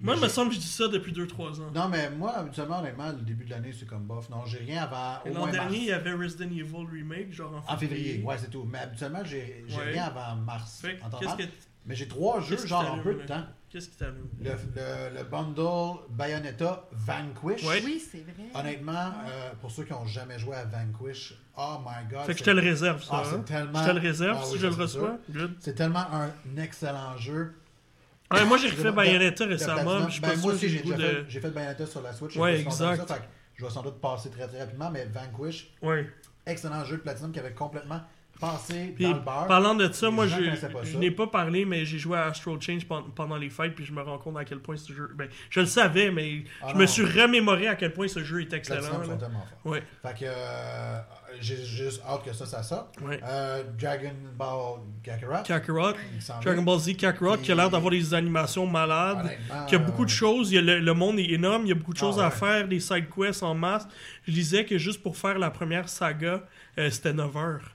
S1: Moi, il
S3: Mais
S1: me
S3: j'ai-
S1: semble que je dis ça depuis 2-3 ans.
S3: Non, mais moi, habituellement, honnêtement, le début de l'année, c'est comme bof. Non, j'ai rien avant
S1: Et
S3: au
S1: L'an
S3: moins
S1: dernier, il y
S3: mars.
S1: avait Resident Evil Remake, genre en février.
S3: En février, ouais, c'est tout. Mais habituellement, j'ai j'ai
S1: Ouais.
S3: rien avant mars.
S1: Fait
S3: en temps
S1: que qu'est-ce
S3: normal.
S1: que.
S3: Mais j'ai trois jeux,
S1: Qu'est-ce qui
S3: genre, en
S1: t'allume,
S3: peu de
S1: là?
S3: temps.
S1: Qu'est-ce qui t'allume
S3: Le, le- le bundle Bayonetta Vanquish.
S1: Ouais.
S5: Oui, c'est vrai.
S3: Honnêtement, euh, pour ceux qui n'ont jamais joué à Vanquish, oh my god.
S1: Fait que je te
S3: c'est-
S1: le réserve, ça.
S3: Ah, c'est
S1: hein?
S3: tellement-
S1: Je te le réserve
S3: Ah
S1: si
S3: oui,
S1: je le
S3: c'est
S1: reçois. Good.
S3: C'est tellement un excellent jeu.
S1: Ah, moi, j'ai refait
S3: Vraiment,
S1: Bayonetta
S3: de- de Platinum.
S1: récemment. puis Je suis
S3: Ben,
S1: pas
S3: moi
S1: sûr j'ai
S3: aussi, j'ai
S1: le goût
S3: déjà fait,
S1: de.
S3: j'ai fait Bayonetta sur la Switch.
S1: Ouais,
S3: je me suis rendu
S1: exact.
S3: compte de ça, fait que je vais sans doute passer très très rapidement, mais Vanquish,
S1: Ouais.
S3: excellent jeu de Platinum qui avait complètement passé
S1: Puis,
S3: dans le bar.
S1: parlant de ça,
S3: Les
S1: moi,
S3: gens
S1: je,
S3: connaissaient pas
S1: je
S3: ça.
S1: n'ai pas parlé, mais j'ai joué à Astral Change pen- pendant les fêtes, puis je me rends compte à quel point ce jeu. Ben, je le savais, mais
S3: Ah
S1: je
S3: non.
S1: me suis remémoré à quel point ce jeu est excellent.
S3: Platinum sont
S1: là.
S3: tellement forts.
S1: Ouais,
S3: Fait que euh, j'ai juste hâte que ça, ça sorte.
S1: ouais.
S3: Euh, Dragon Ball Kakarot.
S1: Kakarot,
S3: il s'en
S1: Dragon
S3: vient.
S1: Ball Z Kakarot, qui a l'air d'avoir des animations malades.
S3: Honnêtement,
S1: qu'il y a beaucoup de
S3: euh,
S1: choses, il y a le, le monde est énorme, il y a beaucoup de
S3: Ah
S1: choses à
S3: ouais.
S1: faire, des side quests en masse. Je disais que juste pour faire la première saga, euh, c'était 9 heures.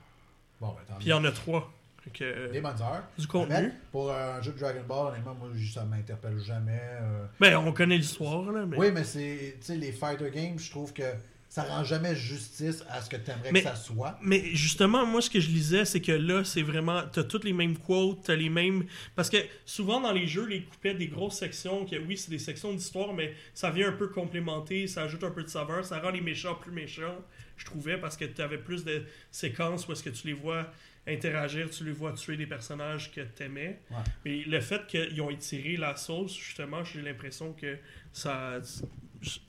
S3: Bon, ben, tant
S1: Puis il y
S3: mieux.
S1: en a 3. que, euh,
S3: Des bonnes heures.
S1: du contenu.
S3: Mais pour un jeu de Dragon Ball, honnêtement, moi, ça m'interpelle jamais. euh.
S1: Ben, on connaît l'histoire, là, mais...
S3: Oui, mais c'est. Tu sais, les fighter games, je trouve que ça rend jamais justice à ce que t'aimerais
S1: Mais-
S3: que ça soit.
S1: Mais justement, moi, ce que je lisais, c'est que là, c'est vraiment. T'as toutes les mêmes quotes, t'as les mêmes. Parce que souvent, dans les jeux, les coupaient des grosses sections, que oui, c'est des sections d'histoire, mais ça vient un peu complémenter, ça ajoute un peu de saveur, ça rend les méchants plus méchants, je trouvais, parce que t'avais plus de séquences où est-ce que tu les vois interagir, tu les vois tuer des personnages que t'aimais.
S3: Ouais.
S1: Mais le fait qu'ils ont étiré la sauce, justement, j'ai l'impression que ça.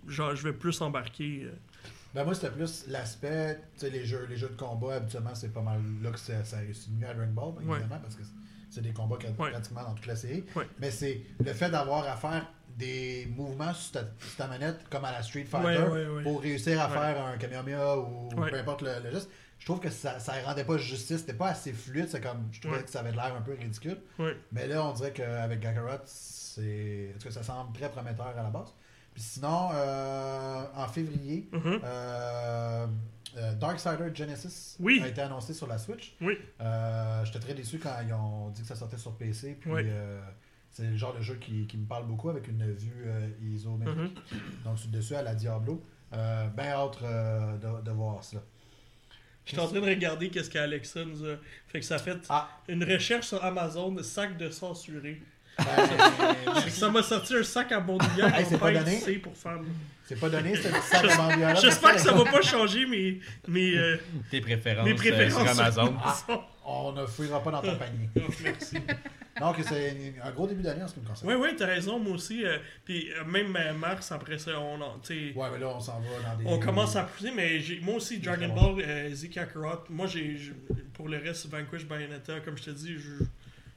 S1: Genre, je vais plus embarquer. euh,
S3: Ben, moi, c'était plus l'aspect. Tu sais, les jeux, les jeux de combat, habituellement, c'est pas mal là que ça, ça réussit mieux à Dragon Ball, ben,
S1: Ouais.
S3: évidemment, parce que c'est des combats qu'a-
S1: Ouais.
S3: pratiquement dans toute la série.
S1: Ouais.
S3: Mais c'est le fait d'avoir à faire des mouvements sur ta, sur ta manette, comme à la Street Fighter,
S1: Ouais, ouais, ouais.
S3: pour réussir à
S1: Ouais.
S3: faire un Kamehameha ou
S1: Ouais.
S3: peu importe le, le geste. Je trouve que ça, ça rendait pas justice, c'était pas assez fluide, c'est comme je trouvais
S1: Ouais.
S3: que ça avait l'air un peu ridicule.
S1: Ouais.
S3: Mais là, on dirait qu'avec Gagarot, c'est. En tout cas, ça semble très prometteur à la base. Puis sinon, euh, en février,
S1: Mhm.
S3: euh, euh, Darksider Genesis
S1: Oui.
S3: a été annoncé sur la Switch.
S1: Oui.
S3: Euh, J'étais très déçu quand ils ont dit que ça sortait sur PC. Puis
S1: Oui.
S3: euh, c'est le genre de jeu qui, qui me parle beaucoup avec une vue euh, isométrique.
S1: Mhm.
S3: Donc, sur le dessus à la Diablo. Euh, ben hâte euh, de, de voir cela.
S1: Je suis en train de regarder qu'est-ce qu'Alexa nous a. Fait que ça fait
S3: Ah.
S1: une recherche sur Amazon de sac de censuré.
S3: Ben,
S1: Ça m'a sorti un sac à bandoulière
S3: Hey,
S1: qu'on
S3: c'est pas
S1: pince
S3: donné. Ah,
S1: ici pour faire.
S3: c'est pas donné, c'est ça que là
S1: J'espère que ça va pas changer mes, mes, euh,
S4: Tes préférences,
S1: mes
S4: euh,
S1: préférences
S4: sur Amazon.
S3: Ah. On ne fouillera pas dans ton panier.
S1: Oh, merci.
S3: Donc, c'est un gros début d'année en ce qui me concerne.
S1: Oui, oui, t'as raison, moi aussi. euh, Puis euh, même euh, mars, après ça, on, en- tu sais,
S3: Ouais, mais là, on s'en va dans des.
S1: on commence à pousser. Mais j'ai- moi aussi, Dragon Ball, euh, Z Kakarot. Moi, j'ai j'ai- pour le reste, Vanquish Bayonetta, comme je te dis, je.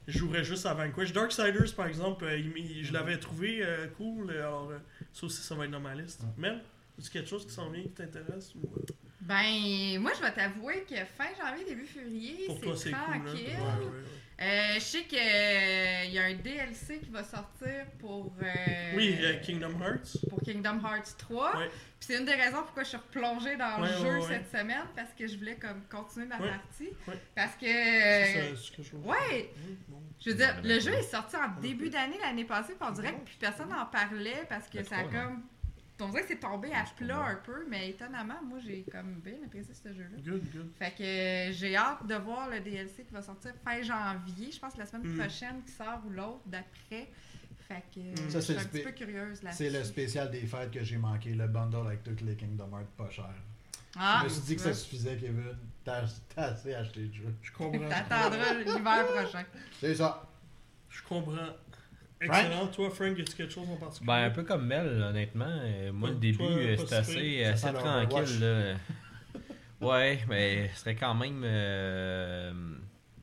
S1: je jouerais juste à Vanquish. Darksiders, par exemple, euh, il- il- je l'avais trouvé euh, cool. Alors, euh, ça aussi, ça va être dans ma liste. Mel, est-ce quelque chose qui s'en vient qui t'intéresse ou, euh,
S5: Ben, moi, je vais t'avouer que fin janvier, début février,
S1: Pour toi,
S5: c'est
S1: c'est cool. hein, là.
S5: tranquille.
S1: Ouais, ouais, ouais.
S5: Euh, je sais qu'il y a un DLC qui va sortir pour, euh,
S1: Oui, euh, Kingdom Hearts.
S5: pour Kingdom Hearts 3.
S1: Ouais.
S5: Puis c'est une des raisons pourquoi je suis replongée dans
S1: Ouais,
S5: le
S1: ouais,
S5: jeu
S1: ouais.
S5: cette semaine, parce que je voulais comme continuer ma
S1: Ouais.
S5: partie.
S1: Ouais.
S5: Parce que...
S1: C'est ça, ce que je vois.
S5: Euh, Ouais, je veux dire, le jeu est sorti en début d'année l'année passée, puis on dirait que plus personne n'en parlait parce que
S1: Ben,
S4: Le
S5: ça a
S1: hein.
S4: trois,
S5: comme. On dirait que c'est tombé à
S4: Je
S5: plat
S4: comprends.
S5: un peu, mais étonnamment, moi j'ai comme bien apprécié ce jeu-là.
S1: Good, good.
S5: Fait que euh, j'ai hâte de voir le DLC qui va sortir fin janvier, je pense la semaine
S3: Hmm.
S1: Mm.
S5: prochaine qui sort ou l'autre d'après. Fait que euh,
S1: Ça,
S5: je
S3: c'est
S5: suis
S3: le
S5: un petit
S3: spé-
S5: peu curieuse là
S3: C'est le spécial des fêtes que j'ai manqué, le bundle avec toutes les Kingdom Hearts pas cher.
S5: Ah,
S3: je me suis dit que
S5: tu
S3: ça
S5: vois.
S3: suffisait, Kevin. T'as t'as assez acheté de jeu.
S1: Je comprends.
S5: T'attendras l'hiver prochain.
S3: C'est ça.
S1: Je comprends. Excellent. Toi, Frank, y a quelque chose en particulier
S4: Ben, un peu comme Mel, honnêtement. Euh, Moi, le
S1: Toi,
S4: début,
S1: pas
S4: euh, c'était
S1: super.
S4: assez,
S3: Ça
S4: assez
S3: sent leur Overwatch.
S4: tranquille. Là. Ouais, mais ce serait quand même. euh,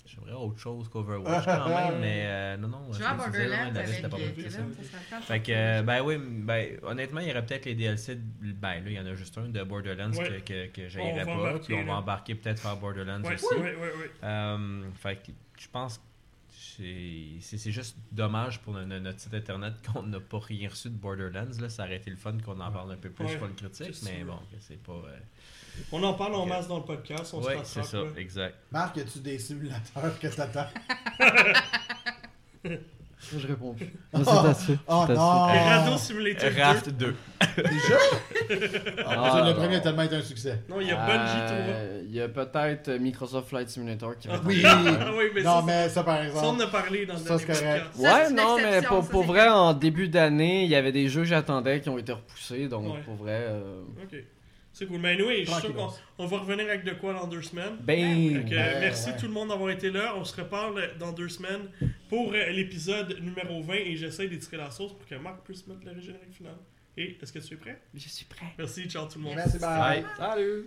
S4: J'aimerais autre chose qu'Overwatch quand même, mais euh, non, non.
S5: Je
S4: je
S5: vais à
S4: me disais, ouais,
S5: Borderlands
S4: la liste
S5: avec
S4: était pas
S5: euh,
S4: mal
S5: Kevin,
S4: faite,
S5: ça
S4: ça.
S5: sera le temps.
S4: Fait que, euh, ben oui, ben, honnêtement, il y aurait peut-être les DLC. de- Ben là, il y en a juste un de Borderlands
S1: Ouais.
S4: que, que, que
S1: On va
S4: j'aillerais pas.
S1: embarquer,
S4: Puis on va
S1: là.
S4: embarquer peut-être faire Borderlands
S1: Ouais,
S4: aussi.
S1: ouais, ouais, ouais.
S4: Euh, fait que je pense que c'est c'est- c'est juste dommage pour no- no- notre site internet qu'on n'a pas rien reçu de Borderlands. Là. Ça aurait été le fun qu'on en parle un peu plus
S1: Ouais,
S4: sur le critique,
S1: c'est
S4: mais
S1: sûr.
S4: bon, que c'est pas. euh,
S1: On en parle en
S4: Ok.
S1: masse dans le podcast. On
S4: Ouais,
S1: se
S4: c'est
S1: passe
S4: ça, exact.
S3: Marc, as-tu des simulateurs que t'attends
S2: Je réponds plus. Non, c'est assez.
S3: Oh
S2: C'est assez.
S3: non
S1: Les Rado Simulator 2.
S4: Raft 2.
S3: Déjà? Ah, mon Dieu,
S2: Ah,
S3: le
S2: bon.
S3: premier a tellement été un succès.
S1: Non, il y a Bungie
S2: Euh, Il y a peut-être Microsoft Flight Simulator qui va
S1: Ah,
S2: être-
S3: Oui.
S1: Tour. Ah oui, mais
S3: non,
S1: ça,
S3: mais ça, par
S1: ça, on en
S3: exemple.
S1: a parlé dans le
S3: Ça,
S1: dernier
S3: c'est correct.
S1: podcast.
S5: Ça,
S2: Ouais,
S5: c'est une
S2: non, mais
S5: exception,
S2: pour,
S5: ça,
S2: pour
S5: c'est
S2: vrai, en début d'année, il y avait des jeux que j'attendais qui ont été repoussés, donc
S1: Ouais.
S2: pour vrai. euh,
S1: Ok. C'est cool. Mais anyway, je suis sûr qu'on
S3: Tranquillos.
S1: on va revenir avec de quoi dans deux semaines.
S2: Bang!
S1: Fait que,
S3: Ouais,
S1: merci
S3: ouais.
S1: tout le monde d'avoir été là. On se reparle dans deux semaines pour euh, l'épisode numéro 20 et j'essaie d'étirer la sauce pour que Marc puisse mettre le générique final. Et est-ce que tu es prêt?
S2: Je suis prêt.
S1: Merci, ciao tout le monde.
S3: Merci, bye.
S4: Bye.
S2: Salut!